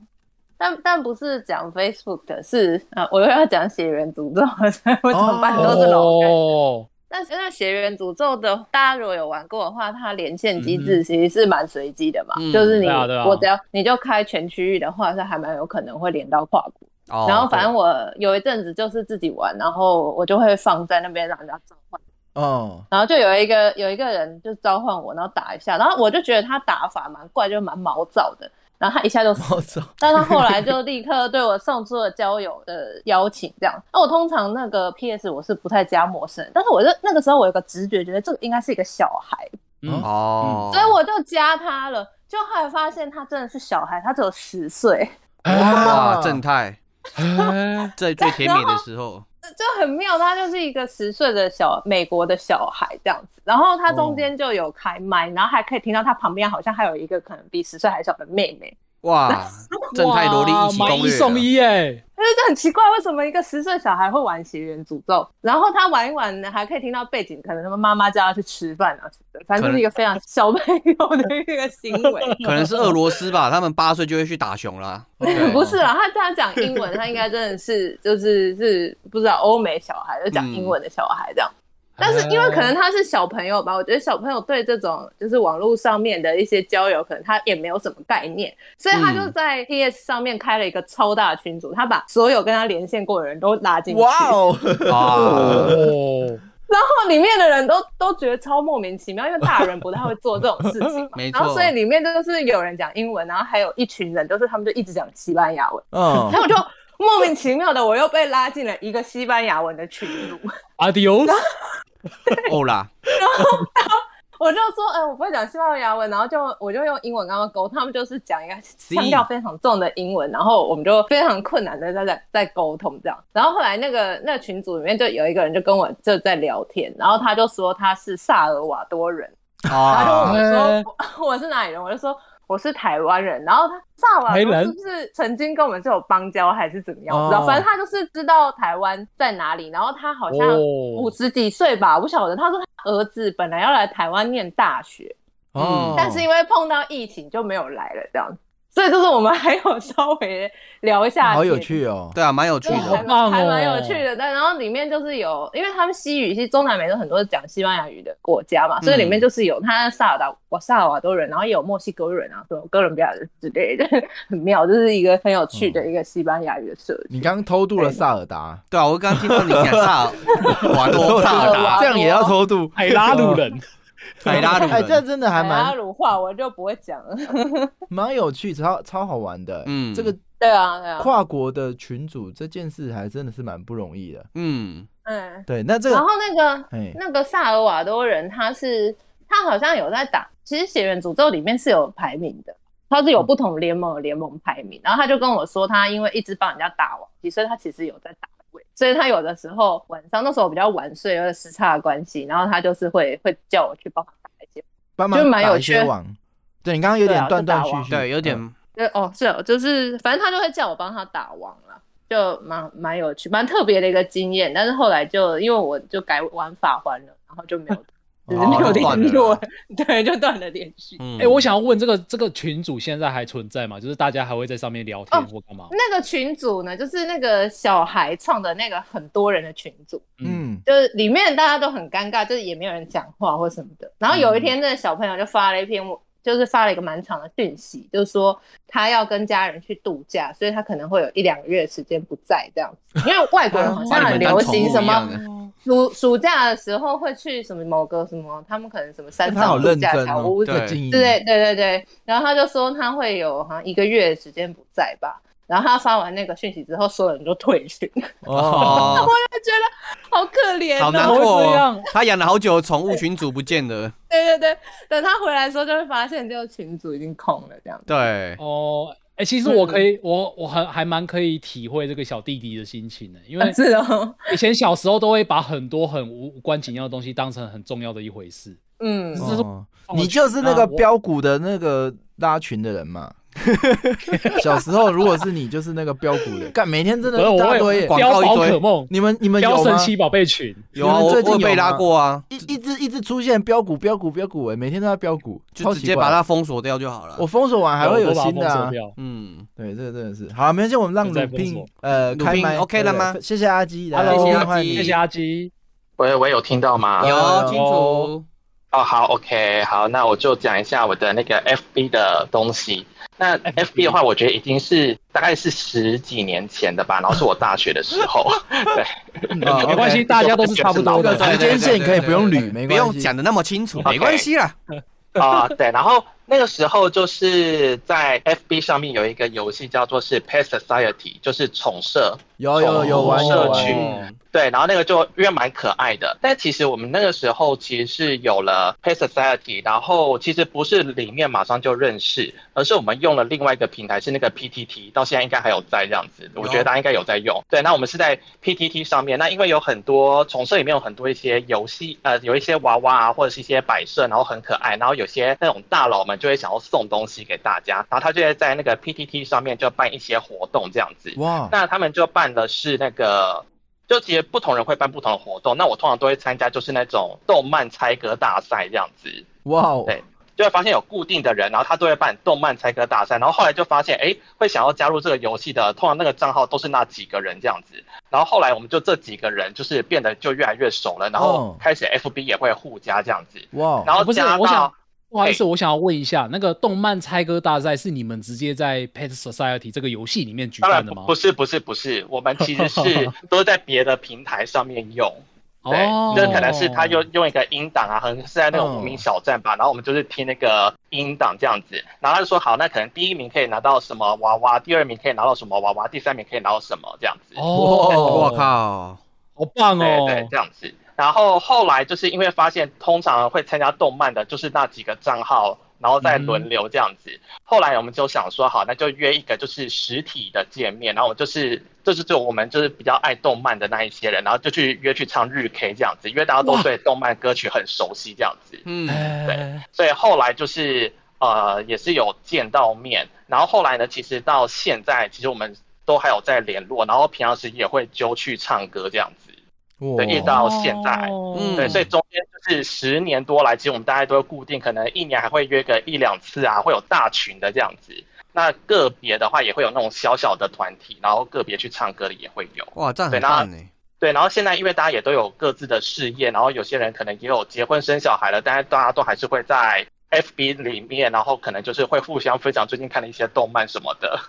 [SPEAKER 6] 但但不是讲 Facebook 的是，啊，我又要讲血缘诅咒，所以我怎么办都是老人。
[SPEAKER 3] 哦，
[SPEAKER 6] 但是那血缘诅咒的，大家如果有玩过的话，它连线机制其实是蛮随机的嘛，
[SPEAKER 2] 嗯
[SPEAKER 6] 就是你、
[SPEAKER 3] 嗯对啊对啊
[SPEAKER 6] 我只要你就开全区域的话，是还蛮有可能会连到跨国。
[SPEAKER 2] 哦
[SPEAKER 6] 然后反正我有一阵子就是自己玩，然后我就会放在那边让人家召唤。
[SPEAKER 1] 哦，
[SPEAKER 6] 然后就有一个有一个人就召唤我，然后打一下，然后我就觉得他打法蛮怪，就蛮毛躁的，然后他一下就死
[SPEAKER 1] 我
[SPEAKER 6] 了。
[SPEAKER 1] 操，
[SPEAKER 6] 但他后来就立刻对我送出了交友的邀请，这样。那我通常那个 PS 我是不太加陌生人，但是我就那个时候我有个直觉，觉得这个应该是一个小孩，
[SPEAKER 2] 对
[SPEAKER 3] 嗯，
[SPEAKER 2] 哦，
[SPEAKER 6] 所以我就加他了。就后来发现他真的是小孩，他只有十岁，
[SPEAKER 2] 哇正太
[SPEAKER 3] 哎
[SPEAKER 2] 在最甜美的时候，
[SPEAKER 6] 就很妙。他就是一个十岁的小美国的小孩这样子，然后他中间就有开麦，然后还可以听到他旁边好像还有一个可能比十岁还小的妹妹，
[SPEAKER 2] 哇，正太萝莉一起
[SPEAKER 3] 哇买
[SPEAKER 2] 攻
[SPEAKER 3] 一
[SPEAKER 2] 略了，
[SPEAKER 3] 送一哎，
[SPEAKER 6] 但是这很奇怪，为什么一个十岁小孩会玩邪缘诅咒？然后他玩一玩呢，还可以听到背景，可能他们妈妈叫他去吃饭啊什么的，反正就是一个非常小朋友的一个行为。
[SPEAKER 2] 可能是啊俄罗斯吧，他们八岁就会去打熊啦，
[SPEAKER 1] 对
[SPEAKER 6] 不是啊啦，他这样讲英文，他应该真的是就是是不知道欧美小孩就
[SPEAKER 2] 嗯
[SPEAKER 6] 讲英文的小孩这样。但是因为可
[SPEAKER 2] 啊
[SPEAKER 6] 能他是小朋友吧，我觉得小朋友对这种就是网络上面的一些交友，可能他也没有什么概念，所以他就
[SPEAKER 2] 嗯
[SPEAKER 6] 在 PS 上面开了一个超大的群组，他把所有跟他连线过的人都拉进去。
[SPEAKER 1] 哇哦，
[SPEAKER 2] 啊，
[SPEAKER 3] 哦，
[SPEAKER 6] 然后后里面的人都都觉得超莫名其妙，因为大人不太会做这种事情嘛
[SPEAKER 2] 没。错
[SPEAKER 6] 然后所以里面就是有人讲英文，然后还有一群人都是他们就一直讲西班牙文，
[SPEAKER 1] 嗯
[SPEAKER 6] 然，后我
[SPEAKER 2] 哦
[SPEAKER 6] 就莫名其妙的我又被拉进了一个西班牙文的群组，
[SPEAKER 3] Adios，
[SPEAKER 2] 哦啦，
[SPEAKER 6] 我就说，哎、我不会讲西班牙文，然后就我就用英文跟他们沟通，他们就是讲一个腔调非常重的英文，然后我们就非常困难的在在在沟通这样。然后后来那个那群组里面就有一个人就跟我就在聊天，然后他就说他是萨尔瓦多人，然后
[SPEAKER 2] 啊
[SPEAKER 6] 就，问
[SPEAKER 3] 哎
[SPEAKER 6] 我说我 我是哪里人，我就说。我是台湾人，然后他萨尔瓦
[SPEAKER 3] 台
[SPEAKER 6] 多
[SPEAKER 3] 湾
[SPEAKER 6] 是不是曾经跟我们是有邦交还是怎么样？我不知道，
[SPEAKER 1] 哦
[SPEAKER 6] 反正他就是知道台湾在哪里，然后他好像五
[SPEAKER 3] 哦，
[SPEAKER 6] 十几岁吧，我不晓得。他说他儿子本来要来台湾念大学，
[SPEAKER 1] 哦，
[SPEAKER 6] 但是因为碰到疫情就没有来了，这样。所以就是我们还有稍微聊一下天，
[SPEAKER 1] 好有趣哦，
[SPEAKER 2] 对啊，蛮有趣
[SPEAKER 6] 对，
[SPEAKER 3] 好
[SPEAKER 6] 还
[SPEAKER 2] 的，
[SPEAKER 3] 棒哦
[SPEAKER 6] 还蛮有趣的。但然后里面就是有，因为他们西语，其实中南美洲很多讲西班牙语的国家嘛，所以里
[SPEAKER 1] 嗯
[SPEAKER 6] 面就是有他萨尔达、瓦萨尔瓦多人，然后也有墨西哥人啊，什么哥伦比亚人之类的，很妙，就是一个很有趣
[SPEAKER 1] 嗯
[SPEAKER 6] 的一个西班牙语的社区。
[SPEAKER 1] 你刚刚偷渡了萨尔达，
[SPEAKER 2] 对啊，我刚刚听到你讲萨尔瓦多
[SPEAKER 6] 哎
[SPEAKER 2] 萨尔达
[SPEAKER 1] 这样也要偷渡？
[SPEAKER 3] 海拉鲁人，
[SPEAKER 2] 海拉鲁
[SPEAKER 1] 哎，这
[SPEAKER 2] 人，
[SPEAKER 1] 真的还
[SPEAKER 6] 拉
[SPEAKER 1] 蛮
[SPEAKER 6] 鲁话我就不会讲了。
[SPEAKER 1] 蛮有趣，超超好玩的。欸
[SPEAKER 2] 嗯
[SPEAKER 1] 这个
[SPEAKER 6] 对啊，对啊，
[SPEAKER 1] 跨国的群组这件事还真的是蛮不容易的。
[SPEAKER 2] 嗯，
[SPEAKER 6] 嗯。
[SPEAKER 1] 对，那这
[SPEAKER 6] 然
[SPEAKER 1] 个
[SPEAKER 6] 后那个
[SPEAKER 1] 哎
[SPEAKER 6] 那个萨尔瓦多人，他是他好像有在打，其实《血缘诅咒》里面是有排名的，他是有不同联盟有联盟排名。然后他就跟我说，他因为一直帮人家打网棋，所以他其实有在打位，所以他有的时候晚上那时候我比较晚睡，因为时差的关系，然后他就是会会叫我去帮他打一些。
[SPEAKER 1] 帮忙
[SPEAKER 6] 就蛮有
[SPEAKER 1] 打一些
[SPEAKER 6] 趣
[SPEAKER 1] 网。对你刚刚有
[SPEAKER 6] 对
[SPEAKER 1] 点
[SPEAKER 6] 啊
[SPEAKER 1] 断
[SPEAKER 6] 就打
[SPEAKER 1] 断续
[SPEAKER 6] 网
[SPEAKER 1] 续，
[SPEAKER 2] 对，有点
[SPEAKER 1] 嗯
[SPEAKER 6] 对，哦，是哦，就是反正他就会叫我帮他打王了，就蛮蛮有趣，蛮特别的一个经验。但是后来就因为我就改玩法环了，然后就没有。 只是没有
[SPEAKER 2] 哦断了
[SPEAKER 6] 联络
[SPEAKER 2] 啦，
[SPEAKER 6] 对，就断了联系。
[SPEAKER 2] 嗯，
[SPEAKER 3] 哎、我想要问这个这个群主现在还存在吗？就是大家还会在上面聊天
[SPEAKER 6] 哦
[SPEAKER 3] 或干嘛？
[SPEAKER 6] 那个群组呢，就是那个小孩创的那个很多人的群组，
[SPEAKER 1] 嗯，
[SPEAKER 6] 就是里面大家都很尴尬，就是也没有人讲话或什么的。然后有一天，那个小朋友就发了一篇，就是发了一个蛮长的讯息，就是说他要跟家人去度假，所以他可能会有一两个月时间不在这样子。因为外国人好像
[SPEAKER 2] 哦把你
[SPEAKER 6] 很
[SPEAKER 2] 们当
[SPEAKER 6] 流
[SPEAKER 2] 宠物
[SPEAKER 6] 行什
[SPEAKER 2] 一
[SPEAKER 6] 么
[SPEAKER 2] 样的，
[SPEAKER 6] 暑暑假的时候会去什么某个什么，他们可能什么山
[SPEAKER 1] 哎他好
[SPEAKER 6] 上度
[SPEAKER 1] 认
[SPEAKER 6] 假
[SPEAKER 1] 真
[SPEAKER 6] 小
[SPEAKER 1] 哦
[SPEAKER 6] 屋，子
[SPEAKER 1] 在
[SPEAKER 7] 嗯
[SPEAKER 1] 经营。
[SPEAKER 6] 对对对对对，然后他就说他会有好像一个月的时间不在吧。然后他发完那个讯息之后，所有人都退群，
[SPEAKER 1] 哦，
[SPEAKER 2] 哦，
[SPEAKER 6] 好可怜、哦。
[SPEAKER 2] 好难
[SPEAKER 3] 怎么会
[SPEAKER 2] 过
[SPEAKER 3] 这
[SPEAKER 2] 哦
[SPEAKER 3] 样，
[SPEAKER 2] 他养了好久，宠物群主不见了，
[SPEAKER 6] 对对对，等他回来的时候，就会发现这个群组已经空了，这样子。
[SPEAKER 2] 对，
[SPEAKER 3] 哦，哎、其实我可以，我我还还蛮可以体会这个小弟弟的心情的、因为
[SPEAKER 6] 是哦，
[SPEAKER 3] 以前小时候都会把很多很无无关紧要的东西当成很重要的一回事。
[SPEAKER 6] 嗯，
[SPEAKER 3] 这是
[SPEAKER 1] 哦你就是那个
[SPEAKER 3] 啊我
[SPEAKER 1] 标股的那个拉群的人 嘛。小时候如果是你，就是那个标股的，干每天真的
[SPEAKER 3] 我
[SPEAKER 1] 一大
[SPEAKER 3] 我
[SPEAKER 1] 堆
[SPEAKER 3] 也
[SPEAKER 1] 耶。
[SPEAKER 2] 广告
[SPEAKER 3] 标
[SPEAKER 2] 一
[SPEAKER 3] 宝
[SPEAKER 2] 堆
[SPEAKER 3] 可梦，
[SPEAKER 1] 你们你们
[SPEAKER 3] 标
[SPEAKER 1] 有
[SPEAKER 3] 神
[SPEAKER 1] 吗？
[SPEAKER 3] 奇宝贝群，
[SPEAKER 2] 有啊，
[SPEAKER 1] 你
[SPEAKER 2] 我
[SPEAKER 1] 们最
[SPEAKER 2] 我
[SPEAKER 1] 近
[SPEAKER 2] 有被
[SPEAKER 1] 有吗
[SPEAKER 2] 拉过啊，
[SPEAKER 1] 一一直一直出现标股标股标股，哎，每天都在标股，
[SPEAKER 2] 就
[SPEAKER 1] 超
[SPEAKER 2] 直
[SPEAKER 1] 奇
[SPEAKER 2] 接
[SPEAKER 1] 怪
[SPEAKER 2] 把它封锁掉就好了
[SPEAKER 1] 我。封锁完还会有新的
[SPEAKER 3] 我把它封
[SPEAKER 1] 啊
[SPEAKER 3] 锁。掉
[SPEAKER 2] 嗯，
[SPEAKER 1] 对，这个真的是好，没关系，我们让
[SPEAKER 3] 正在
[SPEAKER 1] 鲁聘
[SPEAKER 3] 封
[SPEAKER 1] 呃
[SPEAKER 2] 鲁
[SPEAKER 1] 开
[SPEAKER 2] 聘
[SPEAKER 1] 麦
[SPEAKER 2] OK
[SPEAKER 1] 对
[SPEAKER 2] 了吗
[SPEAKER 1] 谢谢阿基
[SPEAKER 3] Hello，
[SPEAKER 1] 谢
[SPEAKER 2] 谢谢阿
[SPEAKER 1] 阿
[SPEAKER 2] 基
[SPEAKER 3] 谢
[SPEAKER 1] 基
[SPEAKER 3] 谢阿基。
[SPEAKER 7] 喂喂，有听到吗？
[SPEAKER 1] 有
[SPEAKER 2] 有啊清楚
[SPEAKER 3] 哦，
[SPEAKER 7] 哦，好，OK，好，那我就讲一下我的那个 FB 的东西。那 FB 的话，我觉得已经是大概是十几年前的吧，然后是我大学的时 候。对，
[SPEAKER 1] 哦
[SPEAKER 3] 嗯没关系，
[SPEAKER 1] OK
[SPEAKER 3] 大家都是差不多
[SPEAKER 1] 这个
[SPEAKER 3] 的。
[SPEAKER 1] 时间线可以不用
[SPEAKER 2] 对对对对
[SPEAKER 1] 捋，
[SPEAKER 2] 对
[SPEAKER 1] 没
[SPEAKER 2] 不
[SPEAKER 1] 关系。
[SPEAKER 2] 用讲的那么清楚，
[SPEAKER 7] OK
[SPEAKER 2] 没关系啦。
[SPEAKER 7] 啊、对，然后那个时候就是在 FB 上面有一个游戏叫做是 Pet Society，就是宠社。
[SPEAKER 1] 有有有玩有
[SPEAKER 7] 社
[SPEAKER 1] 玩
[SPEAKER 7] 区
[SPEAKER 2] 嗯
[SPEAKER 7] 对，然后那个就因为蛮可爱的，但其实我们那个时候其实是有了 Pay Society，然后其实不是里面马上就认识，而是我们用了另外一个平台，是那个 PTT，到现在应该还有在这样子，我觉得大家应该有在用。对，那我们是在 PTT 上面，那因为有很多从社里面有很多一些游戏，呃，有一些娃娃啊，或者是一些摆设，然后很可爱，然后有些那种大佬们就会想要送东西给大家，然后他就会在那个 PTT 上面就办一些活动这样子。
[SPEAKER 1] 哇，
[SPEAKER 7] 那他们就办的是那个，就其实不同人会办不同的活动。那我通常都会参加，就是那种动漫猜歌大赛这样子，
[SPEAKER 1] 哇哦，
[SPEAKER 7] 对就会发现有固定的人，然后他都会办动漫猜歌大赛。然后后来就发现，哎，会想要加入这个游戏的，通常那个账号都是那几个人这样子。然后后来我们就这几个人就是变得就越来越熟了，然后
[SPEAKER 1] 哦
[SPEAKER 7] 开始 FB 也会互加这样子。
[SPEAKER 1] 哇哦，
[SPEAKER 7] 然后
[SPEAKER 3] 不是
[SPEAKER 7] 加
[SPEAKER 3] 我想
[SPEAKER 7] 到
[SPEAKER 3] 不好意思，我想要问一下，那个动漫猜歌大赛是你们直接在 Pet Society 这个游戏里面举
[SPEAKER 7] 当然
[SPEAKER 3] 办的
[SPEAKER 7] 不
[SPEAKER 3] 吗？
[SPEAKER 7] 不是不是不是，我们其实是都在别的平台上面用。
[SPEAKER 3] 哦，
[SPEAKER 7] 这可能是他用用一个音档啊，可能是在那种无名小站吧，然后我们就是听那个音档这样子，然后他就说好，那可能第一名可以拿到什么娃娃，第二名可以拿到什么娃娃，第三名可以拿到什么这样子，
[SPEAKER 3] 哦，
[SPEAKER 2] 我，靠，
[SPEAKER 3] 好棒
[SPEAKER 7] 对
[SPEAKER 3] 哦，
[SPEAKER 7] 对，这样子。然后后来就是因为发现，通常会参加动漫的就是那几个账号，然后再轮流这样子。后来我们就想说，好，那就约一个就是实体的见面，然后我们就是就是就我们就是比较爱动漫的那一些人，然后就去约去唱日 K 这样子，因为大家都对动漫歌曲很熟悉这样子。
[SPEAKER 2] 嗯，
[SPEAKER 3] 哎，
[SPEAKER 7] 所以后来就是呃，也是有见到面，然后后来呢，其实到现在，其实我们都还有在联络，然后平常时也会揪去唱歌这样子，对，一直到现在。
[SPEAKER 3] 嗯
[SPEAKER 7] 对，所以中间就是十年多来，其实我们大概都会固定，可能一年还会约个一两次啊，会有大群的这样子。那个别的话也会有那种小小的团体，然后个别去唱歌的也会有。
[SPEAKER 2] 哇，这样很
[SPEAKER 7] 对那
[SPEAKER 2] 棒哎，
[SPEAKER 7] 对，然后现在因为大家也都有各自的事业，然后有些人可能也有结婚生小孩了，但是大家都还是会在 FB 里面，然后可能就是会互相分享最近看的一些动漫什么的。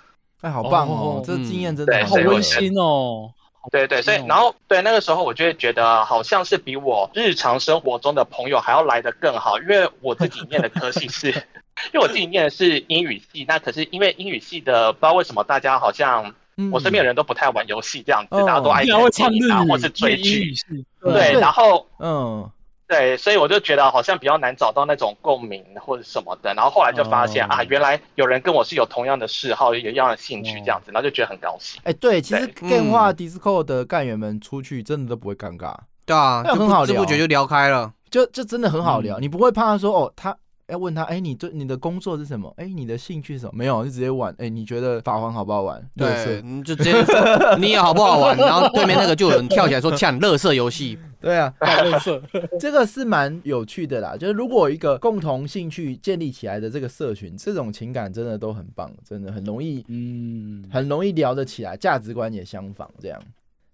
[SPEAKER 1] 哎，好棒
[SPEAKER 3] 哦
[SPEAKER 1] 哦，这经验真的
[SPEAKER 7] 对
[SPEAKER 1] 好
[SPEAKER 3] 好
[SPEAKER 7] 所以我
[SPEAKER 3] 温
[SPEAKER 7] 觉得
[SPEAKER 3] 馨哦，好
[SPEAKER 7] 对对，所以
[SPEAKER 3] 温馨
[SPEAKER 7] 然
[SPEAKER 3] 哦
[SPEAKER 7] 后对那个时候，我就会觉得好像是比我日常生活中的朋友还要来得更好，因为我自己念的科系是，因为我自己念的是英语系，那可是因为英语系的不知道为什么大家好像
[SPEAKER 1] 嗯
[SPEAKER 7] 我身边的人都不太玩游戏这样子，
[SPEAKER 1] 哦
[SPEAKER 7] 大家都爱
[SPEAKER 3] 竟然会唱
[SPEAKER 7] 看电
[SPEAKER 3] 日
[SPEAKER 7] 影啊
[SPEAKER 3] 语，
[SPEAKER 7] 或是追
[SPEAKER 3] 英语
[SPEAKER 7] 剧，
[SPEAKER 3] 是，
[SPEAKER 7] 对，然后
[SPEAKER 1] 嗯，
[SPEAKER 7] 对，所以我就觉得好像比较难找到那种共鸣或者什么的，然后后来就发现、
[SPEAKER 3] 哦
[SPEAKER 7] 啊，原来有人跟我是有同样的嗜好、有一样的兴趣这样子，然后就觉得很高兴。
[SPEAKER 1] 哎，对，其实
[SPEAKER 2] 对
[SPEAKER 1] 电话 Disco 的干员们出去真的都不会尴尬，
[SPEAKER 2] 对啊，
[SPEAKER 1] 那
[SPEAKER 2] 就
[SPEAKER 1] 很
[SPEAKER 2] 不
[SPEAKER 1] 好
[SPEAKER 2] 知
[SPEAKER 1] 聊
[SPEAKER 2] 不觉就聊开了，
[SPEAKER 1] 就就真的很好聊，
[SPEAKER 3] 嗯
[SPEAKER 1] 你不会怕说哦，他要问他，哎，你最你的工作是什么？哎，你的兴趣是什么？没有，就直接玩。哎，你觉得法环好不好玩？乐
[SPEAKER 2] 对，
[SPEAKER 1] 色，
[SPEAKER 2] 你就直接说你也好不好玩，然后对面那个就有人跳起 来说呛乐色游戏，
[SPEAKER 1] 对啊，
[SPEAKER 3] 好乐色，
[SPEAKER 1] 这个是蛮有趣的啦。就是如果一个共同兴趣建立起来的这个社群，这种情感真的都很棒，真的很容易
[SPEAKER 3] 嗯，
[SPEAKER 1] 很容易聊得起来，价值观也相仿，这样。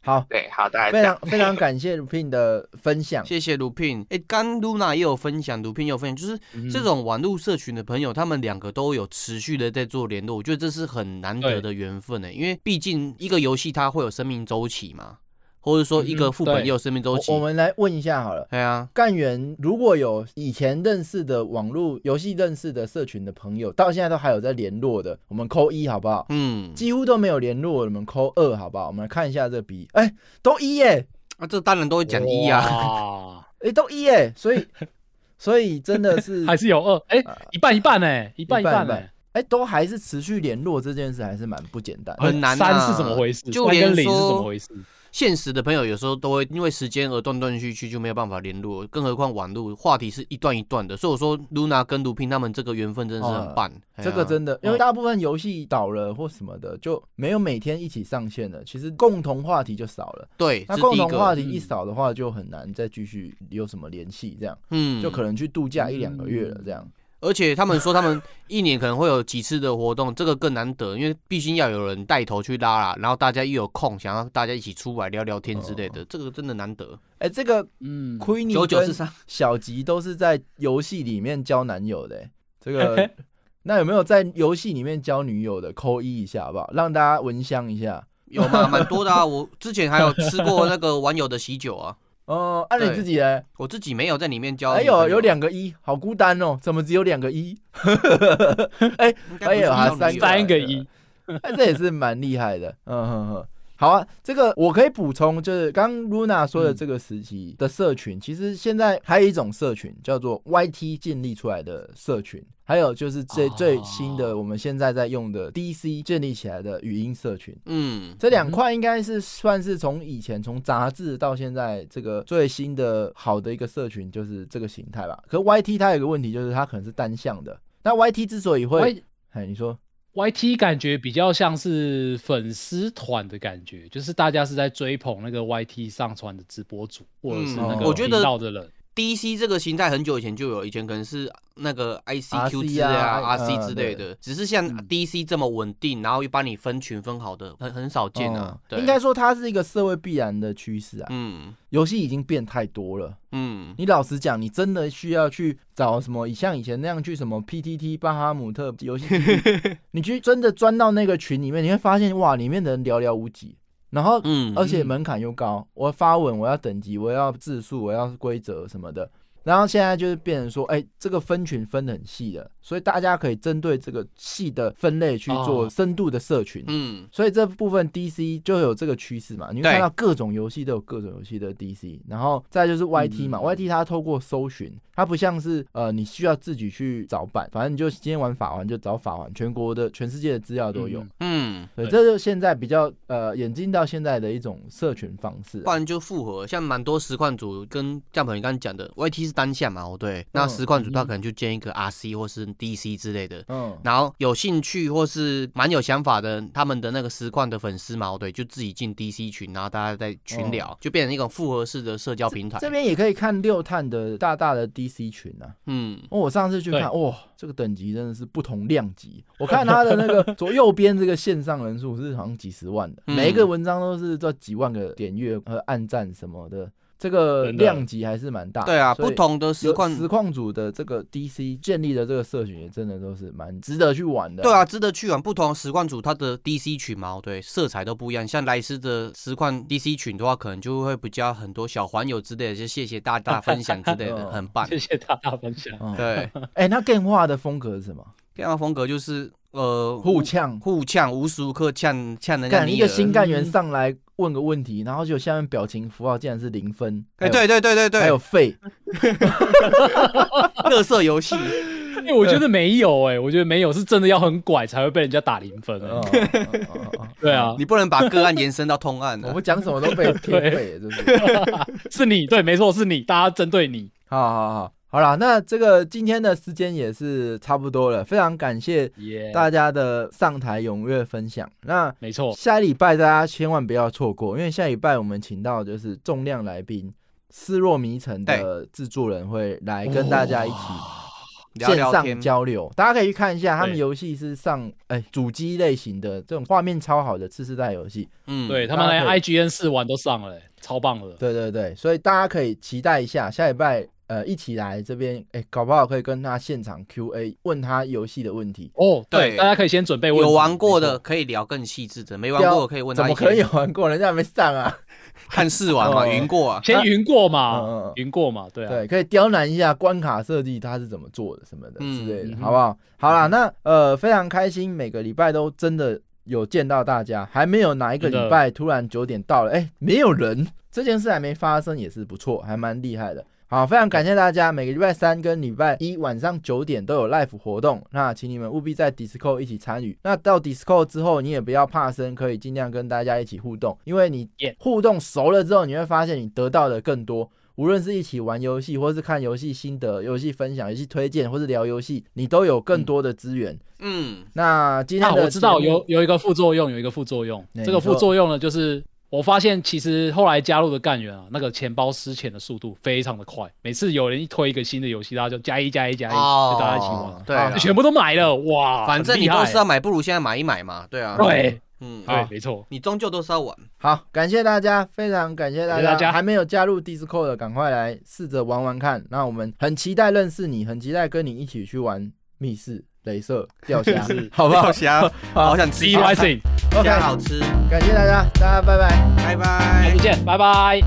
[SPEAKER 1] 好，
[SPEAKER 7] 对，好，大家
[SPEAKER 1] 非常非常感谢 Rupin 的分享。
[SPEAKER 2] 谢谢鲁聘，哎，刚露娜也有分享，鲁聘也有分享，就是
[SPEAKER 3] 嗯
[SPEAKER 2] 这种网络社群的朋友，他们两个都有持续的在做联络，我觉得这是很难得的缘分呢，因为毕竟一个游戏它会有生命周期嘛，或者说一
[SPEAKER 3] 嗯
[SPEAKER 2] 个
[SPEAKER 3] 哼
[SPEAKER 2] 副本
[SPEAKER 3] 对
[SPEAKER 2] 也有生命周期
[SPEAKER 1] 我我，们来问一下好了，
[SPEAKER 2] 对啊，
[SPEAKER 1] 干员如果有以前认识的网络游戏认识的社群的朋友，到现在都还有在联络的，我们扣一好不好？
[SPEAKER 2] 嗯，
[SPEAKER 1] 几乎都没有联络，我们扣二好不好？我们来看一下这个比例，哎、都一耶，
[SPEAKER 2] 那啊这当然都会讲一啊，
[SPEAKER 3] 啊，
[SPEAKER 1] 哎、都一耶，所以 所以真的 是
[SPEAKER 3] 还是有二，哎
[SPEAKER 1] 啊，
[SPEAKER 3] 一半一半哎，一半
[SPEAKER 1] 一半
[SPEAKER 3] 半
[SPEAKER 1] 一
[SPEAKER 3] 哎
[SPEAKER 1] 半，哎、都还是持续联络这件事还是蛮不简单的。
[SPEAKER 2] 很难啊
[SPEAKER 3] 三是怎么回事？
[SPEAKER 2] 就
[SPEAKER 3] 三
[SPEAKER 2] 连
[SPEAKER 3] 跟零是怎
[SPEAKER 2] 说
[SPEAKER 3] 么回事？
[SPEAKER 2] 现实的朋友有时候都会因为时间而断断续续，就没有办法联络，更何况网络话题是一段一段的，所以我说 Luna 跟卢平他们这个缘分真的是很棒，
[SPEAKER 1] 哦
[SPEAKER 2] 哎呀
[SPEAKER 1] 这个真的，因为大部分游戏倒了或什么的，就没有每天一起上线了。其实共同话题就少了，
[SPEAKER 2] 对，
[SPEAKER 1] 那
[SPEAKER 2] 这
[SPEAKER 1] 共
[SPEAKER 2] 第一
[SPEAKER 1] 同话
[SPEAKER 2] 个，
[SPEAKER 1] 题一
[SPEAKER 3] 嗯
[SPEAKER 1] 少的话，就很难再继续有什么联系，这样
[SPEAKER 2] 嗯，
[SPEAKER 1] 就可能去度假一两个月了，这样。
[SPEAKER 2] 而且他们说他们一年可能会有几次的活动，这个更难得，因为必须要有人带头去拉啦，然后大家又有空，想要大家一起出来聊聊天之类
[SPEAKER 1] 哦
[SPEAKER 2] 的，这个真的难得。
[SPEAKER 1] 哎，这个
[SPEAKER 3] 嗯，
[SPEAKER 1] Queenie
[SPEAKER 2] 九九四
[SPEAKER 1] 跟
[SPEAKER 2] 三，
[SPEAKER 1] 小吉都是在游戏里面交男友的、哎这个那有没有在游戏里面交女友的？扣一一下好不好？让大家闻香一下。
[SPEAKER 2] 有吗？蛮多的啊，我之前还有吃过那个网友的喜酒啊，
[SPEAKER 1] 哦，按、你
[SPEAKER 2] 对
[SPEAKER 1] 自己嘞，
[SPEAKER 2] 我自己没有在里面 交
[SPEAKER 1] 哎
[SPEAKER 2] 女朋友，
[SPEAKER 1] 呦，有两个一，好孤单哦，怎么只有两个一？哎，
[SPEAKER 2] 应该不
[SPEAKER 1] 哎
[SPEAKER 2] 是
[SPEAKER 1] 呦，还
[SPEAKER 2] 交女啊
[SPEAKER 1] 三
[SPEAKER 2] 友
[SPEAKER 3] 三
[SPEAKER 1] 个
[SPEAKER 3] 个一，
[SPEAKER 1] 哎，这也是蛮厉害的，嗯哼哼。好啊，这个我可以补充，就是刚刚 Luna 说
[SPEAKER 3] 嗯
[SPEAKER 1] 的这个时期的社群，其实现在还有一种社群叫做 YT 建立出来的社群，还有就是最、
[SPEAKER 3] 哦
[SPEAKER 1] 最新的我们现在在用的 DC 建立起来的语音社群。
[SPEAKER 2] 嗯，
[SPEAKER 1] 这两块应该是算是从以前从杂志到现在这个最新的好的一个社群，就是这个形态吧。可 YT 它有一个问题，就是它可能是单向的。那 YT 之所以会，
[SPEAKER 3] Y
[SPEAKER 1] 哎，你说，
[SPEAKER 3] YT 感觉比较像是粉丝团的感觉，就是大家是在追捧那个 YT 上传的直播主或者是那
[SPEAKER 1] 嗯
[SPEAKER 3] 个
[SPEAKER 1] 我
[SPEAKER 2] 觉得
[SPEAKER 3] 频道的人。
[SPEAKER 2] DC 这个形态很久以前就有，以前可能是那个 ICQ 之
[SPEAKER 1] RC
[SPEAKER 2] 类啊、
[SPEAKER 1] 啊
[SPEAKER 2] RC
[SPEAKER 1] 嗯
[SPEAKER 2] 之类的，只是像
[SPEAKER 3] 嗯
[SPEAKER 2] DC 这么稳定，然后又帮你分群分好的，很很少见啊。
[SPEAKER 1] 哦
[SPEAKER 2] 对，
[SPEAKER 1] 应该说它是一个社会必然的趋势啊。
[SPEAKER 2] 嗯
[SPEAKER 1] 游戏已经变太多了，
[SPEAKER 2] 嗯，
[SPEAKER 1] 你老实讲，你真的需要去找什么像以前那样去什么 PTT、巴哈姆特 游戏基地，你去真的钻到那个群里面，你会发现哇，里面的人寥寥无几。然后
[SPEAKER 2] 嗯，
[SPEAKER 1] 而且门槛又高，我发文我要等级，我要字数，我要规则什么的。然后现在就是变成说，哎、这个分群分得很细的，所以大家可以针对这个细的分类去做
[SPEAKER 3] 哦
[SPEAKER 1] 深度的社群。
[SPEAKER 2] 嗯，
[SPEAKER 1] 所以这部分 DC 就有这个趋势嘛，你会
[SPEAKER 2] 对
[SPEAKER 1] 看到各种游戏都有各种游戏的 DC，然后再就是 YT 嘛、
[SPEAKER 3] 嗯
[SPEAKER 1] y t 它透过搜寻，它不像是呃你需要自己去找版，反正你就今天玩法环就找法环，全国的全世界的资料都有，
[SPEAKER 3] 嗯
[SPEAKER 2] 嗯，
[SPEAKER 1] 对，
[SPEAKER 3] 对
[SPEAKER 1] 这就是现在比较呃演进到现在的一种社群方式啊、
[SPEAKER 2] 不然就复合，像蛮多实况组跟像朋友刚刚讲的，YT 是单向嘛，哦对，那实况组他可能就建一个 RC 或是 DC 之类的。
[SPEAKER 1] 嗯，
[SPEAKER 2] 然后有兴趣或是蛮有想法的，他们的那个实况的粉丝嘛，哦对，就自己进 DC 群，然后大家在群聊，就变成一种复合式的社交平台。
[SPEAKER 1] 这边也可以看六探的大大的 DC 群啊。
[SPEAKER 2] 嗯，
[SPEAKER 1] 哦，我上次去看，哇、
[SPEAKER 3] 对
[SPEAKER 1] 这个等级真的是不同量级。我看他的那 个左右边这个线上人数是好像几十万的，
[SPEAKER 2] 嗯
[SPEAKER 1] 每一个文章都是这几万个点阅和暗赞什么的，这个
[SPEAKER 3] 真的
[SPEAKER 1] 量级还是蛮大的。
[SPEAKER 2] 对啊，
[SPEAKER 1] 所以
[SPEAKER 2] 不同的实
[SPEAKER 1] 有
[SPEAKER 2] 况
[SPEAKER 1] 实况组的这个 DC 建立的这个社群，也真的都是蛮值得去玩的。
[SPEAKER 2] 对啊，，值得去玩。不同实况组它的 DC 群嘛，哦对，色彩都不一样。像莱斯的实况 DC 群的话，可能就会比较很多小环友之类的，就谢谢大大分享之类 的，
[SPEAKER 1] 嗯
[SPEAKER 2] 很棒。
[SPEAKER 3] 谢谢大大分享。
[SPEAKER 1] 嗯，
[SPEAKER 2] 对，
[SPEAKER 1] 哎、那 game 化的风格是什么？
[SPEAKER 2] 电话风格就是呃
[SPEAKER 1] 互呛，
[SPEAKER 2] 互呛，无时无刻呛呛人家
[SPEAKER 1] 干
[SPEAKER 2] 你
[SPEAKER 1] 一个新干员上来问个问题，然后就下面表情符号竟然是零分，还
[SPEAKER 2] 哎，
[SPEAKER 1] 有
[SPEAKER 2] 对对对对对，
[SPEAKER 1] 还有废，
[SPEAKER 2] 乐色 游戏，
[SPEAKER 3] 哎、我觉得没有哎、我觉得没有，是真的要很拐才会被人家打零分、
[SPEAKER 1] 嗯
[SPEAKER 3] 欸。
[SPEAKER 1] 嗯 嗯嗯嗯
[SPEAKER 3] 对啊，
[SPEAKER 2] 你不能把个案延伸到通 案
[SPEAKER 1] 我
[SPEAKER 2] 的。
[SPEAKER 1] 们讲什么都 被贴背，是不是？
[SPEAKER 3] 是你对，没错，是你，大家针对你。
[SPEAKER 1] 好好好，好啦，那这个今天的时间也是差不多了，非常感谢
[SPEAKER 3] 耶、
[SPEAKER 1] 大家的上台踊跃分享。那
[SPEAKER 3] 没
[SPEAKER 2] 哦
[SPEAKER 3] 错，
[SPEAKER 1] 下礼拜大家千万不要错过，因为下礼拜我们请到就是重量来宾斯若迷城的制作人会来跟大家一起
[SPEAKER 2] 聊
[SPEAKER 1] 线
[SPEAKER 2] 聊
[SPEAKER 1] 上
[SPEAKER 2] 天，
[SPEAKER 1] 交流，大家可以去看一下，他们
[SPEAKER 3] 对
[SPEAKER 1] 游戏是上哎主机类型的这种画面超好的次世代游戏，
[SPEAKER 2] 嗯，
[SPEAKER 3] 对他们
[SPEAKER 1] 大家
[SPEAKER 3] 连
[SPEAKER 1] 可以
[SPEAKER 3] IGN 四玩都上了、欸，超棒了。
[SPEAKER 1] 对对对，所以大家可以期待一下，下礼拜呃一起来这边，哎，搞不好可以跟他现场 Q&A，问他游戏的问题。
[SPEAKER 3] 哦，对，
[SPEAKER 2] 对
[SPEAKER 3] 大家可以先准备问题。
[SPEAKER 2] 有玩过
[SPEAKER 1] 没
[SPEAKER 2] 的
[SPEAKER 1] 错啊
[SPEAKER 2] 可以聊更细致的，没玩过的可以问
[SPEAKER 1] 怎
[SPEAKER 2] 他
[SPEAKER 1] 么
[SPEAKER 2] 一
[SPEAKER 1] 可能
[SPEAKER 2] 些
[SPEAKER 1] 有玩过？人家还没上啊。
[SPEAKER 2] 看试玩 嘛，
[SPEAKER 1] 哦
[SPEAKER 2] 云过啊，
[SPEAKER 3] 先云过
[SPEAKER 1] 嗯嗯
[SPEAKER 3] 嘛
[SPEAKER 1] 嗯，
[SPEAKER 3] 云过嘛，对啊，
[SPEAKER 1] 对，可以刁难一下关卡设计它是怎么做的什么的之类的，
[SPEAKER 3] 嗯
[SPEAKER 1] 好不好？好啦，那呃非常开心，每个礼拜都真的有见到大家，还没有哪一个
[SPEAKER 3] 真的
[SPEAKER 1] 礼拜突然九点到了，哎，没有人，这件事还没发生也是不错，还蛮厉害的。好，非常感谢大家，每个礼拜三跟礼拜一晚上九点都有 live 活动，那请你们务必在 Discord 一起参与。那到 Discord 之后，你也不要怕生，可以尽量跟大家一起互动，因为你
[SPEAKER 3] Yeah
[SPEAKER 1] 互动熟了之后，你会发现你得到的更多。无论是一起玩游戏，或是看游戏心得、游戏分享、游戏推荐，或是聊游戏，你都有更多的资源。
[SPEAKER 2] 嗯，
[SPEAKER 1] 那今天
[SPEAKER 3] 啊，
[SPEAKER 1] 的
[SPEAKER 3] 我知道
[SPEAKER 1] 节目
[SPEAKER 3] 有有一个副作用，有一个副作用。
[SPEAKER 1] 哎
[SPEAKER 3] 这
[SPEAKER 1] 你
[SPEAKER 3] 个
[SPEAKER 1] 说
[SPEAKER 3] 副作用呢，就是我发现其实后来加入的干员啊，那个钱包失钱的速度非常的快。每次有人一推一个新的游戏，大家就加一加一加一，
[SPEAKER 2] 哦，
[SPEAKER 3] 就大家一起玩，
[SPEAKER 2] 对
[SPEAKER 1] 啊
[SPEAKER 2] 啦，
[SPEAKER 3] 全部都买了哇！
[SPEAKER 2] 反正你
[SPEAKER 3] 啊很厉
[SPEAKER 2] 都
[SPEAKER 3] 害
[SPEAKER 2] 是要买，不如现在买一买嘛，对啊，，
[SPEAKER 3] 对
[SPEAKER 2] 嗯，
[SPEAKER 3] 对，没错，
[SPEAKER 2] 你终究都是要玩，
[SPEAKER 1] 好，感谢大家，非常感谢大
[SPEAKER 3] 谢
[SPEAKER 1] 家，
[SPEAKER 3] 谢大家
[SPEAKER 1] 还没有加入 Discord 的，赶快来试着玩玩看。那我们很期待认识你，很期待跟你一起去玩密室、镭射、钓 虾，好不好
[SPEAKER 2] 钓虾，好想吃
[SPEAKER 3] C
[SPEAKER 2] 虾
[SPEAKER 3] Y C，
[SPEAKER 1] ？OK，
[SPEAKER 2] 虾好吃，
[SPEAKER 1] 感谢大家，大家拜拜。
[SPEAKER 2] 拜拜
[SPEAKER 3] 再。见，拜拜。